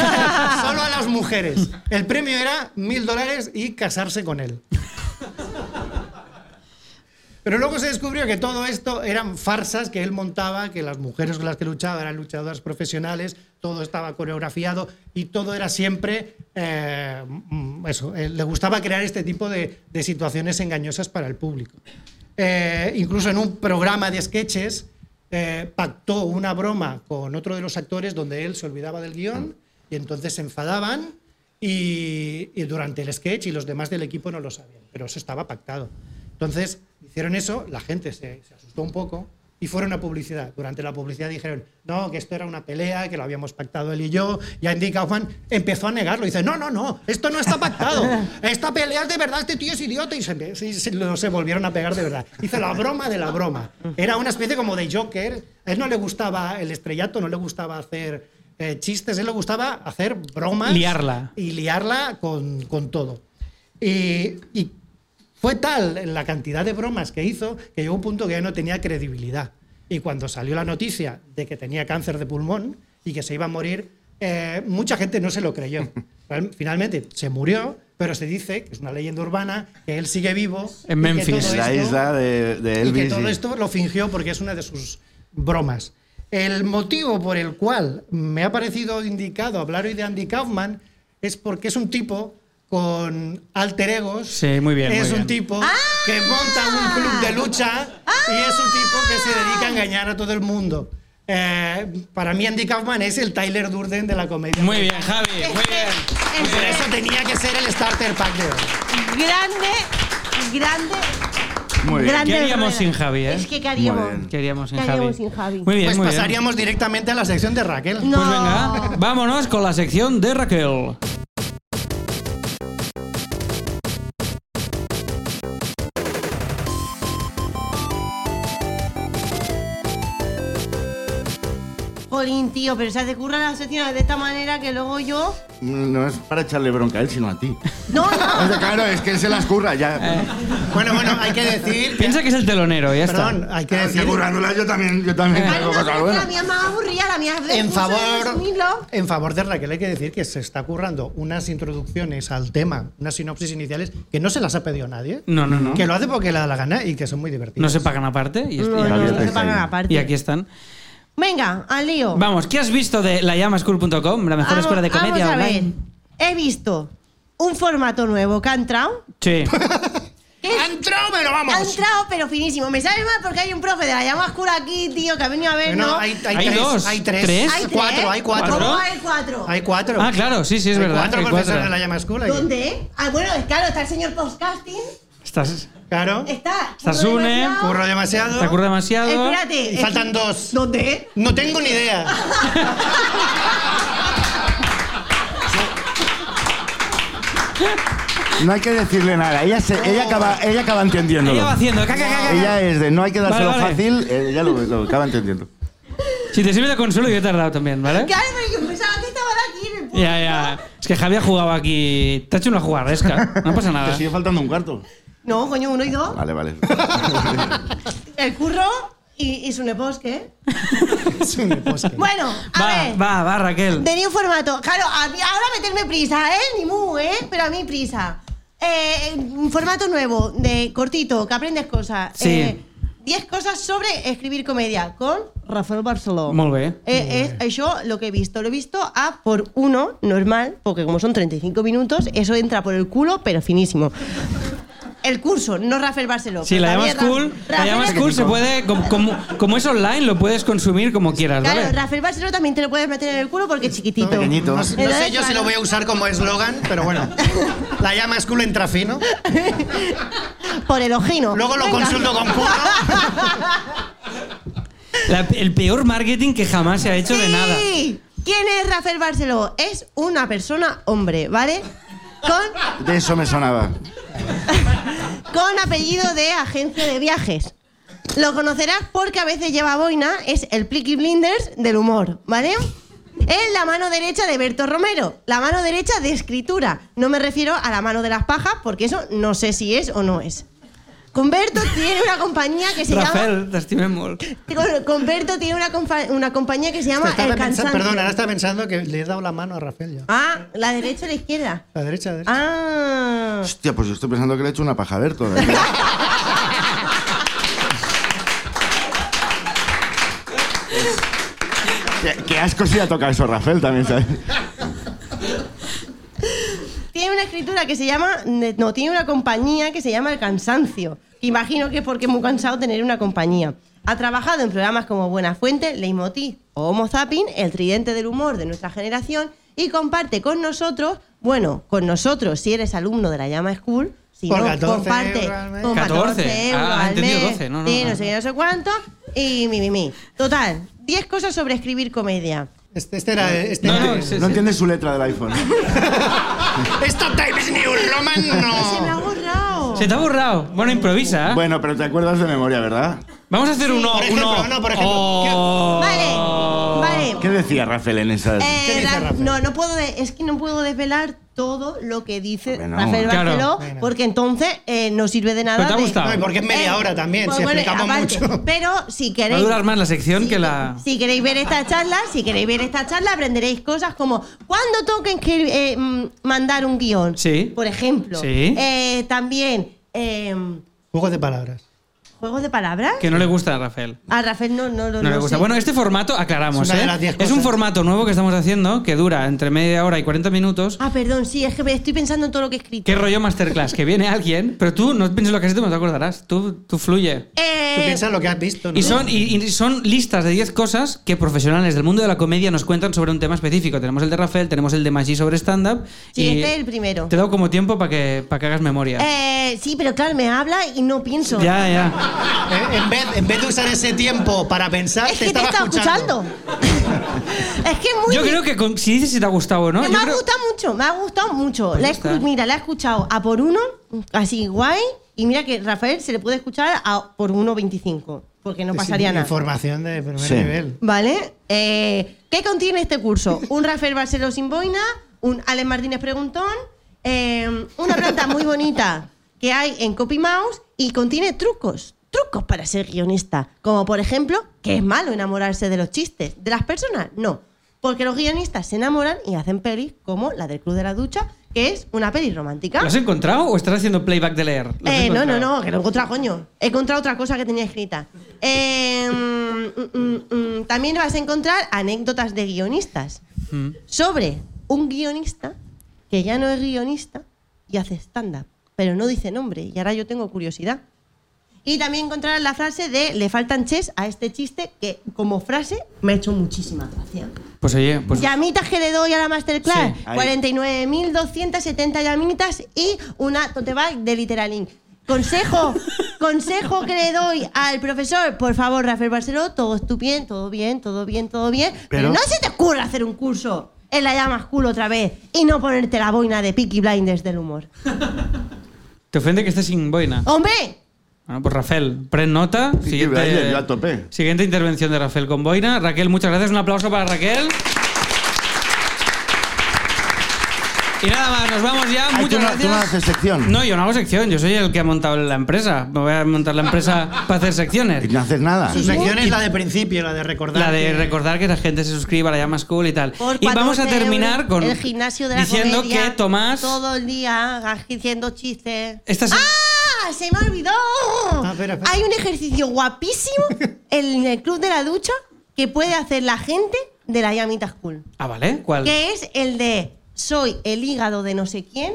[SPEAKER 2] a las mujeres. El premio era mil dólares y casarse con él. Pero luego se descubrió que todo esto eran farsas que él montaba, que las mujeres con las que luchaba eran luchadoras profesionales, todo estaba coreografiado y todo era siempre eh, mm, eso. eh, le gustaba crear este tipo de, de situaciones engañosas para el público. Eh, incluso en un programa de sketches eh, pactó una broma con otro de los actores donde él se olvidaba del guión y entonces se enfadaban y, y durante el sketch y los demás del equipo no lo sabían, pero eso estaba pactado. Entonces hicieron eso, la gente se, se asustó un poco y fueron a publicidad. Durante la publicidad dijeron, no, que esto era una pelea, que lo habíamos pactado él y yo. Y Andy Kaufman empezó a negarlo. Dice, no, no, no, esto no está pactado. Esta pelea es de verdad, este tío es idiota. Y se, se- se- lo- se volvieron a pegar de verdad. Hizo la broma de la broma. Era una especie como de Joker. A él no le gustaba el estrellato, no le gustaba hacer eh, chistes, a él le gustaba hacer bromas.
[SPEAKER 1] Liarla.
[SPEAKER 2] Y liarla con, con todo. Y, y fue tal la cantidad de bromas que hizo que llegó un punto que ya no tenía credibilidad. Y cuando salió la noticia de que tenía cáncer de pulmón y que se iba a morir, eh, mucha gente no se lo creyó. Real- Finalmente se murió, pero se dice, que es una leyenda urbana, que él sigue vivo.
[SPEAKER 1] En
[SPEAKER 2] y que
[SPEAKER 1] Memphis.
[SPEAKER 2] todo
[SPEAKER 4] Es la
[SPEAKER 2] esto-
[SPEAKER 4] isla de, de
[SPEAKER 2] y
[SPEAKER 4] Elvis.
[SPEAKER 2] que todo
[SPEAKER 4] y-
[SPEAKER 2] esto lo fingió porque es una de sus bromas. El motivo por el cual me ha parecido indicado hablar hoy de Andy Kaufman es porque es un tipo con alter egos.
[SPEAKER 1] Sí, muy bien,
[SPEAKER 2] Es
[SPEAKER 1] muy bien.
[SPEAKER 2] un tipo que monta un club de lucha y es un tipo que se dedica a engañar a todo el mundo. Eh, para mí Andy Kaufman es el Tyler Durden de la comedia.
[SPEAKER 1] Muy bien, Javi, muy
[SPEAKER 3] Es que-
[SPEAKER 1] bien.
[SPEAKER 3] es
[SPEAKER 2] Por
[SPEAKER 3] que-
[SPEAKER 2] eso tenía que ser el starter pack de hoy.
[SPEAKER 3] Grande, grande.
[SPEAKER 4] Muy bien.
[SPEAKER 3] grande
[SPEAKER 1] ¿Qué haríamos
[SPEAKER 3] rueda.
[SPEAKER 1] sin Javi, eh?
[SPEAKER 3] Es que ¿qué haríamos?
[SPEAKER 4] Muy bien.
[SPEAKER 1] ¿Qué haríamos sin
[SPEAKER 3] ¿Qué
[SPEAKER 1] Javi?
[SPEAKER 3] haríamos sin Javi?
[SPEAKER 1] Muy bien,
[SPEAKER 2] Pues
[SPEAKER 1] muy bien.
[SPEAKER 2] pasaríamos directamente a la sección de Raquel.
[SPEAKER 3] No.
[SPEAKER 1] Pues venga, vámonos con la sección de Raquel.
[SPEAKER 3] Jolín, tío, pero se hace curra las secciones de esta manera que luego yo.
[SPEAKER 4] No es para echarle bronca a él, sino a ti.
[SPEAKER 3] No, no.
[SPEAKER 4] O sea, claro, es que él se las curra
[SPEAKER 2] Eh,
[SPEAKER 4] ya.
[SPEAKER 2] Bueno, bueno, hay que decir
[SPEAKER 1] Piensa que es el telonero, ya está.
[SPEAKER 2] Perdón, hay que
[SPEAKER 4] Es que
[SPEAKER 2] decir
[SPEAKER 4] currándolas yo también, yo también
[SPEAKER 3] Vale,
[SPEAKER 4] hago
[SPEAKER 3] no,
[SPEAKER 4] cosas
[SPEAKER 3] pero es que
[SPEAKER 4] buenas.
[SPEAKER 3] la mía es más aburrida, la mía es de
[SPEAKER 2] en
[SPEAKER 3] excusa de
[SPEAKER 2] favor,
[SPEAKER 3] asumirlo.
[SPEAKER 2] en favor de Raquel hay que decir que se está currando unas introducciones al tema, unas sinopsis iniciales que no se las ha pedido nadie,
[SPEAKER 1] No, no, no.
[SPEAKER 2] que lo hace porque le da la gana y que son muy divertidas.
[SPEAKER 1] No se pagan aparte y,
[SPEAKER 3] No,
[SPEAKER 4] ya
[SPEAKER 3] no,
[SPEAKER 4] está,
[SPEAKER 3] no se
[SPEAKER 4] está
[SPEAKER 3] pagan
[SPEAKER 4] ahí.
[SPEAKER 3] aparte.
[SPEAKER 1] y aquí están.
[SPEAKER 3] Venga, al lío.
[SPEAKER 1] Vamos, ¿qué has visto de layamaschool.com, la mejor
[SPEAKER 3] Vamos-
[SPEAKER 1] escuela de comedia
[SPEAKER 3] vamos a ver.
[SPEAKER 1] online?
[SPEAKER 3] He visto un formato nuevo que ha entrado.
[SPEAKER 1] Sí.
[SPEAKER 2] ¡Ha entrado, pero
[SPEAKER 3] Ha
[SPEAKER 2] vamos!
[SPEAKER 3] entrado, pero finísimo. Me sale mal porque hay un profe de la llama oscura aquí, tío, que ha venido a
[SPEAKER 2] No,
[SPEAKER 3] vernos.
[SPEAKER 2] hay, hay
[SPEAKER 1] Hay
[SPEAKER 2] tres,
[SPEAKER 1] dos,
[SPEAKER 2] hay tres,
[SPEAKER 1] tres.
[SPEAKER 3] Hay tres.
[SPEAKER 2] cuatro, hay cuatro.
[SPEAKER 3] ¿Cómo hay cuatro?
[SPEAKER 2] Hay cuatro.
[SPEAKER 1] Ah, claro, sí, sí, es
[SPEAKER 2] Hay
[SPEAKER 1] verdad.
[SPEAKER 2] Cuatro
[SPEAKER 1] hay
[SPEAKER 2] profesores
[SPEAKER 1] cuatro.
[SPEAKER 2] de la llama escuela. aquí.
[SPEAKER 3] ¿Dónde? Ah, bueno, es claro, está el señor Postcasting.
[SPEAKER 1] Estás,
[SPEAKER 2] Claro.
[SPEAKER 3] Está.
[SPEAKER 1] Está
[SPEAKER 3] Curro
[SPEAKER 1] Sune,
[SPEAKER 3] Demasiado.
[SPEAKER 2] Curro demasiado.
[SPEAKER 1] te ocurre demasiado.
[SPEAKER 3] Eh, Espérate.
[SPEAKER 2] Y faltan dos.
[SPEAKER 3] ¿Dónde?
[SPEAKER 2] No tengo ni idea.
[SPEAKER 4] No hay que decirle nada. Ella, se- ella, acaba, ella acaba entendiéndolo.
[SPEAKER 1] Ella va haciendo. ca, ca, ca, ca.
[SPEAKER 4] Ella es de no hay que dárselo
[SPEAKER 1] Vale, vale.
[SPEAKER 4] fácil, eh, ella lo, lo acaba entendiendo.
[SPEAKER 1] Si te sirve de consuelo, yo he tardado también, ¿vale?
[SPEAKER 3] Claro, pero yo pensaba que estaban aquí en el público.
[SPEAKER 1] Ya, ya. Es que Javier jugaba aquí. Te ha hecho una jugarresca. No pasa
[SPEAKER 4] Te
[SPEAKER 1] nada.
[SPEAKER 4] sigue faltando un cuarto.
[SPEAKER 3] No, coño, uno y dos.
[SPEAKER 4] Vale, vale.
[SPEAKER 3] El curro y, y Sune Posque.
[SPEAKER 2] Es un embosque.
[SPEAKER 3] Bueno, a
[SPEAKER 1] Va,
[SPEAKER 3] ver.
[SPEAKER 1] va, va, Raquel.
[SPEAKER 3] De new formato. Claro, a mí- ahora meterme prisa, ¿eh? Ni mu, ¿eh? Pero a mí prisa. Eh, un formato nuevo, de cortito, que aprendes cosas.
[SPEAKER 1] Sí.
[SPEAKER 3] Eh, 10 cosas sobre escribir comedia con Rafael Barceló.
[SPEAKER 1] Molt bé.
[SPEAKER 3] Eh, es yo lo que he visto. Lo he visto a por uno, normal, porque como son 35 minutos, eso entra por el culo, pero finísimo. el curso, no Rafael Barceló.
[SPEAKER 1] Si la llamas cool, la llamas cool se puede, como, como- como es online, lo puedes consumir como quieras,
[SPEAKER 3] Claro,
[SPEAKER 1] ¿vale?
[SPEAKER 3] Rafael Barceló también te lo puedes meter en el culo porque es chiquitito.
[SPEAKER 4] Pequeñito.
[SPEAKER 2] No, sé- no sé yo si lo voy a usar como eslogan, pero bueno. La llama es culo entra fino.
[SPEAKER 3] Por el ojino.
[SPEAKER 2] Luego lo
[SPEAKER 3] Venga.
[SPEAKER 2] consulto con Curro.
[SPEAKER 1] La- el peor marketing que jamás se ha hecho de
[SPEAKER 3] Sí.
[SPEAKER 1] nada.
[SPEAKER 3] ¿Quién es Rafael Barceló? Es una persona hombre, ¿vale? Con,
[SPEAKER 4] De eso me sonaba.
[SPEAKER 3] con apellido de agencia de viajes. Lo conocerás porque a veces lleva boina, es el Plicky Blinders del humor, ¿vale? Es la mano derecha de Berto Romero, la mano derecha de escritura. No me refiero a la mano de las pajas porque eso no sé si es o no es. Con Berto tiene una compañía que se llama...
[SPEAKER 1] Rafael, t'estimem molt.
[SPEAKER 3] Con- Con Berto tiene una, compa- una compañía que se llama
[SPEAKER 2] Estaba
[SPEAKER 3] El
[SPEAKER 2] pensa-
[SPEAKER 3] Cansancio.
[SPEAKER 2] Perdón, ahora está pensando que le he dado la mano a Rafael ya.
[SPEAKER 3] Ah, la derecha o la izquierda.
[SPEAKER 2] La derecha, la derecha.
[SPEAKER 3] Ah.
[SPEAKER 4] Hostia, pues yo estoy pensando que le he hecho una paja a Berto. Qué- Qué asco si ha tocado eso Rafael también, ¿sabes?
[SPEAKER 3] Tiene una escritura que se llama. No, tiene una compañía que se llama El Cansancio. que Imagino que es porque es muy cansado tener una compañía. Ha trabajado en programas como Buena Fuente, Leitmotiv o Homo Zapping, el tridente del humor de nuestra generación, y comparte con nosotros, bueno, con nosotros si eres alumno de la Llama School, si
[SPEAKER 2] Por
[SPEAKER 3] no,
[SPEAKER 2] 14
[SPEAKER 3] comparte
[SPEAKER 2] euros al mes.
[SPEAKER 3] con 14,
[SPEAKER 1] 14,
[SPEAKER 3] euros
[SPEAKER 1] ah,
[SPEAKER 3] al
[SPEAKER 1] entendido,
[SPEAKER 3] mes,
[SPEAKER 1] 12, no, no,
[SPEAKER 3] sí, no
[SPEAKER 1] no.
[SPEAKER 3] sé qué, no sé cuánto, y mi, mi, mi. Total, 10 cosas sobre escribir comedia.
[SPEAKER 2] Este, este era. Este
[SPEAKER 1] No,
[SPEAKER 2] era-
[SPEAKER 1] no, sí,
[SPEAKER 4] No
[SPEAKER 1] sí.
[SPEAKER 4] entiende su letra del iPhone.
[SPEAKER 2] Esta Times New Roman
[SPEAKER 3] Se me ha
[SPEAKER 2] no.
[SPEAKER 3] borrado.
[SPEAKER 1] Se te ha borrado. Bueno, improvisa. ¿eh?
[SPEAKER 4] Bueno, pero te acuerdas de memoria, ¿verdad?
[SPEAKER 1] Vamos a hacer
[SPEAKER 3] Sí.
[SPEAKER 1] uno.
[SPEAKER 2] Por ejemplo,
[SPEAKER 1] uno.
[SPEAKER 2] no, por ejemplo.
[SPEAKER 1] Oh.
[SPEAKER 3] Vale,
[SPEAKER 4] ¿Qué
[SPEAKER 3] vale.
[SPEAKER 4] decía Rafael en esa?
[SPEAKER 3] Eh,
[SPEAKER 2] ¿Qué dice
[SPEAKER 3] Ra-
[SPEAKER 2] Rafael?
[SPEAKER 3] no, no puedo, de- es que no puedo desvelar todo lo que dice
[SPEAKER 4] Hombre, no.
[SPEAKER 3] Rafael
[SPEAKER 1] Claro.
[SPEAKER 3] Barceló,
[SPEAKER 2] Bueno.
[SPEAKER 3] porque entonces eh, no sirve de nada.
[SPEAKER 1] Pero te ha
[SPEAKER 3] de-
[SPEAKER 1] gustado.
[SPEAKER 2] No, y porque es media
[SPEAKER 3] Eh,
[SPEAKER 2] hora también,
[SPEAKER 3] pues
[SPEAKER 2] si
[SPEAKER 3] bueno,
[SPEAKER 2] explicamos
[SPEAKER 3] aparte,
[SPEAKER 2] mucho.
[SPEAKER 3] Pero si queréis.
[SPEAKER 1] Va a durar más la sección
[SPEAKER 3] si-
[SPEAKER 1] que la-
[SPEAKER 3] Si queréis ver esta charla, si queréis ver esta charla, aprenderéis cosas como cuándo toquen que eh, mm, mandar un guión.
[SPEAKER 1] Sí.
[SPEAKER 3] Por ejemplo.
[SPEAKER 1] Sí.
[SPEAKER 3] Eh, también. eh,
[SPEAKER 2] Juego de palabras.
[SPEAKER 3] Juegos de palabras.
[SPEAKER 1] Que no le gusta a Rafael.
[SPEAKER 3] A Rafael no, no,
[SPEAKER 1] No le gusta.
[SPEAKER 3] sé.
[SPEAKER 1] Bueno, este formato, aclaramos,
[SPEAKER 2] Es una de
[SPEAKER 1] ¿eh?
[SPEAKER 2] las diez
[SPEAKER 1] es un
[SPEAKER 2] cosas.
[SPEAKER 1] formato nuevo que estamos haciendo que dura entre media hora y 40 minutos.
[SPEAKER 3] Ah, perdón, sí, es que me estoy pensando en todo lo que he escrito.
[SPEAKER 1] ¿Qué rollo masterclass? Que viene alguien, pero tú no pienses lo que has hecho, no te acordarás. Tú, tú fluye.
[SPEAKER 3] Eh,
[SPEAKER 2] Tú piensas lo que has visto, ¿no? Eh,
[SPEAKER 1] Y son, y, y son listas de 10 cosas que profesionales del mundo de la comedia nos cuentan sobre un tema específico. Tenemos el de Rafael, tenemos el de Maggi sobre stand-up.
[SPEAKER 3] Sí,
[SPEAKER 1] y
[SPEAKER 3] este es el primero.
[SPEAKER 1] Te he dado como tiempo para que, pa' que hagas memoria.
[SPEAKER 3] eh, sí, pero claro, me habla y no pienso.
[SPEAKER 1] ya, ya.
[SPEAKER 2] Eh, en, vez, en vez de usar ese tiempo para pensar,
[SPEAKER 3] es
[SPEAKER 2] te
[SPEAKER 3] que te
[SPEAKER 2] estaba
[SPEAKER 3] está escuchando. es que es muy.
[SPEAKER 1] Yo creo que con- si dices si te ha gustado o no.
[SPEAKER 3] Me
[SPEAKER 1] yo
[SPEAKER 3] ha
[SPEAKER 1] creo-
[SPEAKER 3] gustado mucho, me ha gustado mucho.
[SPEAKER 1] Pues
[SPEAKER 3] La
[SPEAKER 1] ya
[SPEAKER 3] he escu-
[SPEAKER 1] está.
[SPEAKER 3] mira, la he escuchado a por uno, así guay. Y mira que Rafael se le puede escuchar a por 1.25, porque no
[SPEAKER 2] Sí,
[SPEAKER 3] pasaría nada.
[SPEAKER 2] Información de primer
[SPEAKER 4] Sí.
[SPEAKER 2] nivel.
[SPEAKER 3] ¿Vale? Eh, ¿Qué contiene este curso? Un Rafael Barceló sin boina, un Alex Martínez Preguntón, eh, una planta muy bonita que hay en Copy Mouse y contiene trucos. Trucos para ser guionista. Como por ejemplo, que es malo enamorarse de los chistes. ¿De las personas? No. Porque los guionistas se enamoran y hacen pelis como la del Club de la Ducha, que es una peli romántica.
[SPEAKER 1] ¿Lo has encontrado o estás haciendo playback de leer? ¿Lo has
[SPEAKER 3] Eh, no, no,
[SPEAKER 1] encontrado?
[SPEAKER 3] no, que lo he encontrado, coño. He encontrado otra cosa que tenía escrita. Eh, mm, mm, mm, también vas a encontrar anécdotas de guionistas
[SPEAKER 1] Mm.
[SPEAKER 3] sobre un guionista que ya no es guionista y hace stand-up, pero no dice nombre. Y ahora yo tengo curiosidad. Y también encontrarás la frase de le faltan ches a este chiste que como frase me ha hecho muchísima gracia.
[SPEAKER 1] Pues oye, pues.
[SPEAKER 3] Llamitas que le doy a la masterclass.
[SPEAKER 1] Sí,
[SPEAKER 4] ahí.
[SPEAKER 3] 49.270 llamitas y una tote bag de Literalink. Consejo, consejo que le doy al profesor, por favor, Rafael Barceló, todo estu- bien, todo bien, todo bien, todo bien. Pero,
[SPEAKER 4] Pero-
[SPEAKER 3] no se te ocurra hacer un curso en la llama cool otra vez y no ponerte la boina de Peaky Blinders del humor.
[SPEAKER 1] ¿Te ofende que estés sin boina?
[SPEAKER 3] ¡Hombre!
[SPEAKER 1] Bueno, pues Rafael, pren nota.
[SPEAKER 4] Sí,
[SPEAKER 1] Siguiente,
[SPEAKER 4] Blinders, yo a tope.
[SPEAKER 1] siguiente intervención de Rafael con boina. Raquel, muchas gracias. Un aplauso para Raquel. Y nada más, nos vamos ya.
[SPEAKER 4] Ay,
[SPEAKER 1] Muchas
[SPEAKER 4] tú no-
[SPEAKER 1] gracias.
[SPEAKER 4] tú no haces sección.
[SPEAKER 1] No, yo no hago sección. Yo soy el que ha montado la empresa. Me voy a montar la empresa para hacer
[SPEAKER 4] Y
[SPEAKER 1] secciones.
[SPEAKER 4] no haces nada.
[SPEAKER 2] Su sección es la de principio, la de recordar.
[SPEAKER 1] La de
[SPEAKER 2] que-
[SPEAKER 1] recordar que la gente se suscriba a la llama school y tal.
[SPEAKER 3] Por
[SPEAKER 1] y vamos a
[SPEAKER 3] 14
[SPEAKER 1] terminar
[SPEAKER 3] euros,
[SPEAKER 1] con
[SPEAKER 3] el gimnasio de la
[SPEAKER 1] diciendo
[SPEAKER 3] comedia,
[SPEAKER 1] que Tomás
[SPEAKER 3] todo el día diciendo chistes.
[SPEAKER 1] Esta se-
[SPEAKER 3] ¡Ah! Se me olvidó.
[SPEAKER 2] espera, espera.
[SPEAKER 3] Hay un ejercicio guapísimo en el club de la ducha que puede hacer la gente de la Yamita School,
[SPEAKER 1] Ah, vale. ¿Cuál?
[SPEAKER 3] que es el de soy el hígado de no sé quién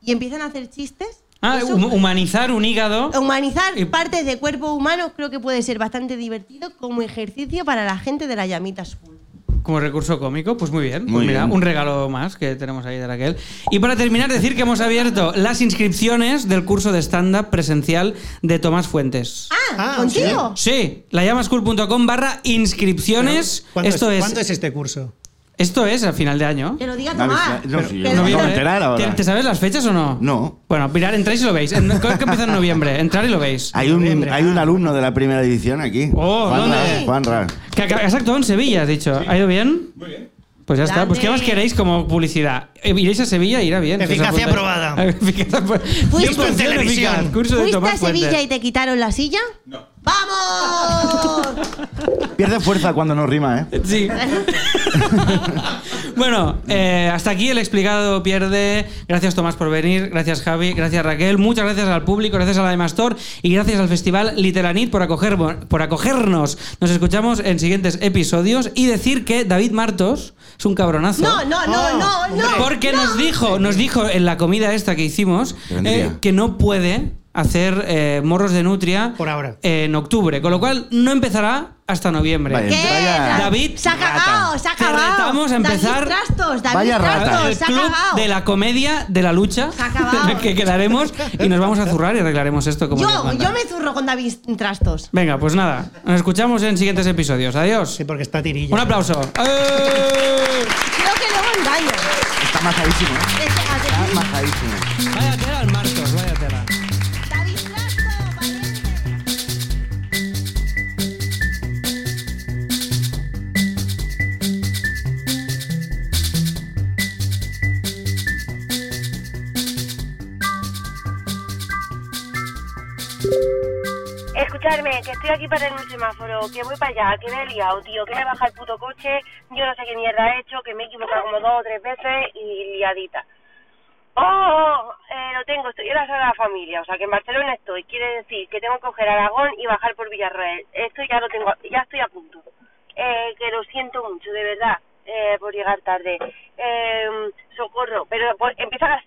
[SPEAKER 3] y empiezan a hacer chistes
[SPEAKER 1] Ah,
[SPEAKER 3] Eso-
[SPEAKER 1] hum- humanizar un hígado.
[SPEAKER 3] Humanizar
[SPEAKER 1] Y-
[SPEAKER 3] partes de cuerpos humanos creo que puede ser bastante divertido como ejercicio para la gente de la llamita school.
[SPEAKER 1] Como recurso cómico, pues muy bien. Pues
[SPEAKER 4] Muy
[SPEAKER 1] mira,
[SPEAKER 4] bien.
[SPEAKER 1] un regalo más que tenemos ahí de Raquel. Y para terminar, decir que hemos abierto las inscripciones del curso de stand-up presencial de Tomás Fuentes.
[SPEAKER 3] Ah,
[SPEAKER 2] Ah,
[SPEAKER 3] ¿contigo?
[SPEAKER 1] Sí, layamascool.com barra inscripciones.
[SPEAKER 2] ¿Cuándo,
[SPEAKER 1] Esto
[SPEAKER 2] es,
[SPEAKER 1] es,
[SPEAKER 2] ¿Cuándo es este curso?
[SPEAKER 1] esto es a final de año.
[SPEAKER 3] Que lo diga
[SPEAKER 4] No,
[SPEAKER 3] Tomás.
[SPEAKER 4] no, sí,
[SPEAKER 3] Pero- pero-
[SPEAKER 4] no, voy a enterar ahora.
[SPEAKER 1] ¿Te, te sabes las fechas o no?
[SPEAKER 4] No.
[SPEAKER 1] Bueno, mirar, entráis y lo veis. En- Creo que empieza en noviembre. Entrar y lo veis.
[SPEAKER 4] Hay un,
[SPEAKER 2] Noviembre,
[SPEAKER 4] hay un alumno de la primera edición aquí.
[SPEAKER 1] Oh,
[SPEAKER 4] Juan
[SPEAKER 1] ¿dónde?
[SPEAKER 4] Ra- Juan Ra.
[SPEAKER 1] Que acá- has actuado en Sevilla, has dicho. ¿Ha ido bien? Muy bien. Pues ya está. Pues qué más
[SPEAKER 3] Grande.
[SPEAKER 1] queréis como publicidad. Eh, Iréis a Sevilla, irá bien. Os
[SPEAKER 2] Eficacia
[SPEAKER 1] apuntáis.
[SPEAKER 2] aprobada.
[SPEAKER 1] Eficacia apro-
[SPEAKER 3] Fuiste en
[SPEAKER 1] 100%
[SPEAKER 2] televisión.
[SPEAKER 1] eficaz. Curso de
[SPEAKER 3] ¿Fuiste
[SPEAKER 1] Tomás
[SPEAKER 3] a Sevilla
[SPEAKER 1] Fuentes.
[SPEAKER 3] y te quitaron la silla? No. ¡Vamos!
[SPEAKER 4] Pierde fuerza cuando no rima, ¿eh?
[SPEAKER 1] Sí. bueno, eh, hasta aquí el explicado pierde. Gracias Tomás por venir, gracias Javi, gracias Raquel, muchas gracias al público, gracias a la Demastor y gracias al Festival Literanit por, acogermo- por acogernos. Nos escuchamos en siguientes episodios y decir que David Martos es un cabronazo.
[SPEAKER 3] No, no, no,
[SPEAKER 2] Oh,
[SPEAKER 4] Ah.
[SPEAKER 3] no, no.
[SPEAKER 1] Porque
[SPEAKER 3] no.
[SPEAKER 1] nos dijo, nos dijo en la comida esta que hicimos
[SPEAKER 4] Que vendría.
[SPEAKER 1] eh, que no puede hacer eh, morros de nutria
[SPEAKER 2] Por ahora.
[SPEAKER 1] en octubre, con lo cual no empezará hasta noviembre.
[SPEAKER 4] Vaya,
[SPEAKER 3] ¿Qué?
[SPEAKER 4] entra ya.
[SPEAKER 1] David,
[SPEAKER 3] se ha cagado, se ha
[SPEAKER 1] Te
[SPEAKER 3] cagado.
[SPEAKER 1] retamos a empezar-
[SPEAKER 3] David Trastos, David
[SPEAKER 4] Vaya rata.
[SPEAKER 3] Trastos,
[SPEAKER 1] el
[SPEAKER 3] se ha
[SPEAKER 1] club
[SPEAKER 3] cagado.
[SPEAKER 1] de la comedia, de la lucha,
[SPEAKER 3] Se ha acabado.
[SPEAKER 1] en el que quedaremos y nos vamos a zurrar y arreglaremos esto como Dios
[SPEAKER 3] Yo,
[SPEAKER 1] manda.
[SPEAKER 3] yo me zurro con David Trastos.
[SPEAKER 1] Venga, pues nada, nos escuchamos en siguientes episodios. Adiós.
[SPEAKER 2] Sí, porque está tirilla.
[SPEAKER 1] Un aplauso. ¡Eh!
[SPEAKER 3] Creo que luego engaña.
[SPEAKER 4] Está majadísimo. ¿eh? Está
[SPEAKER 3] David
[SPEAKER 4] majadísimo.
[SPEAKER 1] Vaya tela al Marcos, vaya tela.
[SPEAKER 3] Trastos, valiente.
[SPEAKER 7] Escuchadme, que estoy aquí para en un semáforo, que voy para allá, que me he liado, tío, que me baja el puto coche, yo no sé qué mierda he hecho, que me he equivocado como dos o tres veces y liadita. Oh, oh, eh, lo tengo, estoy en la sala de la familia, o sea que en Barcelona estoy, quiere decir que tengo que coger Aragón y bajar por Villarreal. Esto ya lo tengo, ya estoy a punto. Eh, que lo siento mucho, de verdad, eh, por llegar tarde. Eh, socorro, pero pues, empieza a